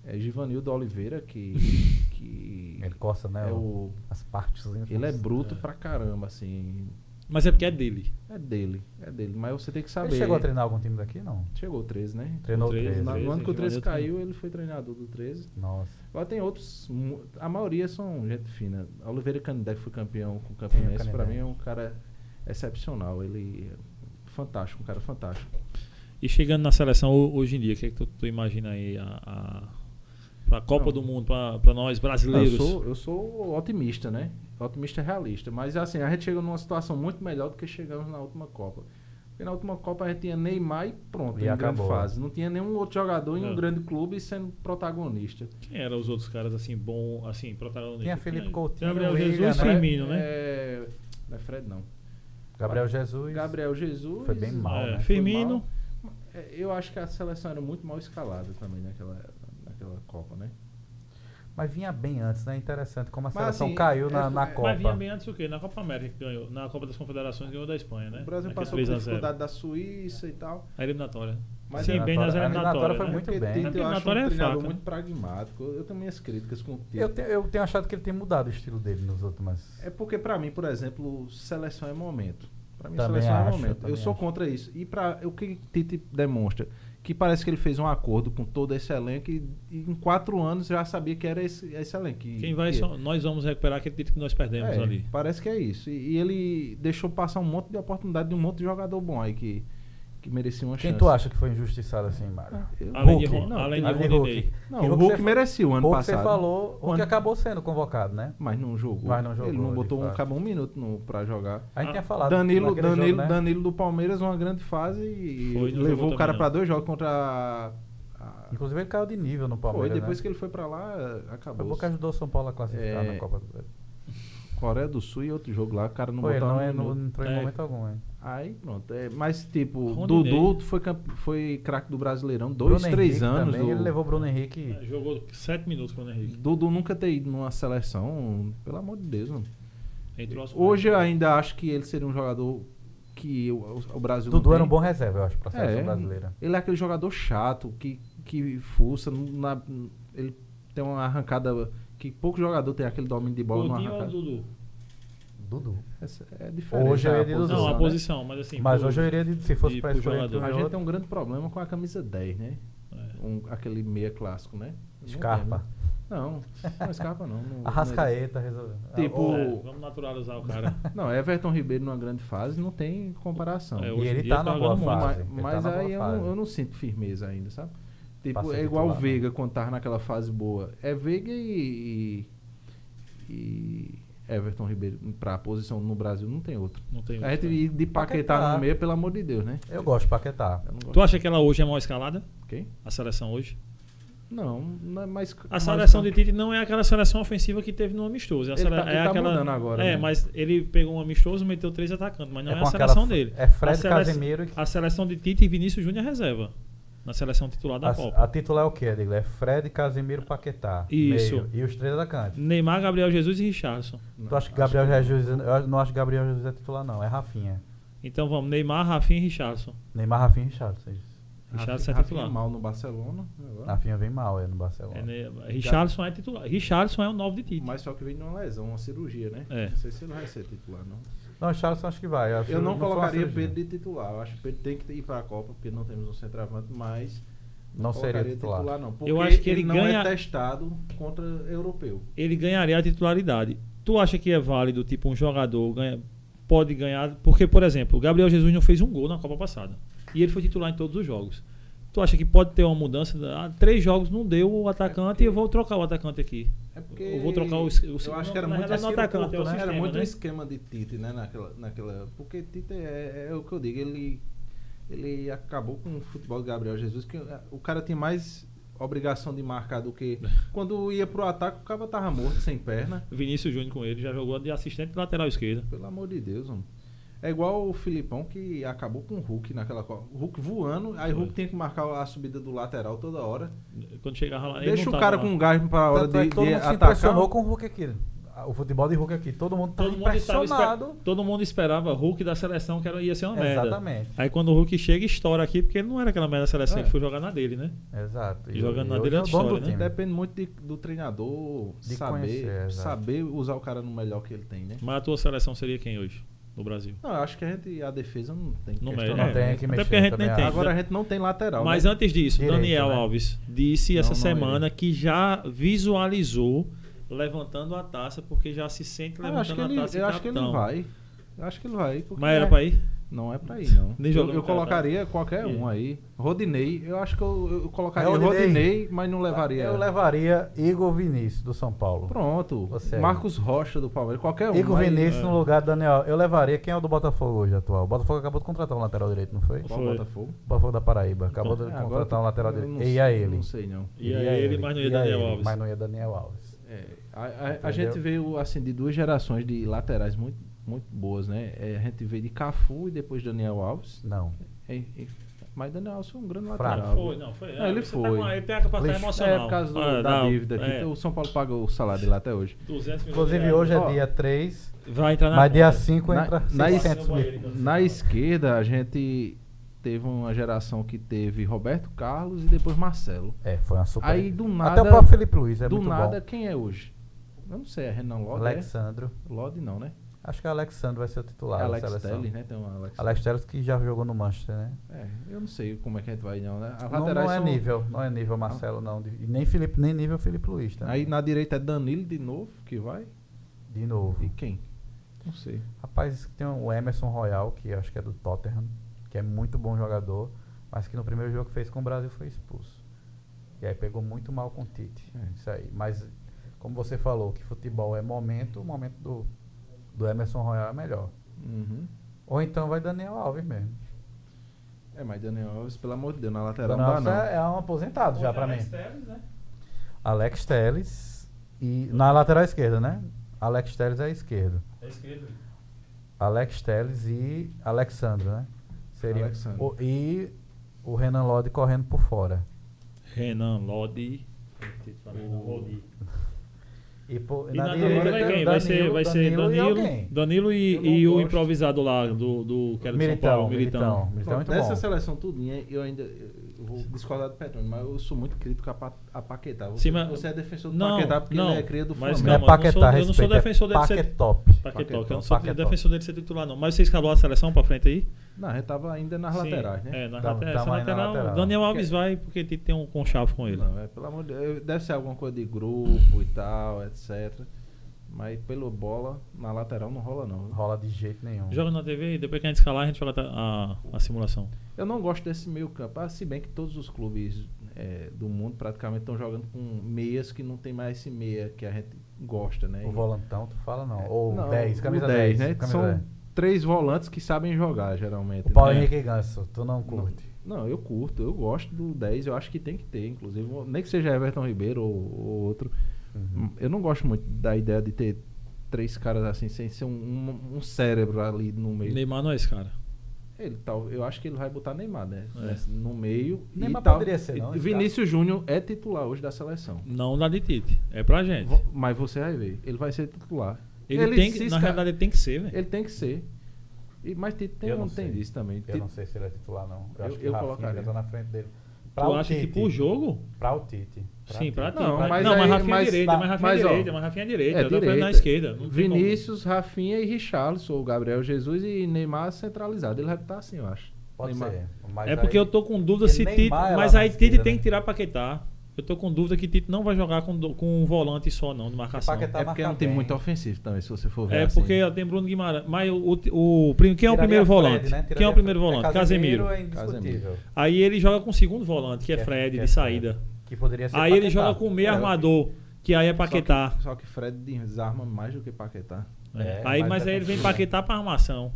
B: É Givanildo Oliveira que. que
C: Ele coça, né?
B: é
C: o-
B: o,
C: As partes. assim,
B: ele é bruto
A: É.
B: pra caramba, assim.
A: Mas é porque é dele.
B: É dele, é dele. Mas você tem que saber.
C: Ele chegou a treinar algum time daqui, não?
B: Chegou o 13, né?
C: Treinou o 13.
B: Na- No ano que o 13
A: Givanildo também.
B: caiu, ele foi treinador do 13.
C: Nossa.
B: Agora tem outros. mu- A maioria são gente fina. A Oliveira Canindé, que foi campeão com o Campinense,
C: Sim, o
B: pra mim
C: Canindé.
B: é um cara excepcional. Ele é fantástico, um cara fantástico.
A: E chegando na seleção ho- hoje em dia, o que, é que tu, tu imagina aí? A, a, pra Copa
B: Não.
A: do Mundo, pra, pra nós brasileiros.
B: Eu sou, eu sou otimista, né? Otimista e realista. Mas assim, a gente chega numa situação muito melhor do que chegamos na última Copa. Porque na última Copa a gente tinha Neymar e pronto,
C: E
B: em
C: acabou.
B: grande fase. Não tinha nenhum outro jogador em um
A: Não.
B: grande clube sendo protagonista.
A: Quem eram os outros caras assim, bom, assim, protagonistas?
C: Tinha Felipe
A: Quem era?
C: Coutinho,
A: Gabriel
C: Willian,
A: Jesus e
C: né?
A: Firmino, né?
B: É, Não é Fred, não.
C: Gabriel Jesus.
B: Gabriel Jesus.
C: Foi bem mal,
A: É,
C: né?
B: Foi
A: Firmino.
B: mal. É, Eu acho que a seleção era muito mal escalada também naquela, naquela Copa, né?
C: Mas vinha bem antes, né? Interessante como a seleção assim,
B: é
C: caiu na, na Copa.
A: Mas vinha bem antes o quê? Na Copa América que ganhou. Na Copa das Confederações ganhou da Espanha, né?
B: O Brasil Aqui passou por dificuldade da Suíça e tal.
A: A eliminatória. Mas Sim, bem nas eliminatórias. A eliminatória
C: foi
A: né?
C: muito bem.
B: Tito, eu acho um é fraca, muito né? pragmático. Eu tenho minhas críticas com o Tito.
C: Eu, te, eu tenho achado que ele tem mudado o estilo dele nos outros, mas...
B: É porque pra mim, por exemplo, seleção é momento. Pra mim, também seleção acho, é momento. Eu, eu sou acho. contra isso. E pra, o que Tite demonstra? que parece que ele fez um acordo com todo esse elenco e, e em quatro anos já sabia que era esse, esse elenco. Que,
A: Quem vai,
B: que
A: são, nós vamos recuperar aquele título que nós perdemos
B: é,
A: ali.
B: Parece que é isso. E, e, ele deixou passar um monte de oportunidade de um monte de jogador bom aí que, que merecia uma
C: Quem
B: chance.
C: tu acha que foi injustiçado assim, Mário?
A: Além Hulk, de, não, além de Hulk.
B: Hulk. Não, o Hulk merecia o ano
C: Hulk
B: passado.
C: você falou, o que acabou sendo convocado, né?
B: Mas não jogou.
C: Mas não jogou
B: ele não botou um, acabou um minuto no, pra jogar.
C: A gente ah, tinha falado.
B: Danilo,
C: que
B: Danilo,
C: jogo, né?
B: Danilo do Palmeiras, uma grande fase e
A: Foi, não
B: levou
A: jogou
B: o cara
A: também,
B: pra dois jogos contra a... a-
C: Inclusive ele caiu de nível no
B: Foi,
C: Palmeiras,
B: depois
C: né?
B: que ele foi pra lá, acabou.
C: Acabou que ajudou o São Paulo a classificar
B: É.
C: na Copa do Brasil.
B: Coreia do Sul e outro jogo lá, o cara não
C: Foi,
B: botou
C: não,
B: um
C: é, não
B: minuto.
C: entrou em
A: É.
C: momento algum, hein?
B: Aí, pronto. É, mas, tipo,
A: Rondinei.
B: Dudu foi, camp- foi craque do Brasileirão dois,
C: Bruno
B: três
C: Henrique
B: anos.
C: Também,
B: o-
C: Ele levou o Bruno Henrique.
A: É, Jogou sete minutos com o Henrique.
B: Dudu nunca ter ido numa seleção, pelo amor de Deus, mano.
A: Entrou as-
B: Hoje eu ainda acho que ele seria um jogador que o, o Brasil não
C: Dudu
B: tem.
C: era um bom um reserva, eu acho, pra seleção
B: É,
C: brasileira.
B: Ele é aquele jogador chato, que, que fuça. na- ele tem uma arrancada que pouco jogador tem aquele domínio de bola numa
A: Godinho ou
B: arrancada.
A: Dudu?
C: é Dudu.
B: Essa é diferente.
C: Hoje eu
B: a
C: ia de Dudu.
B: posição,
A: Não, a
B: né?
A: posição, mas assim.
C: Mas
A: pô,
C: hoje eu iria, de, se fosse
A: e
C: pra
A: pro
C: escolher
A: jogador.
C: entre
B: A
C: um e
B: gente tem
C: outro,
B: um grande problema com a camisa 10, né?
A: é.
B: Um, aquele meia clássico, né? Não tem,
C: Scarpa.
B: né? Não, não escapa não. não é
C: Arrascaeta resolveu.
B: Tipo-
C: Ah,
A: É, vamos naturalizar o cara.
B: Não, Everton Ribeiro numa grande fase não tem comparação.
A: É,
C: o-
A: hoje
C: E
A: em
C: ele
A: dia
C: tá na boa
A: jogando muito.
B: mas
C: fase. ele tá
B: mas
C: na boa
B: aí eu,
C: fase.
B: não- eu não sinto firmeza ainda, sabe? Tipo,
C: Passa
B: é igual o
C: titular, né?
B: Veiga quando tava naquela fase boa. É Veiga e, e, e Everton Ribeiro pra posição no Brasil não tem outro.
A: Não tem outro,
B: A gente
A: né?
B: ir de Paquetá,
C: Paquetá.
B: no meio, pelo amor de Deus, né?
C: Eu gosto de Paquetá.
B: Eu não gosto.
A: Tu acha que ela hoje é mal escalada?
B: Quem?
A: A seleção hoje?
B: Não, não é mais...
A: A
B: mais-
A: seleção de Tite não é aquela seleção ofensiva que teve no amistoso. É, a
B: Ele
A: sele-
B: tá- ele
A: é
B: tá
A: aquela...
B: mudando agora,
A: É,
B: né?
A: mas ele pegou um amistoso, meteu três atacantes, mas não é,
C: com
A: a
C: aquela
A: seleção
C: f-
A: dele.
C: É Fred,
A: a sele-
C: Casemiro. e-
A: A seleção de Tite e Vinícius Júnior é reserva. Na seleção titular da Copa.
C: A, a titular é o quê, Adilson? É Fred, Casemiro, Paquetá.
A: Isso.
C: Meio. E os três atacantes.
A: Neymar, Gabriel Jesus e Richardson.
C: Tu acha que Gabriel Jesus... Eu não acho que Gabriel Jesus é titular, não. É Rafinha.
A: Então vamos, Neymar, Rafinha e Richardson.
C: Neymar, Rafinha e Richardson. isso.
A: Richardson é
B: Rafinha
A: titular.
B: mal no Barcelona. agora.
C: Rafinha vem mal, é, no
A: É,
C: Barcelona.
A: né, Richardson é titular. Richardson é o 9 de Tite.
B: Mas só que vem de uma lesão, uma cirurgia, né?
A: É.
B: Não sei se ele vai ser titular, não.
C: Não, Richardson acho que vai. acho
B: Eu
C: que
B: não
C: foi uma
B: colocaria
C: cirurgia.
B: Pedro de titular. Eu acho que Pedro tem que ir para a Copa, porque não temos um centroavante, mas
C: Não seria
B: colocaria
C: titular.
B: não. Porque
A: Eu acho que
B: ele,
A: ele
B: não
A: ganha-
B: é testado contra europeu.
A: Ele ganharia a titularidade. Tu acha que é válido, tipo, um jogador ganha- pode ganhar? Porque, por exemplo, o Gabriel Jesus não fez um gol na Copa passada. E ele foi titular em todos os jogos. Tu acha que pode ter uma mudança? Ah, três jogos não deu o atacante e eu vou trocar o atacante aqui.
B: É porque
A: Eu vou trocar o es- o
B: Eu
A: esquema.
B: acho que era
A: Na
B: muito
A: realidade, não
B: esquema
C: tá
A: atacante,
B: curto,
A: é o
B: né? Era
A: sistema,
B: muito
A: né?
B: um esquema de Tite, né, naquela naquela, porque Tite é, é o que eu digo, ele ele acabou com o futebol de Gabriel Jesus, que eh, o cara tem mais obrigação de marcar do que quando ia pro ataque, o cara tava morto sem perna.
A: Vinícius Júnior com ele já jogou de assistente de lateral esquerda.
B: Pelo amor de Deus, mano. É igual o Filipão que acabou com o Hulk naquela Copa. O Hulk voando, aí o Hulk tem que marcar a subida do lateral toda hora.
A: Quando chegava lá, ele
B: Deixa
A: não
B: o
A: tava
B: cara
A: lá.
B: com um gás pra hora
C: Tanto
B: de,
C: é que todo
B: de
C: mundo se
B: atacar.
C: impressionou com o Hulk aqui. Ah, O futebol de Hulk aqui. Todo mundo tá
A: Todo mundo, estava
C: impressionado.
A: esper- todo mundo esperava Hulk da seleção que era, ia ser uma merda.
C: Exatamente.
A: Aí quando o Hulk chega, estoura aqui, porque ele não era aquela merda da seleção,
B: É.
A: ele foi jogar na dele, né?
C: Exato.
A: Jogando na
C: hoje
A: dele é
C: o dono
A: história,
C: do
A: né?
C: time.
B: Então, Depende muito de- do treinador
C: De
B: saber,
C: conhecer, exato.
B: saber usar o cara no melhor que ele tem, né?
A: Mas a tua seleção seria quem hoje? No Brasil.
B: Não, eu acho que a gente, a defesa não tem que
A: No
B: questionar.
A: meio.
C: não tem que
A: Até
C: mexer,
A: porque a gente
C: também
A: nem
C: acho.
A: é, tem.
B: né? Agora a gente não tem lateral.
A: Mas
B: né?
A: antes disso,
C: Direito,
A: Daniel
C: né?
A: Alves disse essa
B: Não, é. não
A: semana
B: ele.
A: que já visualizou levantando a taça, porque já se sente
B: eu acho que
A: levantando
B: ele,
A: a taça. e
B: eu acho que ele
A: um capitão.
B: vai. Eu acho que ele vai. porque
A: Mas era
B: é-
A: pra ir?
B: Não é pra ir, não.
A: Nem
B: eu,
A: jogando cara, né?
B: eu colocaria qualquer um
A: Yeah.
B: aí. Rodinei, eu acho que eu, eu colocaria
C: É o
B: Rodinei.
C: Rodinei.
B: mas não levaria.
C: Eu levaria Igor Vinícius do São Paulo.
B: Pronto.
C: Você. é.
B: Marcos Rocha do Palmeiras, qualquer um.
C: Igor
B: mas-
C: Vinícius
A: é.
C: no lugar do Daniel. Eu levaria quem é o do Botafogo hoje atual. O Botafogo acabou de contratar um lateral direito, não foi?
B: Qual
A: É, Foi.
B: Botafogo?
C: O Botafogo da Paraíba. Acabou
B: É,
C: de
B: agora
C: contratar um
B: eu-
C: lateral
B: eu
C: direito.
B: não
C: E aí
B: sei-
C: ele.
B: Não sei, não.
A: E aí ele, mas não ia
C: E a
A: Daniel
C: ele,
A: Alves.
C: Mas não ia Daniel Alves.
B: É, a, a- a gente
C: Entendeu?
B: veio assim de duas gerações de laterais muito, muito boas, né? É, a gente veio de Cafu e depois Daniel Alves.
C: Não.
B: E- e- Mas Daniel Alves foi um grande
C: Fraco.
B: lateral.
A: Não, foi, não, foi.
B: Não, ele
A: você
B: foi.
A: Tá com, ele tem a capacidade
C: Lixo.
A: emocional.
B: É, por causa do-
A: Ah,
B: da
A: não,
B: dívida aqui. então
A: é,
B: O São Paulo paga o salário dele até hoje.
A: 200 milhões de
C: Inclusive
A: reais.
C: hoje é
B: Ó,
C: dia 3,
B: é-
A: Vai entrar Tá na
C: mas dia
A: conta.
C: 5
B: Na-
C: entra
B: na
C: 600
A: esquerda-
C: mil.
B: Na esquerda, a gente teve uma geração que teve Roberto Carlos e depois Marcelo.
C: É, foi uma super.
B: Aí do nada.
C: Até o próprio Felipe Luiz é
B: Do
C: muito
B: nada,
C: bom.
B: quem é hoje? Eu não sei, é Renan Lodi? é?
C: Alexandro.
B: Lodi não, né?
C: Acho que Alexandro vai ser o titular
B: é
C: da
B: Alex
C: seleção.
B: Telles, né? Tem um Alex.
C: Alex Telles que já jogou no Manchester, né?
B: É, eu não sei como é que a gente vai, não, né? As
C: Não,
B: laterais
C: não é
B: são-
C: nível, não é nível Marcelo não, de- e nem Felipe, nem nível Felipe Luiz também.
B: Aí na direita é Danilo de novo, que vai.
C: de novo.
B: E quem? Não sei.
C: Rapaz, tem o Emerson Royal, que acho que é do Tottenham, que é muito bom jogador, mas que no primeiro jogo que fez com o Brasil foi expulso. E aí pegou muito mal com o Tite.
B: É.
C: Isso aí. Mas, como você falou, que futebol é momento, o momento do, do Emerson Royal é melhor.
B: Uhum.
C: Ou então vai Daniel Alves mesmo.
B: É, mas Daniel Alves, pelo amor de Deus, na lateral
C: Daniel
B: não dá
C: Alves
B: não.
C: é, é um aposentado já pra mim.
A: Alex Telles, né?
C: Alex Telles e na lateral esquerda, né? Alex Telles é esquerdo.
A: É esquerda.
C: Alex Telles e Alexandro, né? Seria
B: Alexandro.
C: o- e o Renan Lodi correndo por fora.
A: Renan Lodi. Renan Lodi.
C: E, po-
A: E na, direita vai
C: tem
A: quem?
C: o
A: vai ser,
C: Danilo,
A: vai ser
C: Danilo e
A: Danilo,
C: alguém.
A: Danilo e,
B: Eu não
A: e o
B: gosto.
A: improvisado lá do, do que era do
C: Militão,
A: São Paulo, Militão.
C: Militão.
B: Pronto,
C: Militão é muito
B: dessa
C: bom.
B: seleção tudinha, eu ainda eu vou discordar do Petrônio, mas eu sou muito crítico a, Pa- a Paquetá. Você,
A: Sim, mas-
B: você é defensor do
A: não,
B: Paquetá porque
A: não,
B: ele é cria do
A: mas
B: Flamengo.
C: Não
A: Calma,
C: é
A: eu não
C: Paquetá,
A: sou- eu não sou
C: respeito,
A: defensor
C: é
A: dele ser-
C: Paquetop.
A: Paquetó, que eu não
B: Paquetó,
A: sou
C: Paquetó.
A: defensor dele ser titular, não. Mas você escalou a seleção pra frente aí?
B: Não, a gente tava ainda nas laterais, né?
A: É, nas
C: Tá-
A: laterais.
C: tá
A: essa
C: mais na
A: lateral,
C: lateral.
A: Daniel Alves
B: Porque-
A: vai porque tem tem um conchavo com ele.
B: Não, é, pelo amor de Deus, deve ser alguma coisa de grupo e tal, etc. Mas pelo bola, na lateral não rola não. viu?
C: Rola de jeito nenhum.
A: Joga na TV e depois que a gente escalar, a gente joga a, a simulação.
B: Eu não gosto desse meio campo. Ah, se bem que todos os clubes é, do mundo praticamente estão jogando com meias que não tem mais esse meia que a gente gosta, né?
C: O
B: E-
C: volantão, tu fala não.
B: É,
C: Ou
B: não,
C: 10,
B: o
C: camisa
B: 10,
C: 10,
B: né?
C: camisa
B: São
C: 10.
B: três volantes que sabem jogar, geralmente.
C: O Paulo
B: né?
C: Henrique Ganso, tu não curte.
B: Não, eu curto, eu gosto do 10, eu acho que tem que ter, inclusive, nem que seja Everton Ribeiro ou, ou outro.
C: Uhum.
B: Eu não gosto muito da ideia de ter três caras assim, sem ser um, um- um cérebro ali no meio.
A: Neymar não é esse cara.
B: Ele tal, eu acho que ele vai botar Neymar, né?
A: É.
B: Nesse- No meio. e
C: Neymar
B: tal.
C: poderia ser, não, tá-
B: E
C: esse
B: Vinícius Júnior é titular hoje da seleção.
A: Não dá de Tite. É pra gente.
B: Vo- Mas você vai ver, ele vai ser titular.
A: Ele, tem que,
B: se
A: na
B: esca-
A: realidade, ele tem que ser, velho.
B: ele tem que ser. E, mas Tite tem,
C: Eu não
B: não tem
C: sei.
B: disso também.
C: Eu
A: Tipo,
B: Tite-
C: não sei se ele é titular, não.
B: Eu-
C: Eu, acho que
B: eu
C: o Rafinha
B: colocaria.
C: ainda tá na frente dele. Pra
A: Tu
C: o
A: acha que
C: Tite.
A: pro jogo?
C: Pra o Tite.
A: Sim, pra
C: Tite.
A: Tite.
B: Não,
A: pra-
B: mas
A: não, mas
B: aí-
A: Rafinha é
B: mas-
A: direita, mas Rafinha é
B: mas, ó,
A: direita, mas Rafinha é direita.
B: É,
A: eu tô falando na
B: direita.
A: esquerda. não tem como.
B: Vinícius, Rafinha e Richarlison, ou Gabriel Jesus e Neymar centralizado. Ele vai estar assim, eu acho.
C: Pode
B: Neymar.
C: ser. mas
A: É porque
C: aí-
A: eu tô com dúvida
C: porque
A: se
C: Neymar
A: Tite.
C: é lá
A: Mas
C: na
A: aí Tite
C: esquerda,
A: tem
C: né?
A: que tirar Paquetá. Eu tô com dúvida que Tite não vai jogar com, do- com um volante só, não, de marcação.
C: Paquetá- Tá
B: é porque
C: marcado
B: não tem
C: bem.
B: muito ofensivo também, se você for ver.
A: É
B: assim.
A: porque tem Bruno Guimarães. Mas o, o, o prim- quem é o
C: Tiraria
A: primeiro
C: Fred,
A: volante?
C: né?
A: Quem é
C: Tiraria
A: o primeiro
C: Fred.
A: volante?
C: É,
A: Casemiro.
C: É indiscutível.
A: Aí ele joga com o segundo volante, que é
C: Que é-
A: Fred
C: que é
A: de saída.
C: Que poderia ser
A: Aí ele
C: Paquetá.
A: joga com o meio
B: É, eu-
A: armador, que aí é
B: Só que-
A: Paquetá.
B: Só que, Fred desarma mais do que Paquetá.
C: É,
A: aí,
C: mas
A: mas
C: é
A: aí ele vem
C: tranquilo,
A: Paquetá pra armação.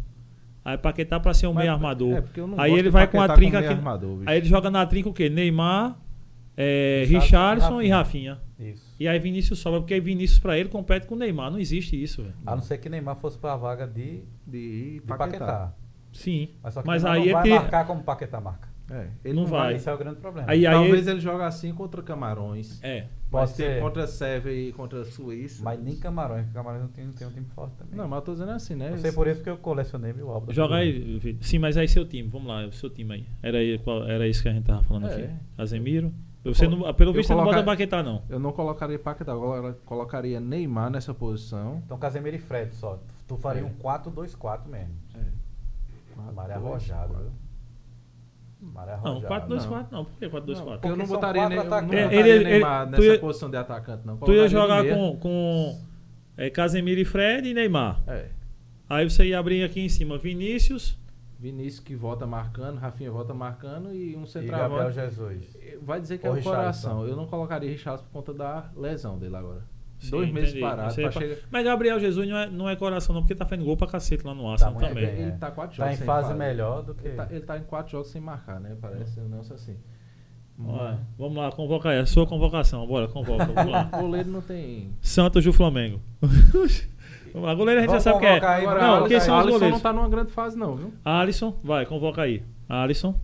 A: Aí Paquetá pra ser um
B: Mas-
A: meio armador.
B: é, porque eu não
A: aí
B: gosto
A: ele
B: de
A: vai com a
B: Paquetá
A: trinca
B: como meio
A: aqui.
B: armador, bicho.
A: aí ele joga na trinca o quê? Neymar, é,
C: Richarlison,
A: Richarlison e Rafinha.
C: Isso.
A: E aí Vinícius sobra, porque aí Vinícius pra ele compete com o Neymar. Não existe isso, velho.
C: A Ah, não ser que Neymar fosse pra vaga de,
B: De
C: de
B: Paquetá.
C: Paquetá.
A: Sim.
C: Mas só que
A: Mas
C: Neymar
A: aí
C: não
A: é
C: vai
A: ter-
C: marcar como Paquetá marca.
B: É, ele
A: Não
B: não,
A: vai.
B: vai.
C: Esse é o grande problema.
A: Aí- E
B: Talvez ele jogue assim contra Camarões.
A: É.
B: Pode
C: Pode ser.
B: ser contra Sérvia e contra Suíça.
C: Mas nem Camarões, porque Camarões não tem, não tem um time forte também.
B: Não, mas eu tô dizendo assim, né?
C: Eu sei por isso que eu colecionei meu álbum.
A: é Joga aí, Vitor. Sim, mas aí seu time, vamos lá, é o seu time aí. Era, aí qual- era isso que a gente tava falando
B: É.
A: aqui. Casemiro. Você não, pelo
B: eu
A: visto, você não
B: coloca-
A: bota Paquetá, não.
B: Eu não colocaria Paquetá, eu colo- colocaria Neymar nessa posição.
C: Então Casemiro e Fred só. Tu- Tu faria
B: É.
C: um 4-2-4 mesmo.
B: Quatro,
C: Maré
B: dois,
C: arrojado,
B: quatro.
C: É. viu? Maré
A: Não,
C: arrojado.
A: 4-2-4 não. Por que
B: Não,
A: 4-2-4?
B: eu não
C: são
B: botaria, ne
C: quatro
B: eu não
C: atacantes.
B: botaria
A: Ele- ele-
B: Neymar
A: tu
B: nessa
A: ia-
B: posição de atacante, não.
A: Tu
B: Colocaria
A: ia
B: de
A: jogar
B: meia.
A: com, com é, Casemiro e Fred e Neymar.
B: É.
A: Aí você ia abrir aqui em cima Vinícius.
B: Vinícius que volta marcando, Rafinha volta marcando e um
C: E Gabriel
B: centroavante.
C: Jesus.
B: Vai dizer que
C: Ou
B: é o
C: Richarlison.
B: coração. Eu não colocaria Richarlison por conta da lesão dele agora.
A: Sim,
B: Dois meses
A: entendi.
B: parado.
A: Você ia
B: Pra
A: pa-
B: chegar...
A: Mas Gabriel Jesus não é, não é coração, não, porque tá fazendo gol pra cacete lá no Arsenal
C: muito
A: também.
C: bem.
B: Ele tá quatro
C: Tá
B: jogos
C: em
B: sem
C: fase
B: fase.
C: melhor do que.
B: Ele, tá, ele tá em quatro jogos sem marcar, né? Parece um negócio assim.
A: Ó, Vamos lá, convoca aí. A sua convocação, bora, convoca. Vamos lá.
B: O goleiro não tem.
A: Santos do Flamengo. Vamos lá, goleiro a gente
C: Vamos
A: já sabe quem é.
C: convocar aí,
A: não,
C: vamos
A: quem
C: convocar
A: são os
B: Alisson tá
A: goleiros?
B: não tá numa grande fase, não, viu?
A: Alisson, vai, convoca aí. Alisson,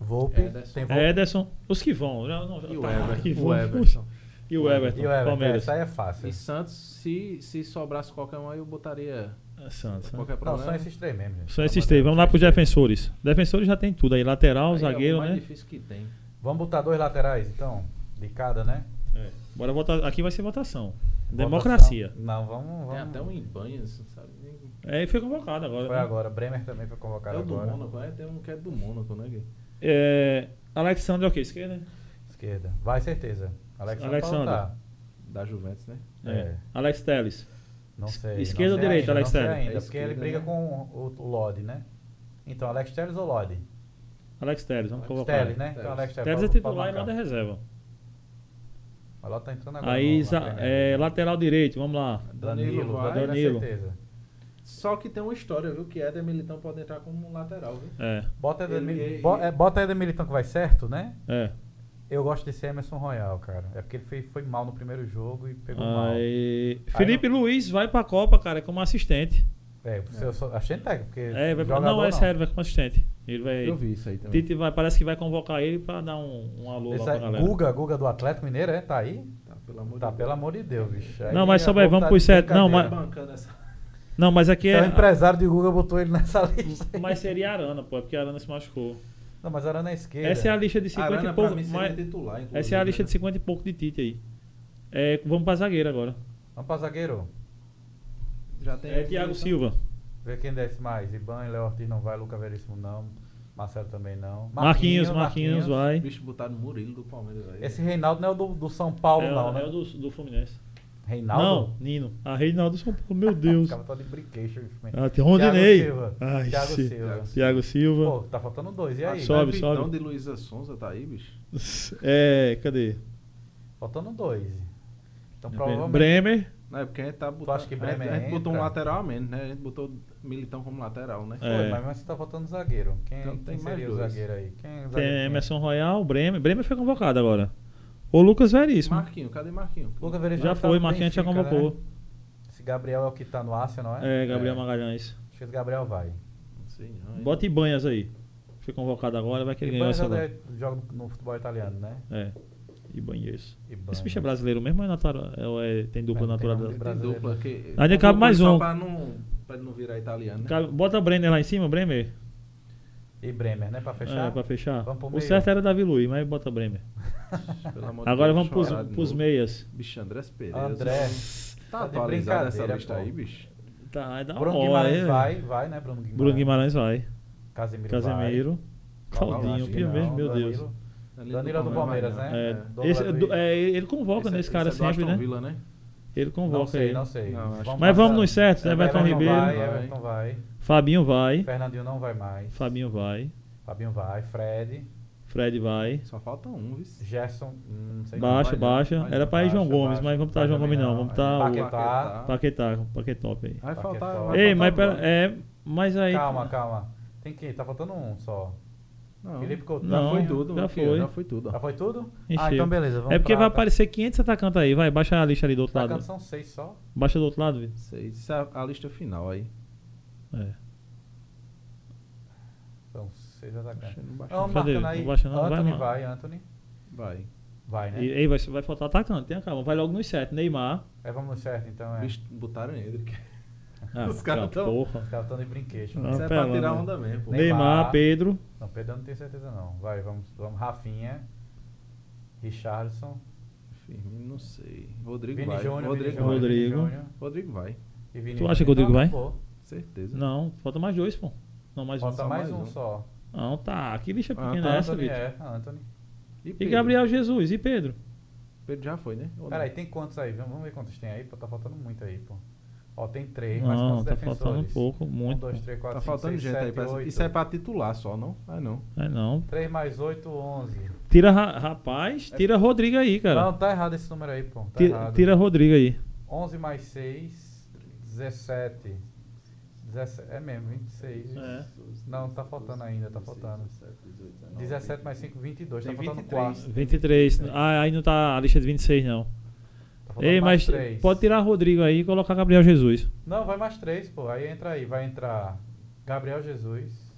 C: Volpe.
B: Ederson.
C: Tem Volpe.
A: Ederson, os que vão. Já, não, já
B: E o
A: tá,
B: Everton,
A: que
B: o
A: vão.
B: Everton.
A: E o Everton.
C: E o Everton.
A: Palmeiras.
C: Essa aí é fácil.
B: E Santos, se, se sobrasse qualquer um aí, eu botaria
A: É Santos, né?
B: qualquer
C: Não,
B: problema.
C: são esses três mesmo. gente.
A: Só esses três. Vamos lá pros defensores. Defensores já tem tudo aí. Lateral,
B: Aí é
A: zagueiro,
B: o mais
A: né?
B: difícil que tem.
C: Vamos botar dois laterais, então? De cada, né?
A: É. Bora votar. Aqui vai ser votação.
C: Votação.
A: Democracia.
C: Não, vamos. vamos.
B: Tem até um em banhas, não sabe? nem-
A: É, e foi convocado agora.
C: Foi
A: né?
C: agora. Bremer também foi
B: É
C: convocado
B: o do
C: agora.
B: Mônaco, é? Tem um que é do Mônaco, né? Gui?
A: É, Alexandre, ok, esquerda.
C: Esquerda. Vai, certeza. Alexandre.
A: Alexandre.
C: Paulo tá.
B: Da Juventus, né?
A: É.
C: É.
A: Alex Teles.
C: Não sei.
A: Esquerda
C: não
A: ou
C: sei
A: direita,
C: ainda,
A: Alex
C: não sei
A: Telles?
C: ainda,
B: É
C: porque ele
B: esquerda,
C: briga
B: né?
C: com o, o Lodi, né? Então, Alex Telles ou Lodi?
A: Alex Teles, vamos
B: Alex
A: convocar.
C: Telles, né? Então,
B: Telles.
C: Alex Telles.
A: Teles é
C: pode-
A: titular e
C: pode marcar.
A: Lodi é reserva.
C: Mas Lodi tá entrando agora.
A: Aí,
C: no- na
A: za-
C: Premier
A: é,
C: League.
A: lateral direito, vamos lá.
C: Danilo, vai,
A: vai.
C: com
A: Danilo.
C: certeza.
B: Só que tem uma história, viu? Que Éder Militão pode entrar como um lateral, viu?
A: É,
C: Bota Eder,
B: Ele-
C: Mil-
B: ele-
C: bo- é, bota Eder Militão que vai certo, né?
A: é.
C: Eu gosto desse Emerson Royal, cara. É porque ele foi, foi mal no primeiro jogo e pegou
A: Aí,
C: Aí
A: Felipe Luiz vai pra Copa, cara, como assistente.
C: mal. É, você, eu sou, achei técnico, porque.
A: É, vai pra...
C: jogador,
A: Não, é sério, vai como assistente. Ele vai.
B: Eu vi isso aí também.
A: Tite vai, parece que vai convocar ele pra dar um, um alô lá
C: Esse
A: pra
C: aí,
A: galera.
C: Guga, Guga do Atlético Mineiro, é? Tá aí?
B: Tá, pelo amor
C: Tá,
B: de
C: pelo
B: Deus.
C: amor de Deus, bicho. Aí
A: Não, mas
C: a
A: só vai,
C: Globo
A: vamos
C: tá
A: pro
C: de
A: certo. Não,
C: brincadeira.
A: mas-
B: Bancando essa...
A: Não, mas aqui
C: Então,
A: é.
C: o empresário de Guga botou ele nessa lista. aí.
A: Mas seria Arana, pô, é porque Arana se machucou.
C: Não, mas era na esquerda.
A: Essa é a lista de 50
B: Arana,
A: e
B: pra
A: pouco.
B: mim, seria
A: mas-
B: titular, inclusive,
A: Essa é a lista
B: né?
A: de 50 e pouco de Tite aí. É, vamos pra zagueiro agora.
C: Vamos pra zagueiro.
B: Já tem né?
A: É Thiago Silva.
C: Vê quem desce mais. Iban, Léo Ortiz não vai, Luca Veríssimo não. Marcelo também não.
A: Marquinhos, Marquinhos,
B: O
A: vai.
B: bicho botaram o Murilo do Palmeiras aí.
C: Esse Reinaldo não é o do, do São Paulo,
A: é,
C: não,
A: é
C: né?
A: o do, do Fluminense.
C: Reinaldo? Ah,
A: Não, Nino. A Reinaldo São Paulo, meu Deus.
C: O cara tá de brinquedo. bicho.
A: Ah, tem Rondinei.
C: Thiago Silva.
A: Ai,
C: Thiago
A: sim.
C: Silva.
A: Thiago
C: Pô,
A: Silva. Ah,
C: tá faltando dois. E aí?
A: sobe,
B: Davidão
A: sobe.
B: é de Luísa Sonza tá aí, bicho.
A: É, cadê?
C: né? Faltando dois.
A: É,
C: Então, provavelmente.
A: Bremer.
B: Não, é porque a gente tá
C: Tu acha que
B: a, gente, a gente
C: Bremen
B: botou um
C: entra?
B: lateral a menos, né? A gente botou Militão como lateral, né?
A: É.
C: Foi, mas mas você tá faltando zagueiro. Quem,
B: Então,
C: quem
B: tem mais
C: seria o
B: dois.
C: zagueiro aí? Quem é o
A: Tem
C: zagueiro?
A: Emerson Royal, Bremer. Bremer foi convocado agora. O Lucas Veríssimo.
B: Marquinho, cadê Marquinho? Pô,
C: Luca Veríssimo
A: Já
C: tá
A: foi,
C: no
A: Marquinhos já
C: Benfica, né?
A: convocou.
C: Esse Gabriel é o que tá no Arsenal, não é?
A: É, Gabriel
B: É.
A: Magalhães.
C: Acho que esse Gabriel vai.
B: Não sei não. hein?
A: Bota Ibanhas aí. Foi convocado agora, vai que ele ganhou
C: Ibanez é
A: essa
C: joga,
A: agora.
C: joga no futebol italiano, né?
A: É. Ibanhas.
C: Ibanez.
A: Esse bicho é brasileiro mesmo, mas natura- é, é- tem dupla
C: É, tem
A: natural.
C: um
B: Tem
C: brasileiro.
B: dupla que...
A: Ainda
B: Eu
A: cabe
B: vou
A: mais
B: só
A: um.
B: Pra não, pra ele não virar italiano, né?
A: Cara, Bota Brenner lá em cima, Bremer.
C: E Bremer, né? Pra fechar?
A: É, pra fechar.
C: Vamos pro
A: O
C: meio.
A: certo era Davi Luiz, mas bota Bremer.
B: Pelo amor de
A: Agora
B: Deus,
A: vamos pros,
B: chorar de
A: pros
B: novo.
A: meias.
B: Bicho, André Pereira.
C: André.
B: Tá
C: de
B: atualizado essa
C: brincadeira,
B: lista
C: pô.
B: aí, bicho?
A: Tá, é da
C: Bruno
A: hora,
C: Guimarães
A: hein,
C: vai,
A: velho?
C: vai, né? Bruno Guimarães.
A: Bruno Guimarães vai.
C: Casemiro
A: Casemiro.
C: vai. Paulo
A: Claudinho,
C: Lopes,
A: Pia
C: não,
A: mesmo, meu Deus.
C: Danilo.
B: Tá
C: Danilo é
B: não
C: do
B: vai
C: Palmeiras,
B: mais,
C: né?
A: É,
C: Douglas
A: esse é do-
C: Luiz.
A: é, ele convoca
B: Esse é-
A: nesse cara
B: esse é do
A: sempre,
B: Aston
A: né?
B: Villa, né?
A: Ele
C: Não
A: convoca
C: sei,
A: ele.
C: não sei.
B: Não, acho
A: Mas
C: passar.
A: vamos nos certos, né? Everton Ribeiro.
C: Vai,
B: Vai.
C: Everton vai.
A: Fabinho vai.
C: Fernandinho não vai mais.
A: Fabinho vai.
C: Fabinho vai. Fred.
A: Fred vai.
B: Só falta um, viu?
C: Gerson. hum, não sei
A: Baixa,
B: vai não,
A: baixa.
B: vai
A: Era
B: não,
A: pra ir João
C: baixa,
A: Gomes,
C: baixa.
A: mas vamos
C: Vai
A: tá João
C: também
A: Gomes não.
C: não,
A: Vamos
C: aí
A: tá
C: Paquetá. Ah, tá
A: o Paquetá, Paquetop aí.
B: Vai
C: Paquetá.
B: faltar. vai
A: Ei,
B: faltar
A: mas
B: agora.
A: pera, é, mas aí.
C: Calma, calma. Tem que Tá faltando um só.
B: Não,
C: Felipe Coutinho.
A: Não,
B: já foi tudo,
A: já
B: meu filho,
A: foi.
B: Já foi tudo. ó.
C: Já foi tudo? Ah,
A: Tá. Encheu.
C: então beleza. Vamos
A: É porque
C: pra-
A: vai aparecer 500 atacantes aí, vai, baixa a lista ali do outro
C: Atacante
A: lado.
C: Tá são seis só.
A: Baixa do outro lado, Vitor.
B: Seis. Isso é a, a lista final aí.
A: É.
C: São seis atacantes.
B: Achei, não baixa.
C: Vamos
A: Cadê?
C: marcando aí.
A: Não baixa não, vai,
C: Anthony
A: não.
C: vai, Anthony.
B: Vai.
C: Vai, né?
A: E aí vai, vai faltar atacante, tenha calma. Vai logo nos 7. Neymar.
C: É, vamos certo, então. É.
B: Bicho, botaram ele.
A: Ah,
B: Os caras
A: tá,
B: tão-
C: Os
A: porra.
C: caras estão de brinquedo.
A: Não.
B: Isso é pra
A: apelando,
B: tirar
A: né?
B: onda mesmo, pô.
C: Nem- Neymar.
A: Neymar, Pedro.
C: Não, Pedro eu não tenho certeza não. Vai, vamos, vamos. Rafinha, Richardson,
B: Firmino, não sei. Rodrigo
C: Vini
B: vai.
C: Júnior,
B: Rodrigo,
C: Vini Júnior,
B: vai.
C: Vini
A: Rodrigo.
C: Júnior
B: Rodrigo vai.
C: e Vini
A: Tu acha que o
C: Júnior.
A: Rodrigo vai?
C: Não, pô.
B: Certeza.
A: Não, falta mais dois, pô. Não, mais
C: Falta
A: um.
C: mais
B: mais
C: um
B: um.
C: só.
A: Não, tá. Que lixa
B: Ah,
A: pequena
B: tá,
A: é essa,
C: Anthony
A: Vitor?
C: é, Anthony.
A: E
B: Pedro?
A: Gabriel Jesus, e Pedro?
B: Pedro já foi, né? Ou não?
C: Peraí, tem quantos aí? Vamos vamos ver quantos tem aí, pô. Tá faltando muito aí, pô. Ó, tem três, mas
A: Não,
C: quantos
A: tá
C: defensores?
A: faltando um pouco,
C: Um,
A: muito.
C: dois, três,
B: Tá
C: quatro, cinco,
B: faltando
C: seis,
B: gente aí.
C: sete,
B: Pra...
C: oito.
B: Isso é pra titular só, não? Ah, não.
A: É não.
C: 3 mais 8, 11.
A: Tira, ra- rapaz, tira Rodrigo aí, cara.
C: Não, tá errado esse número aí, pô. Tá
A: Tira,
C: errado.
A: É. tira Rodrigo aí.
C: 11 mais 6, 17. 17 é mesmo, 26.
A: É.
C: Não, tá faltando ainda, tá faltando. 17 mais 5, 22.
B: Tem
C: tá faltando É.
B: 23.
C: 4.
A: 23. Ah, aí não tá a lista de 26, não.
C: Tá faltando
A: Ei, mas
C: mais três.
A: pode tirar Rodrigo aí e colocar Gabriel Jesus.
C: Não, vai mais 3, pô. Aí entra aí. Vai entrar Gabriel Jesus,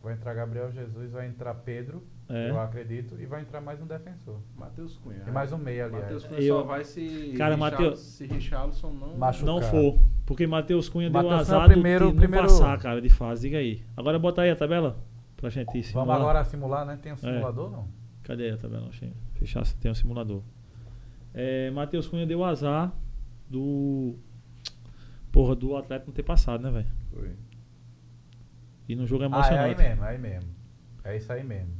C: Vai entrar Gabriel Jesus, vai entrar Pedro,
A: É.
C: eu acredito, e vai entrar mais um defensor.
B: Matheus Cunha.
C: E mais um meia, aliás.
B: Matheus Cunha
A: Eu-
B: só vai se.
A: Cara,
B: Richarli-
A: Matheus-
B: Se Richarlison não.
C: Machu-
A: Não
C: Machucar.
A: for. Porque Matheus Cunha deu
C: Matheus Cunha é o
A: azar
C: primeiro-
A: do time
C: primeiro-
A: não passar, cara, de fase. Diga aí. Agora bota aí a tabela pra gente simular. É.
C: Vamos agora simular, né? Tem um simulador, não?
A: Cadê a tabela? Deixa eu Fechar, tem um simulador. É, Matheus Cunha deu azar do... Porra, do atleta não ter passado, né, velho?
B: Foi.
A: E no jogo é
C: Ah, é
A: emocionante.
C: aí mesmo, é aí mesmo. É isso aí mesmo.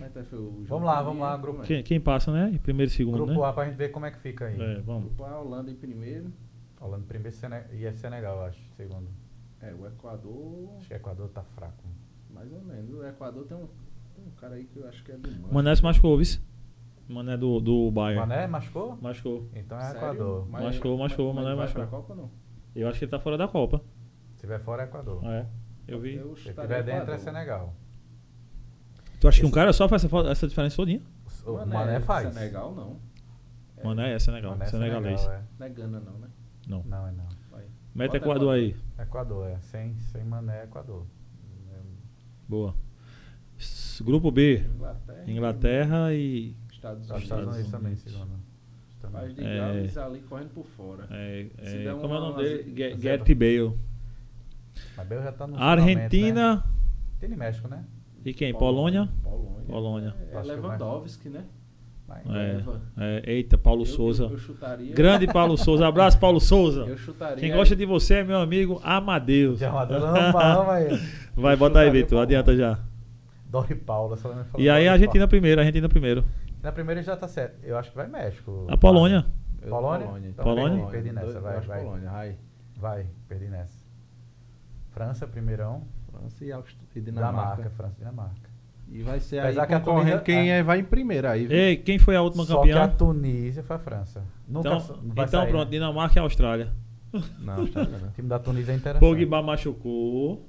B: Mas tá, foi o jogo
C: Vamos lá,
B: também,
C: vamos lá,
B: né?
C: grupo.
A: quem, quem passa, né? Em Primeiro e segundo,
C: Grupo
A: né?
C: A pra gente ver como é que fica aí.
A: É, vamos.
B: Grupo A, Holanda em primeiro.
C: Holanda primeiro Sene- e é Senegal, eu acho. Segundo.
B: É, o Equador.
C: Acho que o Equador tá fraco.
B: Mais ou menos. O Equador tem um, tem um cara aí que eu acho que é do Manchester.
A: Mané se machucou, viu? Mané do, do Bayern.
C: Mané machucou?
A: É. Machucou.
C: Então é
B: Sério?
C: Equador.
B: Mas-
A: Machucou, machucou,
B: mas-
A: Mané
B: mas vai pra
A: machucou.
B: Copa, não?
A: Eu acho que ele tá fora da Copa.
C: Se tiver fora é Equador.
A: É. Eu vi.
B: Eu
C: Se
B: chutaria
C: tiver dentro é
B: Equador.
C: Senegal.
A: Tu acha que um cara só faz essa, fo- essa diferença todinha?
C: O Mané faz.
B: Senegal não. É,
A: Mané é Senegal.
C: Mané é
A: Senegalês.
C: Senegal,
B: Não é Gana não, né?
A: Não.
C: é. Não, é não.
B: Vai.
A: Mete
B: Bota
A: Equador aí.
C: Equador, é. Sem, sem Mané é Equador. É,
A: Boa. S- Grupo B.
B: Inglaterra.
A: Inglaterra e.
B: Estados
C: Os
B: Unidos.
C: Estados Unidos também,
A: Unidos.
C: segundo.
B: Mas
C: Também.
B: de
A: É.
B: Gales ali correndo por fora.
A: É,
B: Se
A: é,
B: der
A: como é o
B: uma-
A: nome dele? Ge-
B: zero.
A: Gareth Bale.
C: Mas Bel já tá no
A: Argentina.
C: fundamento, Né? Argentina e México, né?
A: E quem? Polônia?
B: Polônia.
A: Polônia.
B: É,
C: Acho que
B: Lewandowski, né?
C: Mas-
A: É, é, eita, Paulo
B: Eu-
A: Souza.
B: Eu, eu chutaria.
A: Grande Paulo Souza. Abraço, Paulo Souza.
B: Eu chutaria.
A: Quem gosta de você é meu amigo Amadeus.
C: De Amador, não, ama ele.
A: Vai,
C: Eu
A: bota aí,
C: chutaria
A: Vitor.
C: Paulão.
A: Adianta já.
C: Dori Paula, só lembro de falar
A: E aí,
C: Dori
A: a Argentina
C: Paula.
A: primeiro, a Argentina primeiro.
C: Na primeira já tá certo. Eu acho que vai México.
A: A Polônia.
B: Eu-
C: Polônia?
B: então.
A: Polônia?
C: Perdi nessa,
B: Eu
C: vai,
B: acho
C: vai.
B: Polônia, vai.
C: Vai, perdi nessa. França, primeirão.
B: França e, Aust- e
C: Dinamarca.
B: Dinamarca.
C: França, Dinamarca.
B: E vai ser
C: Apesar
B: aí
C: que a
B: concorrendo
C: corrida-
B: quem
C: é.
B: é- vai em primeiro aí. viu?
A: Ei, quem foi a última
C: Só
A: campeã?
C: que a Tunísia foi a França. Nunca
A: Então,
C: sa-
A: então
C: vai sair,
A: pronto,
C: né?
A: Dinamarca e Austrália.
B: Não, está não.
C: O time da Tunísia é interessante.
A: Pogba machucou,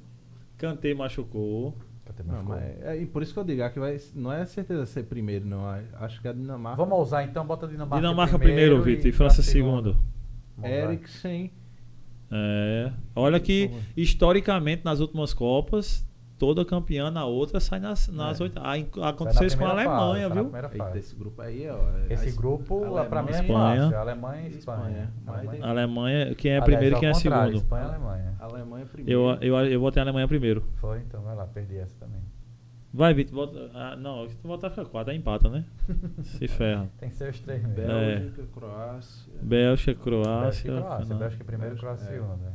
A: Kanté machucou.
C: Cadê
B: Não,
C: Moscou?
B: mas é, e por isso que eu digo, aqui vai, não é certeza ser primeiro, não. A- Acho que a Dinamarca.
C: Vamos ousar então, bota Dinamarca,
A: Dinamarca primeiro, Vitor, e França segundo.
C: Vamos ousar.
B: Eriksen.
A: É, olha que historicamente nas últimas Copas, toda campeã na outra sai nas, nas
B: É.
A: oitavas. Ah, inc-
C: Sai na
A: Aconteceu isso com a
C: primeira fase,
A: Alemanha,
C: sai na
A: viu?
C: primeira
B: Eita,
C: fase.
B: esse grupo aí, ó. é a
C: Esse
B: Es-
C: grupo, lá pra mim, é
A: Espanha.
C: fácil. Alemanha e Espanha.
B: Espanha. Mas
C: Alemanha-
B: tem-
A: Alemanha, quem é
C: Aliás,
A: primeiro e
C: ao
A: quem é
C: contrário,
A: segundo.
C: Espanha e Alemanha.
B: Alemanha é primeiro.
A: Eu, eu, eu botei a Alemanha primeiro.
C: Foi, então vai lá, perdi essa também.
A: Vai, Vitor, bota. Ah, não, se tu botar fica quatro, aí empata, né? Se ferra.
C: Tem que ser os três mesmo.
A: Bélgica,
B: Bélgica, Croácia.
A: é, Bélgica,
C: Bélgica
A: Croácia.
C: e Croácia.
A: Canadá.
C: Bélgica primeiro, Croácia
B: Bélgica, é.
C: segundo. né?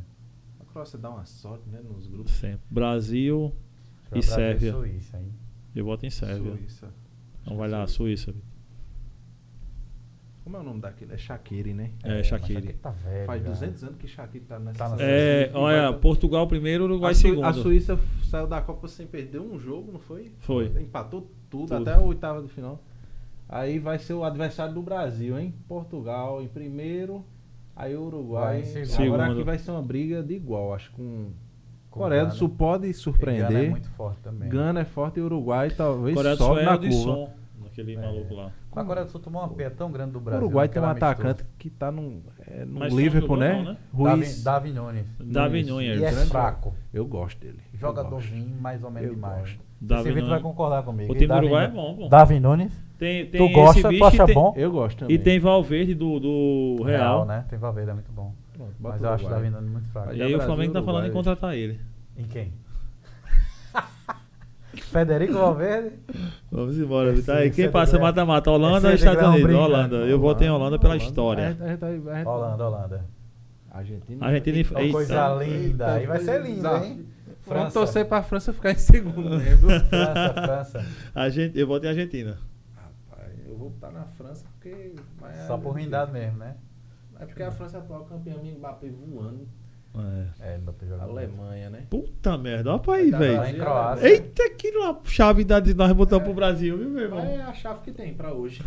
B: A Croácia dá uma sorte, né? Nos grupos.
A: Sempre. Brasil,
C: Acho que
A: E
C: vai é Brasil
A: Sérvia.
C: Suíça, hein?
A: eu boto em Sérvia.
B: Suíça.
A: Então vai lá, Suíça. Vitor.
B: Como é o nome daquele? É Shaqiri, né?
A: É,
C: mas
A: Shaqiri.
C: tá velho.
B: Faz
C: já.
B: 200 anos que Shaqiri tá nessa.
C: Tá na
B: seleção.
A: É,
B: E
A: olha,
B: vai-
A: Portugal primeiro, Uruguai
B: a Sui-
A: segundo.
B: A Suíça f- saiu da Copa sem perder um jogo, não foi?
A: Foi.
B: Empatou tudo,
A: Tudo.
B: até a oitava de final. Aí vai ser o adversário do Brasil, hein? Portugal em primeiro, aí o Uruguai.
C: Vai em segundo.
B: Agora
A: Segundo.
B: aqui vai ser uma briga de igual, acho que um.
C: Com
B: Coreia do
C: Gana.
B: Sul pode
C: E Gana é
B: surpreender.
C: muito forte também.
B: Gana é forte e Uruguai talvez
A: Coreia do Sul
B: sobe
A: é
B: na
A: o de
B: curva.
A: som, naquele
C: É.
A: maluco lá.
C: A Coreia do Sul tomou uma peia tão grande do
B: O
C: Brasil.
B: Uruguai tem um
C: naquela
B: atacante
C: amistoso.
B: que tá no, é, no
A: Mas não
B: Liverpool,
A: jogou
B: né?
A: não, né?
B: Ruiz.
C: Davi, Davi Nunes.
A: Davi
B: Nunes.
A: Nunes.
C: E é
B: grande
C: fraco.
B: Eu gosto dele. Eu gosto.
C: Jogadorzinho, mais ou menos
B: Eu
C: demais.
B: gosto.
A: Davi
C: Esse Vitor
A: Nunes.
C: vai concordar comigo.
A: O
C: E
A: time do
C: Davi
A: Uruguai é
C: Nu-
A: bom, pô.
C: Davi Nunes.
A: Tem, tem
C: Tu
A: esse
C: gosta, tu
A: bicho
C: acha
A: e tem,
C: bom?
B: Eu gosto também.
A: E tem Valverde do, do Real.
C: Real, né? Tem Valverde, é muito bom.
B: Pronto, bota
C: Mas
B: o
C: eu acho o
B: Uruguai.
C: Davi Nunes muito fraco.
A: E
B: Olha,
A: aí o
B: Brasil,
A: Flamengo tá falando em
B: Uruguai.
A: contratar ele.
C: Em quem? Federico Valverde?
A: Vamos embora,
C: Esse-
A: Vitor. Aí,
C: esse
A: Quem
C: é
A: passa
C: legal.
A: mata-mata? Holanda ou
C: Esse é
A: Estados
C: legal,
A: Unidos?
C: brincando.
A: Holanda. Eu voto em Holanda pela
C: é
B: Holanda. A
A: história.
B: gente- a gente- a gente-
C: Holanda, Holanda.
B: Argentina.
A: Argentina e
C: Ó, coisa
A: Eita.
C: linda. Aí vai ser lindo,
B: Exato.
C: hein?
B: Vamos
C: França.
B: torcer pra França ficar em segundo, né? viu?
C: França, França.
A: A gente, eu voto em Argentina.
B: Rapaz, eu vou estar na França porque. mas-
C: Só por rindade mesmo, né?
B: É porque a França é atual campeã, o Mbappé voando.
A: É.
C: É, Mbappé joga.
B: A
C: muito.
B: Alemanha, né?
A: Puta merda, olha pra aí,
B: Vai dar né?
A: velho.
C: Lá em Croácia.
A: Eita, que lá- chave da de nós botamos pro Brasil, viu, meu irmão?
B: É a chave que tem pra hoje.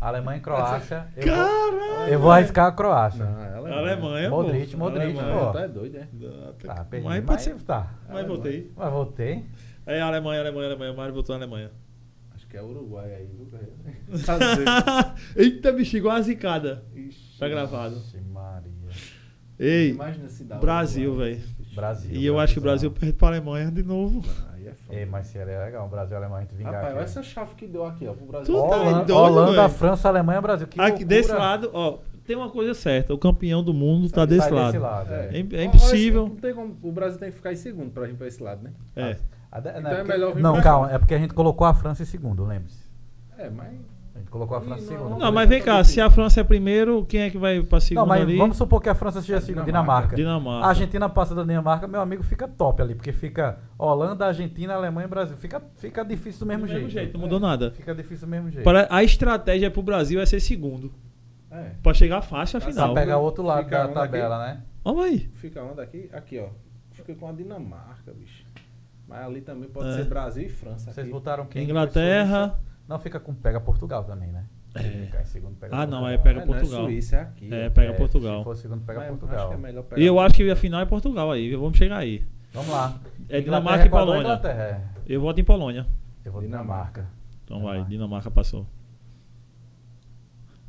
C: Alemanha e Croácia. Eu vou,
A: Caralho!
C: eu vou arriscar a Croácia.
B: é
A: é.
B: Alemanha.
A: Alemanha, pô.
C: Modric, Modric,
A: Alemanha.
C: pô.
B: Tu é doido, é?
A: Ah, tá-
C: Tá, perdi.
A: mas
C: Mas,
A: pode ser.
C: tá.
A: Mas voltei.
C: Mas voltei.
A: É Alemanha, Alemanha, Alemanha. Mário voltou na Alemanha.
B: Acho que é Uruguai aí, viu, velho?
A: Tá
B: Tá
A: Eita, bicho, igual a zicada. Tá gravado.
C: Vixe, Maria.
A: Ei,
B: Imagina se dá.
A: Brasil,
B: Uruguai.
A: velho.
C: Brasil.
A: E eu acho que o Brasil perde para a Alemanha de novo.
B: Aí é foda.
C: É, mas seria legal. Brasil e Alemanha, a gente vingar
B: Rapaz, olha
C: aqui.
B: essa chave que deu aqui, ó, pro Brasil.
A: Tu tá
C: Holanda,
B: então,
A: doido,
C: Holanda,
A: velho.
C: França, Alemanha, Brasil. Que
A: Aqui, desse
C: loucura.
A: lado, ó, tem uma coisa certa: o campeão do mundo está
C: Sai
A: desse,
C: desse
A: lado.
C: lado, é.
A: É, im- é
B: Ó, ó,
A: impossível.
B: esse- assim, não tem como- o Brasil tem que ficar em segundo pra vir pra esse lado, né?
A: É.
C: A da-
B: Então
C: não,
B: é
C: porque-
B: melhor vir
C: Não,
B: pra
C: calma,
B: cá.
C: é porque a gente colocou a França em segundo, lembre-se.
B: É, mas.
C: A gente colocou a
B: Ih,
C: França em
B: não,
C: segundo.
A: Não, mas vem cá, se a França é primeiro, quem é que vai para segundo
C: Ah, tá Não, mas
A: ali?
C: vamos supor que a França seja segunda, Dinamarca.
B: Dinamarca.
A: Dinamarca.
C: A Argentina passa da Dinamarca, meu amigo, fica top ali, porque fica Holanda, Argentina, Alemanha e Brasil. Fica, fica difícil do mesmo, um jeito. É.
A: não mudou nada.
C: Fica difícil do mesmo jeito.
A: Para, a estratégia para o Brasil é ser segundo.
B: É.
A: Para chegar à faixa
B: Pra
A: final.
C: Só Tá, pegar o outro lado
B: Fica
C: da
B: um
C: tabela, né?
A: Vamos aí.
B: Fica onde aqui? Aqui, ó. Fica com a Dinamarca, bicho. Mas ali também pode
A: É.
B: ser Brasil e França.
C: Vocês
B: aqui.
C: botaram quem?
A: Inglaterra.
C: Não, fica com pega Portugal também, né?
A: É.
C: Ficar em segundo, pega
A: Ah, não,
C: Portugal.
A: aí pega
B: Ah, não,
A: Portugal.
B: É Suíça, é aqui.
A: É,
B: ó.
A: pega
C: É, Se
A: Portugal.
C: for segundo, pega
B: Mas Acho
C: Portugal.
B: que é melhor pegar
A: E eu acho que a final é Portugal aí. Vamos chegar aí.
C: Vamos
A: É
C: lá. Inglaterra,
A: Dinamarca e
C: Equador,
A: Polônia.
C: Inglaterra, é.
A: Eu voto em Polônia.
C: Eu vou Dinamarca.
A: Então vai, Dinamarca passou.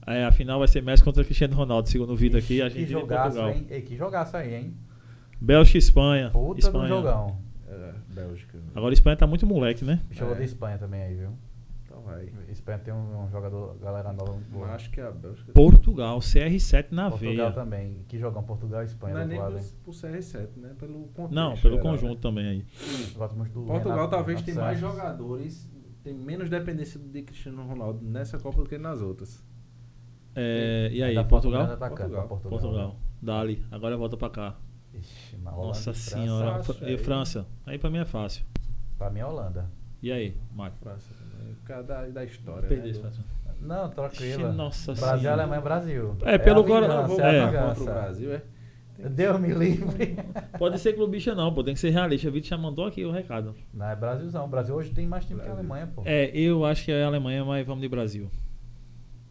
A: É, a final vai ser Messi contra Cristiano Ronaldo, segundo o Vitor
C: Ixi,
A: aqui.
C: que
A: Argentina e
C: jogaço,
A: Portugal.
C: hein? Ei, que jogaço aí, hein?
A: Bélgica e Espanha.
C: Puta
A: Espanha.
C: do jogão.
B: É, Bélgica.
A: Agora a Espanha tá muito moleque, né?
C: Bicho, eu vou
B: É.
C: de Espanha também aí, viu?
B: Então vai.
C: Espanha tem um, um jogador, galera nova muito
B: Eu
C: boa.
B: acho que é a Bélgica.
A: Portugal, CR7 na
C: Portugal
A: veia.
C: também. Que jogão Portugal e Espanha
B: Não é
C: do
B: nem
C: outro lado,
B: pro,
C: hein?
B: pro CR7, né? Pelo contexto.
A: Não, pelo
B: geral,
A: conjunto
B: né?
A: também aí.
C: Eu Gosto muito do
B: Portugal
C: Renato-
B: talvez
A: tá
C: Renato
B: tenha mais
C: Sanches.
B: jogadores, tem menos dependência de Cristiano Ronaldo nessa Copa do que nas outras.
A: É, e aí,
C: Ainda falta um grande
A: Portugal?
C: atacante pra
B: Portugal.
C: Portugal.
A: Portugal. Dali, agora volta pra cá.
C: né? Ixi, mas Holanda
A: Nossa
C: e França,
A: senhora.
B: França,
A: e
B: aí.
A: França. Aí pra mim é fácil.
C: Pra mim é Holanda.
A: E aí, Marco?
B: França também. Por causa da, da história.
A: Perdi
B: né?
A: esse patrão.
C: Não, tranquilo.
A: Ixi, nossa
C: Brasil,
A: senhora.
C: Alemanha, Brasil.
A: É, pelo
C: a
A: agora-
B: Tá
C: vingança,
A: eu vou
C: é a
A: votar
B: Contra o
C: vingança.
B: Brasil, é?
C: Deus me livre.
A: Pode ser clubista não, pô. Tem que ser realista. O Vitor já mandou aqui o recado.
C: Não, é Brasilzão. O Brasil hoje tem mais time que a
B: Brasil.
C: Alemanha, pô.
A: É, eu acho que é a Alemanha, mas vamos de Brasil.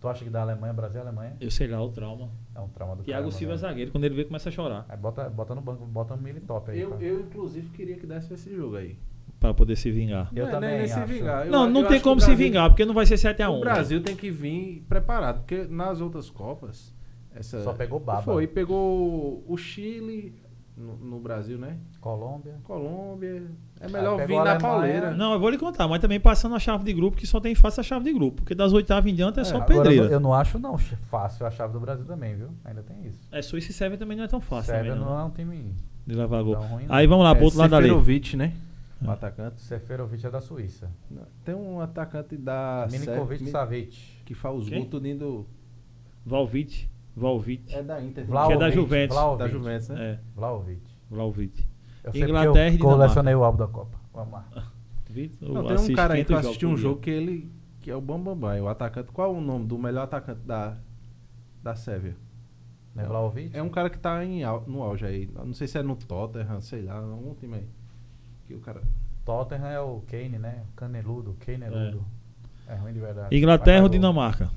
C: Tu acha que da Alemanha, Brasil, Alemanha?
A: Eu sei lá, o trauma.
C: É um trauma do
A: Thiago
B: Ah,
C: caramba,
A: Silva é
C: né?
A: zagueiro. Quando ele vê, começa a chorar.
C: Aí bota, bota no banco, bota no militop aí.
B: Eu,
C: pá.
B: eu, inclusive, queria que desse esse jogo aí.
A: Pra poder se vingar.
C: Eu
B: Não é
C: também
B: nem se
C: acho.
B: vingar. Eu-
A: não, não
B: eu
A: tem
B: acho que o
A: como se
B: Brasil-
A: vingar, porque não vai ser 7x1.
B: O Brasil tem que vir preparado, porque nas outras Copas. Essa
C: Só pegou baba. né?
B: Foi, pegou o Chile no, no Brasil, né?
C: Colômbia.
B: Colômbia. É melhor
C: Ah, pegou
B: vir
C: a
B: na
C: Alemanha.
B: pauleira.
A: Não, eu vou lhe contar, mas também passando a chave de grupo, que só tem fácil a chave de grupo. Porque das oitavas em diante é,
B: É,
A: só
C: Agora,
A: pedreira.
C: eu não- eu não acho não ch- fácil a chave do Brasil também, viu? Ainda tem isso.
A: É, Suíça e Sérvia também não é tão fácil
C: Sérvia
A: também,
C: não.
A: não.
C: é um time...
A: De levar gol.
C: Não, ruim não.
A: Aí vamos lá, Ah. pro outro lado da lei.
B: É, Seferovic, né? O atacante.
C: Seferovic é da Suíça.
B: Não, Tem um atacante da
C: Milinkovic
B: Ah, Sérvia,
C: Savic.
B: que faz os
A: Quem?
B: gols tudinho do.
A: Valvite. Valvite.
B: É da Inter.
A: Vlahovic, da Juventus.
B: Da Juventus, né?
A: É,
C: Vlaovic.
A: Valvite.
C: Eu sei porque
A: Inglaterra e
C: eu
A: Dinamarca.
C: colecionei o álbum da Copa. Vamos lá.
B: Não, tem um cara aí que eu assisti um jogo que ele. Que é o Bambambam, é o atacante. Qual é o nome do melhor atacante da, da Sérvia?
C: Não é Vlaovic?
B: É um cara que tá em, au- no auge aí. Não sei se é no Tottenham, sei lá, algum time aí. Que o cara.
C: Tottenham é o Kane, né? O Caneludo, Caneludo. É. ruim de verdade.
A: Inglaterra
C: Mas
A: ou
C: tá bom.
A: Dinamarca?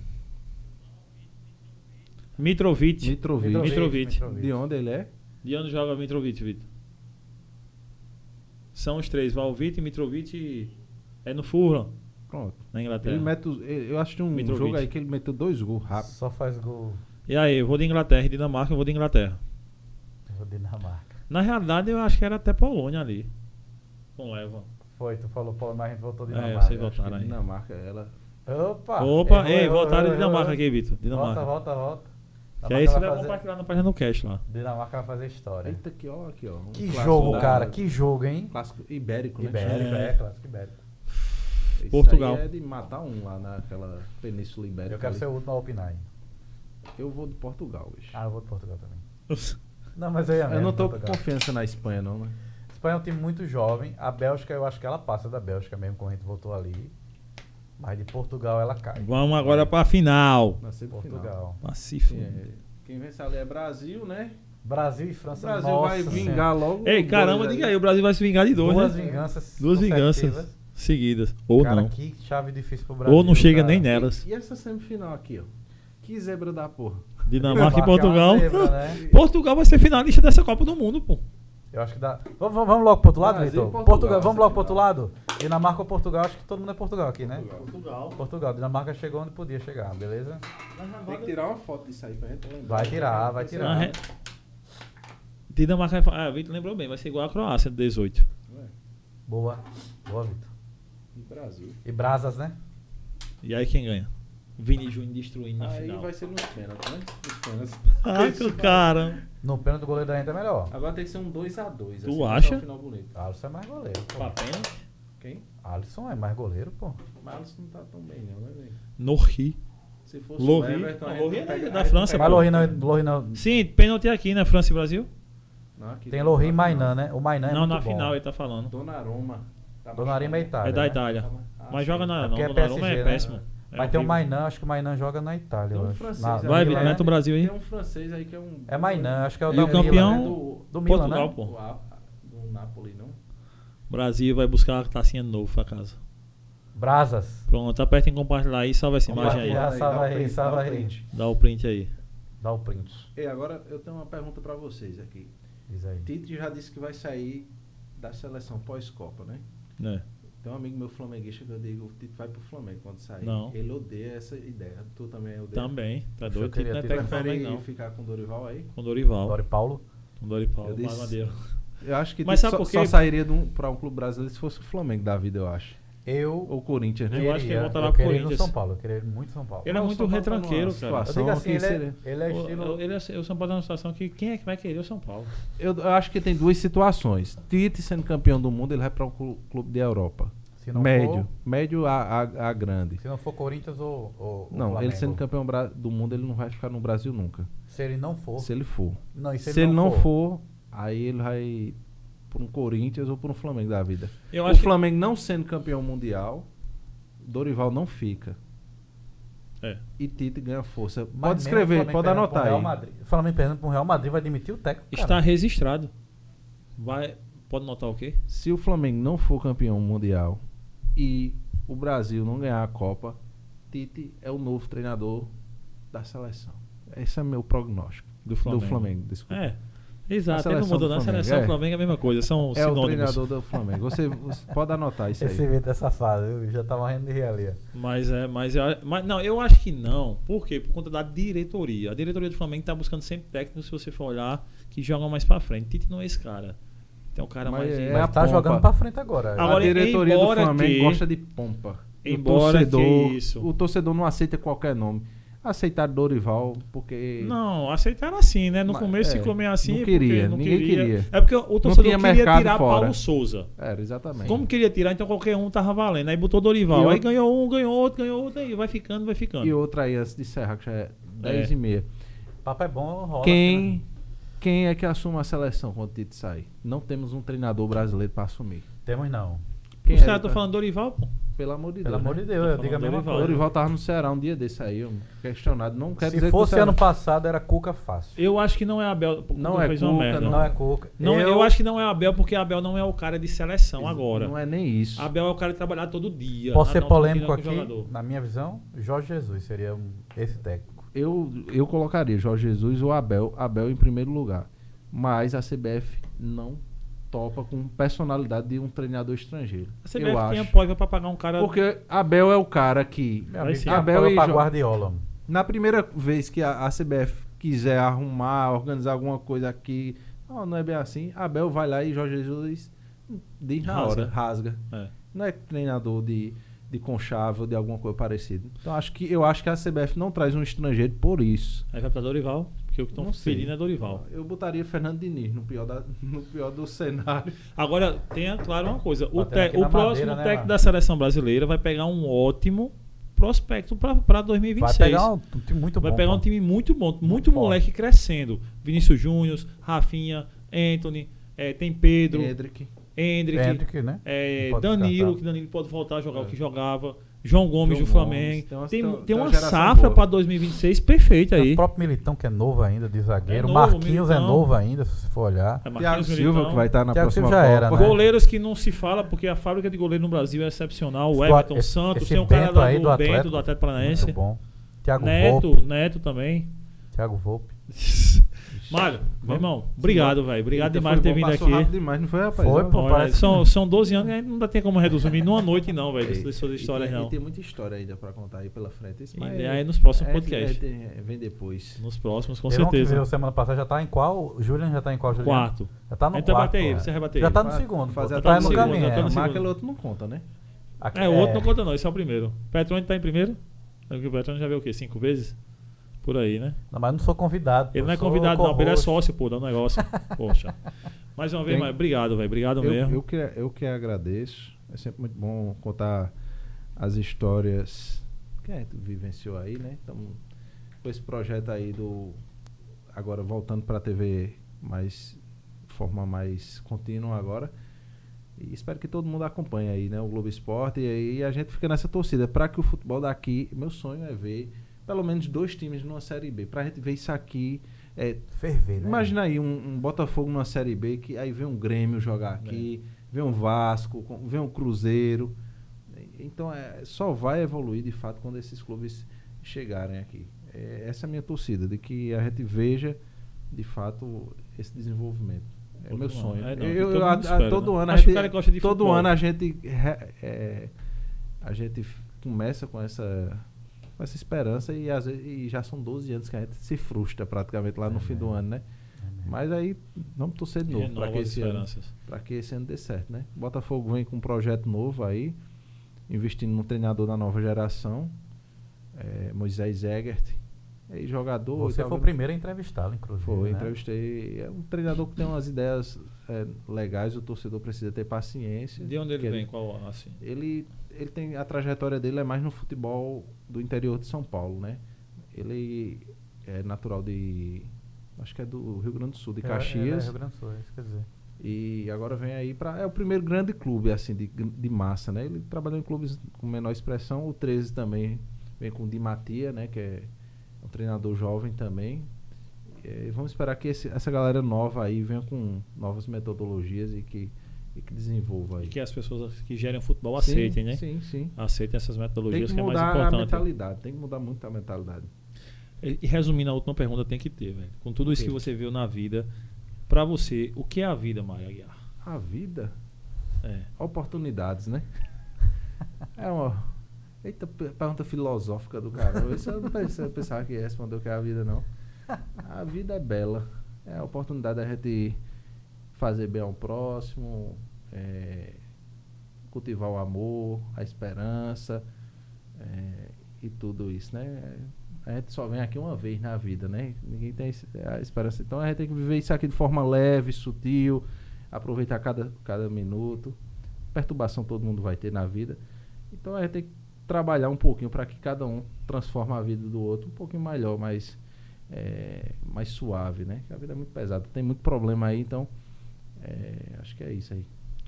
A: Mitrovic.
B: Mitrovic.
A: Mitrovic.
B: De onde ele é?
A: De onde joga Mitrovic, Vitor? São os três, Valvite, Mitrovic e... É no Fulham,
B: Pronto.
A: na Inglaterra.
B: Ele mete os- ele- eu acho que um
A: Mitrovic.
B: jogo aí que ele meteu dois gols rápido.
C: Só faz gol
A: E aí, eu vou de Inglaterra e Dinamarca, eu vou de Inglaterra.
C: do Dinamarca.
A: Na realidade, eu acho que era até Polônia ali. Com leva.
C: Foi, tu falou Paulo, mas a gente voltou
A: É,
C: Dinamarca.
A: vocês
B: Acho que
A: votaram aí.
B: Dinamarca, ela.
C: Opa!
A: Opa,
C: errou,
A: ei,
C: errou,
A: votaram
C: errou,
A: Dinamarca
C: errou.
A: aqui, Vitor. Dinamarca. é
C: Volta, volta, volta.
A: que aí você
C: Dinamarca
A: vai
C: Tá fazer-
A: compartilhar na página do cast lá.
C: Dinamarca vai fazer história.
B: Eita, aqui, ó, aqui, ó. Um
C: que
B: clássico
C: jogo,
B: da-
C: cara, que jogo, hein?
B: Clássico ibérico, né?
C: Ibérico,
A: É.
C: é, clássico ibérico.
B: Isso aí
A: Portugal.
B: é de matar um lá naquela Península Ibérica.
C: Eu quero
B: ali.
C: ser o último a opinar aí.
B: Eu vou de Portugal, bicho.
C: Ah, eu vou de Portugal também. Não, mas eu ia
B: eu
C: mesmo,
B: não tô com
C: Portugal.
B: confiança na Espanha, não, né?
C: Espanha é um time muito jovem. A Bélgica, eu acho que ela passa da Bélgica mesmo, quando a gente voltou ali. Mas de Portugal ela cai.
A: Vamos agora pra final.
B: Na semifinal.
C: Portugal.
A: Pacífico.
B: É, Quem vence ali é Brasil, né?
C: Brasil e
B: O
C: França,
B: Brasil
C: nossa
B: vai
C: senhora.
B: vingar logo.
A: Ei,
B: dois
A: caramba, diga aí, o Brasil vai se vingar de dois,
C: Duas
A: né?
C: vinganças.
A: Duas
C: consecutivas.
A: vinganças seguidas. Ou
C: cara,
A: não.
C: que chave difícil pro Brasil.
A: Ou não chega
C: cara.
A: nem nelas.
B: E essa semifinal aqui, ó? Que zebra da porra.
A: Dinamarca e
C: Dinamarca é uma
A: Portugal.
C: zebra, né?
A: Portugal vai ser finalista dessa Copa do Mundo, pô.
C: Eu acho que dá. Vamos, vamos- vamos logo pro outro lado,
B: Brasil e
C: Vitor? Portugal,
B: Portugal,
C: vamos
B: essa
C: logo pro outro
B: final.
C: lado? Dinamarca ou Portugal? Acho que todo mundo é Portugal aqui, né?
A: Portugal.
C: Portugal. Dinamarca chegou onde podia chegar, beleza?
B: Tem que tirar uma foto disso aí pra gente lembrar.
A: Ah,
C: Vai tirar, vai tirar.
A: Na, re- Dinamarca vai falar. Ah, Vitor lembrou bem, vai ser igual a Croácia de 18.
C: Boa. Boa, Vitor.
B: E Brasil.
C: E brasas, né?
A: E aí quem ganha? Vini Júnior destruindo na
B: Aí
A: final.
B: vai ser nos pênaltis, né? Nos pênaltis.
A: Ah, que o cara.
C: No pênalti do goleiro da Inter é melhor.
B: Agora tem que ser um 2x2.
A: Tu acha?
B: final bonito.
C: Alisson é mais goleiro.
A: Pra
C: Pô.
A: pênalti.
B: Quem?
C: Alisson é mais goleiro, pô.
B: Mas Alisson não tá tão bem, não, né, velho?
A: Norri.
B: Se fosse o
A: Lohri.
B: Everton, aí
A: Lohri
B: tu
A: é
B: pega-
A: da- da
B: aí tu
A: França,
B: pega-
C: Mas Lohri não, é- Lohri não-
A: Sim, pênalti aqui, né? França e Brasil?
B: Não, aqui
C: Tem
B: tá
C: Lohri e
B: na
C: Mainan,
B: final.
C: né? O Mainan é
A: não,
C: muito
A: na
C: bom.
A: final ele tá falando.
B: Donnarumma. Tá
C: Donnarumma é
B: machucado.
A: É
C: Itália.
A: da
C: né?
A: Itália.
B: Ah,
A: Mas
B: sim.
A: joga na.
C: É
A: Não,
C: porque é
A: o Donnarumma
C: PSG,
A: é
C: né?
A: péssimo. É
C: Vai ter o
A: horrível.
C: Mainan, acho que o Mainan joga na Itália.
B: Tem um
C: eu acho.
B: francês
C: Na-
B: aí,
A: Vai,
C: no
A: Vitor,
C: Milan,
B: né?
A: mete o
C: né?
A: Brasil aí.
B: Tem um francês aí que é um.
C: É Mainan, acho que é o
A: E
C: da
A: o campeão?
C: Milan, né?
B: Do,
C: Do Milan,
A: Portugal,
C: né?
A: pô.
B: do, Al- do Napoli, não?
A: Brasil vai buscar a tacinha de novo pra casa.
C: Brasas.
A: Pronto, aperta em compartilhar aí e salva essa imagem aí.
C: Compartilhar.
B: Dá um
C: salva
B: print,
C: aí,
B: dá um
C: salva aí.
B: print.
A: Dá o print aí.
C: Dá o print.
B: E agora eu tenho uma pergunta pra vocês aqui.
C: Diz aí.
B: Tite já disse que vai sair da seleção pós-Copa, né?
A: né?
B: Tem um amigo meu flamenguista que eu digo, o Tite vai pro Flamengo quando sair.
A: Não.
B: Ele odeia essa ideia. Tu também odeia.
A: Também. Tá
C: Eu
A: doido. Tito
C: queria
A: não é
C: ter-
A: pega o
B: Prefere
A: Flamengo, não.
B: ficar com o Dorival aí?
A: Com Dorival.
C: Dori Paulo.
A: Com Dorival.
B: Eu
A: Com
B: disse-
A: Madeiro.
B: Eu acho que
A: Mas sabe
B: Tite só,
A: por quê?
B: só sairia de um, pra um clube brasileiro se fosse o Flamengo da vida, eu acho.
C: Eu.
B: Ou o Corinthians, né?
A: Eu acho que ele
C: queria-
A: voltará
C: eu
A: pro
C: queria ele no
A: Corinthians.
C: São Paulo. Eu queria ele muito em São Paulo.
A: Ele é
B: Mas o
A: muito
B: São Paulo tá numa
A: retranqueiro, cara.
C: Eu digo assim,
B: que
C: ele
B: seria-
C: é, ele é estilo.
A: O, ele é, o São Paulo tá numa situação que quem é que vai querer o São Paulo?
B: Eu, eu acho que tem duas situações. Tite sendo campeão do mundo, ele vai para um clu- clube da Europa.
C: Se não
B: médio. Médio a, a, a grande.
C: For, se não for Corinthians ou. ou- ou
B: Não,
C: Flamengo.
B: ele sendo campeão bra- do mundo, ele não vai ficar no Brasil nunca.
C: Se ele não for.
B: Se ele for.
C: Não, e
B: se ele não for, aí ele vai para um Corinthians ou para um Flamengo da vida.
A: Eu
B: o
A: acho que-
B: Flamengo não sendo campeão mundial, Dorival não fica.
A: É.
B: E Tite ganha força.
C: Mas
B: pode
C: mesmo
B: escrever,
C: Flamengo
B: pode
C: perdendo pro
B: anotar
C: Real
B: aí.
C: Madrid- Flamengo perdendo pro Real Madrid vai demitir o técnico.
A: Está
C: cara.
A: registrado. Vai. Pode notar o quê?
B: Se o Flamengo não for campeão mundial e o Brasil não ganhar a Copa, Tite é o novo treinador da seleção. Esse é meu prognóstico.
A: Do Flamengo.
B: Do Flamengo, desculpa.
A: É.
B: A
A: Exato. Ele não
B: seleção
A: mudou
B: do
A: na
B: Flamengo,
A: seleção.
B: é.
A: O Flamengo é a mesma coisa. São
B: É o
A: sinônimos.
B: treinador do Flamengo. Você, você pode anotar isso
C: Esse
B: aí.
C: evento é safado, eu já tava morrendo de rir ali. ó.
A: Mas é, mas, eu a- mas não, eu acho que não. Por quê? Por conta da diretoria. A diretoria do Flamengo tá buscando sempre técnicos, se você for olhar, que jogam mais pra frente. Tite não é esse cara. Tem um cara
B: Mas
A: mais. de-
B: É a
C: Mas tá
B: pompa.
C: jogando pra frente agora.
A: Agora,
B: a diretoria do
A: embora
B: Flamengo
A: que-
B: gosta de pompa.
A: Embora
B: o torcedor,
A: que isso.
B: O torcedor não aceita qualquer nome. Aceitar Dorival, porque.
A: Não, aceitaram assim, né? No
B: Mas,
A: começo
B: é,
A: ficou meio assim.
B: não
A: porque
B: queria,
A: não
B: ninguém queria.
A: É porque o torcedor
B: tinha
A: queria
B: mercado
A: tirar
B: fora.
A: Paulo Souza.
B: Era, exatamente.
A: Como queria tirar, então qualquer um tava valendo. Aí botou
B: E
A: Dorival. Aí
B: outro-
A: ganhou um, ganhou outro, ganhou outro. Aí vai ficando, vai ficando.
B: E outra aí antes de encerrar, que já é 10 e meia.
C: Papo é bom, rola. né?
B: Quem, quem é que assume a seleção quando o Tite sair? Não temos um treinador brasileiro pra assumir.
C: aqui, né? Temos não.
B: Quem
A: Os
B: é
A: caras
B: que-
A: estão falando Dorival, pô.
B: Pelo amor de Deus.
C: Pelo amor de
B: né?
C: Deus,
A: Tá
C: eu digo a
A: falando
C: mesma
A: Dorival.
C: coisa.
B: Dorival tava no Ceará um dia desse aí, um questionado. Não quer dizer
C: Se
B: que é um- o
C: fosse
B: Ceará-
C: ano passado, era Cuca fácil.
A: Eu acho que não é Abel. porque
B: Não é
A: fez uma
B: Cuca,
A: merda.
C: Não é Cuca.
A: Não, eu... acho que não é Abel, porque Abel não é o cara de seleção agora.
B: Não é nem isso.
A: Abel é o cara de trabalhar todo dia.
C: Posso ser
A: Ah, não, tô
C: polêmico
A: tirando
C: aqui?
A: com o jogador.
C: Na minha visão, Jorge Jesus seria um- esse técnico.
B: Eu, eu colocaria Jorge Jesus ou Abel, Abel em primeiro lugar. Mas a CBF não topa com personalidade de um treinador estrangeiro.
A: A CBF
B: eu
A: tem
B: acho.
A: apoio pra pagar um cara.
B: Porque Abel é o cara que
C: Meu
A: Vai
C: amigo,
A: ser.
C: já
B: Abel
C: apoia
B: e
C: pra
B: Jo-
C: Guardiola. mano.
B: na primeira vez que a, a CBF quiser arrumar, organizar alguma coisa aqui, "Não, não é bem assim. Abel vai lá e Jorge Jesus diz na
A: Rasga.
B: hora, rasga.
A: É.
B: Não é treinador de, de conchavo, de alguma coisa parecida. Então acho que eu acho que a CBF não traz um estrangeiro por isso.
A: Aí vai pra Dorival, porque o que estão
B: Não sei.
A: pedindo é Dorival.
B: Eu botaria Fernando Diniz no pior, da- no pior do cenário.
A: Agora, tenha claro uma coisa: o,
C: Batendo
A: te-
C: Tá aqui
A: o
C: na
A: próximo
C: madeira, né,
A: técnico
C: mano?
A: da seleção brasileira vai pegar um ótimo prospecto pra, pra 2026.
C: Vai pegar um time muito bom.
A: Vai pegar um
C: pô.
A: time muito bom, muito,
C: Muito forte.
A: moleque crescendo. Vinícius Júnior, Rafinha, Anthony, eh, tem Pedro,
B: Hendrick.
A: Hendrick,
C: Hendrick, né?
A: eh,
C: Não pode
A: Danilo,
C: descartar.
A: que Danilo pode voltar a jogar o
B: É.
A: que jogava, João Gomes
B: João
A: do Flamengo.
B: Gomes, tem uma-
A: tem
B: tem-
A: tem
B: tem uma
A: uma
B: geração
A: safra
B: boa.
A: para 2026 perfeita
C: Tem
A: aí.
C: O próprio Militão, que é novo ainda, de zagueiro.
A: É novo,
C: Marquinhos é
A: Militão.
C: novo ainda, se você for olhar.
A: É, Marquinhos
B: Thiago Silva,
A: Militão.
B: que vai estar na
C: Thiago
B: próxima
C: Silva já era,
B: Copa.
C: né?
A: Goleiros que não se fala, porque a fábrica de goleiro no Brasil é excepcional. O
C: Esse
A: Everton
C: do- esse-
A: Santos,
C: esse
A: tem um cara
C: Bento
A: lá
C: aí
A: do,
C: do
A: Bento,
C: Atlético.
A: do Atlético
C: Muito
A: Paranaense.
C: bom. Thiago
A: Neto,
C: Volpe.
A: Neto também.
C: Thiago Volpe.
A: Mário, meu irmão, obrigado, velho. Obrigado
B: Eita,
A: demais por
B: Então foi
A: ter
B: bom,
A: vindo
B: passou
A: aqui.
B: rápido demais, não foi, rapaz?
C: Foi,
B: Ó,
C: pô.
A: Olha,
C: parece-
A: são, são 12 anos, né? não dá tem como resumir numa noite, não, velho,
B: Ei,
A: dessas suas
B: e
A: histórias,
B: tem-
A: não.
B: E tem muita história ainda pra contar aí pela frente. Isso,
A: E
B: mas
A: daí
B: é-
A: nos próximos
B: é-
A: podcasts.
B: é- tem- é- vem depois.
A: Nos próximos, com
C: Teve um que
A: certeza.
C: veio semana passada já tá em qual? Julian já tá em qual, Julian?
A: Quarto.
C: Já tá no
A: A gente vai
C: quarto.
A: bater ele,
C: pô.
A: você vai bater
C: Já
A: ele.
C: tá no
B: Vai
C: segundo. pô,
B: Fazer
C: já
B: a
C: tá
A: até
C: no
A: segundo,
C: caminho.
A: já tá no
B: é,
A: segundo.
B: Marca, outro não conta, né?
C: Aqui-
A: É, o outro não conta, não, esse é o primeiro. Petrone tá em primeiro? O Petrone já veio o quê? Cinco vezes? Por aí, né?
C: Não, mas eu não sou convidado. pô,
A: Ele não é
C: sou
A: convidado, não, ele é
C: co-host.
A: sócio, pô, do negócio. Poxa. Mais uma vez,
B: Tem-
A: Mário, obrigado, velho. Obrigado
B: Eu,
A: mesmo.
B: eu, que, eu que agradeço. É sempre muito bom contar as histórias que a gente vivenciou aí, né? Então, com esse projeto aí do. Agora voltando para a TV mais. de forma mais contínua agora. E espero que todo mundo acompanhe aí, né? O Globo Esporte. E aí a gente fica nessa torcida. Para que o futebol daqui. Meu sonho é ver pelo menos dois times numa Série B. Para a gente ver isso aqui. é,
C: Ferver, né?
B: Imagina aí um, um Botafogo numa Série B, que aí vem um Grêmio jogar aqui, vem um Vasco, com- vem um Cruzeiro. Então é, só vai evoluir de fato quando esses clubes chegarem aqui. É, essa é a minha torcida, de que a gente veja de fato esse desenvolvimento. É
A: Pô,
B: meu
A: que bom.
B: sonho.
A: É, não,
B: Eu-
A: todo
B: eu- a-
A: mundo
B: a-
A: espera,
B: todo
A: né?
B: ano a
A: Acho que o
B: gente-
A: cara gosta de
B: todo
A: futebol.
B: ano a gente re- é, a gente f- começa com essa com essa esperança e às vezes e já são 12 anos que a gente se frustra praticamente lá no fim do ano, né? Mas aí vamos torcer de novo para
A: Renova
B: que
A: as
B: esse ano
A: esperanças.
B: para que esse ano dê certo, né? Botafogo vem com um projeto novo aí, investindo num treinador da nova geração, é, Moisés Egert, aí jogador. e
C: Você
B: tal,
C: foi o
B: né?
C: primeiro a entrevistá-lo, inclusive.
B: Foi,
C: né?
B: entrevistei. É um treinador que tem umas ideias é, legais, o torcedor precisa ter paciência.
A: De onde ele
B: que
A: vem? Qual assim?
B: ele, ele tem a trajetória dele é mais no futebol do interior de São Paulo, né? Ele é natural de acho que é do Rio Grande do Sul, de
C: É, é, É,
B: Caxias,
C: Rio Grande do Sul, isso quer dizer.
B: e agora vem aí para é o primeiro grande clube assim de, de massa, né? Ele trabalhou em clubes com menor expressão, o 13 também vem com o Di Matia, né, que é um treinador jovem também. E vamos esperar que esse- essa galera nova aí venha com novas metodologias e que e que desenvolva aí.
A: E que as pessoas que gerem futebol
B: Sim,
A: aceitem, né?
B: Sim, sim.
A: Aceitem essas
B: Tem
A: metodologias
B: que
A: que, é mais
B: mudar a
A: importante.
B: mentalidade, tem que mudar muito a mentalidade.
A: E e resumindo a última pergunta, tem que ter, velho. Com tudo isso
B: Ok.
A: que você viu na vida, pra você, o que é a vida, Mário Aguiar?
B: A vida,
A: É.
B: oportunidades, né? É uma. Eita, p- pergunta filosófica do caramba. Isso eu não pensei- eu pensava que ia responder o que é a vida, não. A vida é bela. É a oportunidade da gente fazer bem ao próximo, é, cultivar o amor, a esperança é, e tudo isso, né? A gente só vem aqui uma vez na vida, né? Ninguém tem esse- a esperança. Então a gente tem que viver isso aqui de forma leve, sutil, aproveitar cada, cada minuto. Perturbação todo mundo vai ter na vida. Então a gente tem que trabalhar um pouquinho para que cada um transforme a vida do outro um pouquinho melhor, mais, é, mais suave, né? Porque a vida é muito pesada, tem muito problema aí, então é, acho que é isso aí.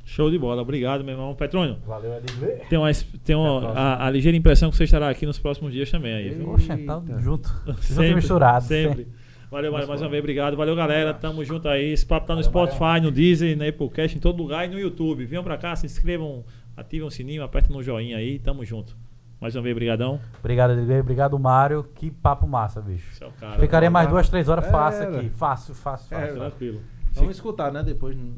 A: Show de bola. Obrigado, meu irmão. Petrônio,
C: Valeu, Edgley.
A: tem uma, es- tem uma-
C: Até a próxima.
A: a, a ligeira impressão que você estará aqui nos próximos dias também aí, viu?
C: Oxe, tá
B: Eita.
C: junto. junto e misturado.
A: Sempre. Valeu, Mário, mais uma vez, obrigado. Valeu, galera. Tamo junto aí. Esse papo tá no
C: Valeu,
A: Spotify, no Deezer, na Applecast, em todo lugar e no YouTube. Venham pra cá, se inscrevam, ativem o sininho, apertem no joinha aí. Tamo junto. Mais uma vez, brigadão.
C: Obrigado, Edgley. Obrigado, Mário. Que papo massa, bicho.
A: Esse é o cara.
C: Ficaria mais
B: tá-
C: duas, três horas
B: É,
C: fácil
B: era.
C: aqui. Fácil, fácil,
B: É,
C: fácil.
A: Tá Tranquilo.
B: Vamos escutar, né? Depois n-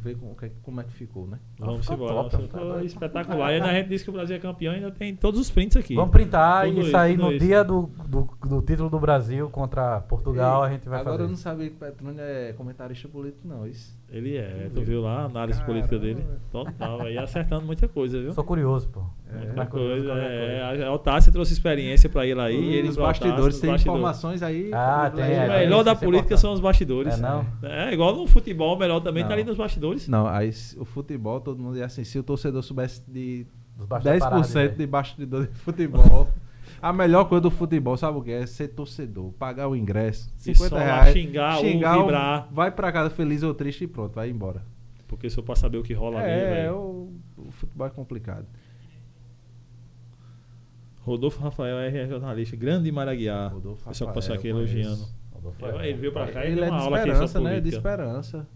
B: ver como, que- como é que ficou, né?
A: Vamos
C: ficou
A: embora.
C: top,
A: Nossa,
C: tá
A: ficou
C: doido.
A: espetacular. E ainda a gente disse que o Brasil é campeão, ainda tem todos os prints aqui.
C: Vamos printar
A: Tudo
C: e
A: isso,
C: sair
A: tudo
C: no
A: isso.
C: dia do, do, do título do Brasil contra Portugal.
B: Ei,
C: a gente vai
B: Agora
C: fazer.
B: eu não sabia que Petrônio é comentarista político, não. Isso.
A: Ele é, tu viu lá a análise política dele? Total. Aí acertando muita coisa, viu?
C: Sou curioso, pô.
B: É,
A: Muita
C: Tá curioso
A: coisa,
C: com qualquer
A: é,
C: coisa.
A: a Otácia trouxe experiência pra ele aí. e ele
B: os
A: pra Otácia,
B: bastidores
A: os
B: têm
A: bastidores.
B: informações aí. pra-
C: Ah, tem,
A: O
C: é,
B: pra-
C: tem.
A: melhor da
C: isso
A: política
C: é importante.
A: são os bastidores.
C: É, não?
A: É, igual no futebol, o melhor também tá
B: Não.
A: ali nos bastidores.
B: Não, aí s- o futebol, todo mundo ia assim, se o torcedor soubesse de
C: Dos bastidores da
B: 10%
C: parada, né?
B: de bastidor de futebol. A melhor coisa do futebol, sabe o que é? Ser torcedor, pagar o ingresso,
A: E
B: 50
A: só lá
B: reais,
A: xingar ou vibrar.
B: vai pra casa feliz ou triste e pronto, vai embora.
A: Porque se eu pra saber o que rola ali,
B: é,
A: velho.
B: o, o futebol é complicado.
A: Rodolfo Rafael é jornalista, grande Maraguiar.
B: Rodolfo
A: O pessoal que
B: Rafael,
A: passou aqui
B: eu
A: elogiando.
B: conheço.
C: Rodolfo
A: Eu-
C: é-
A: ele veio pra cá e
B: Ele
A: deu
B: é de
A: uma aula aqui sobre
B: esperança, né? De
A: política.
B: esperança.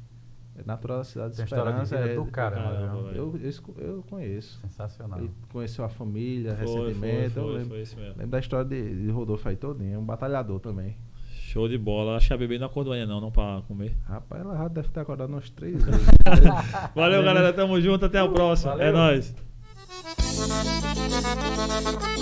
B: É natural da cidade de
C: Tem história de
B: esperança.
C: vida
B: é-
C: do caramba,
A: Caramba,
C: viu?
A: velho.
B: eu, eu, escu- eu
A: é.
B: conheço.
C: Sensacional.
B: Ele conheceu a família
A: Foi, foi,
B: recentemente. eu
A: foi,
B: lembro,
A: foi isso mesmo.
B: lembro da história de, de Rodolfo aí todinho, um É batalhador também.
A: Show de bola. Acho que a bebê não acordou ainda, não, não pra comer.
B: Rapaz, ela já deve ter acordado umas três vezes. né? Uh,
A: Valeu, galera. Tamo junto. Até a próxima. É
C: Valeu.
A: nóis.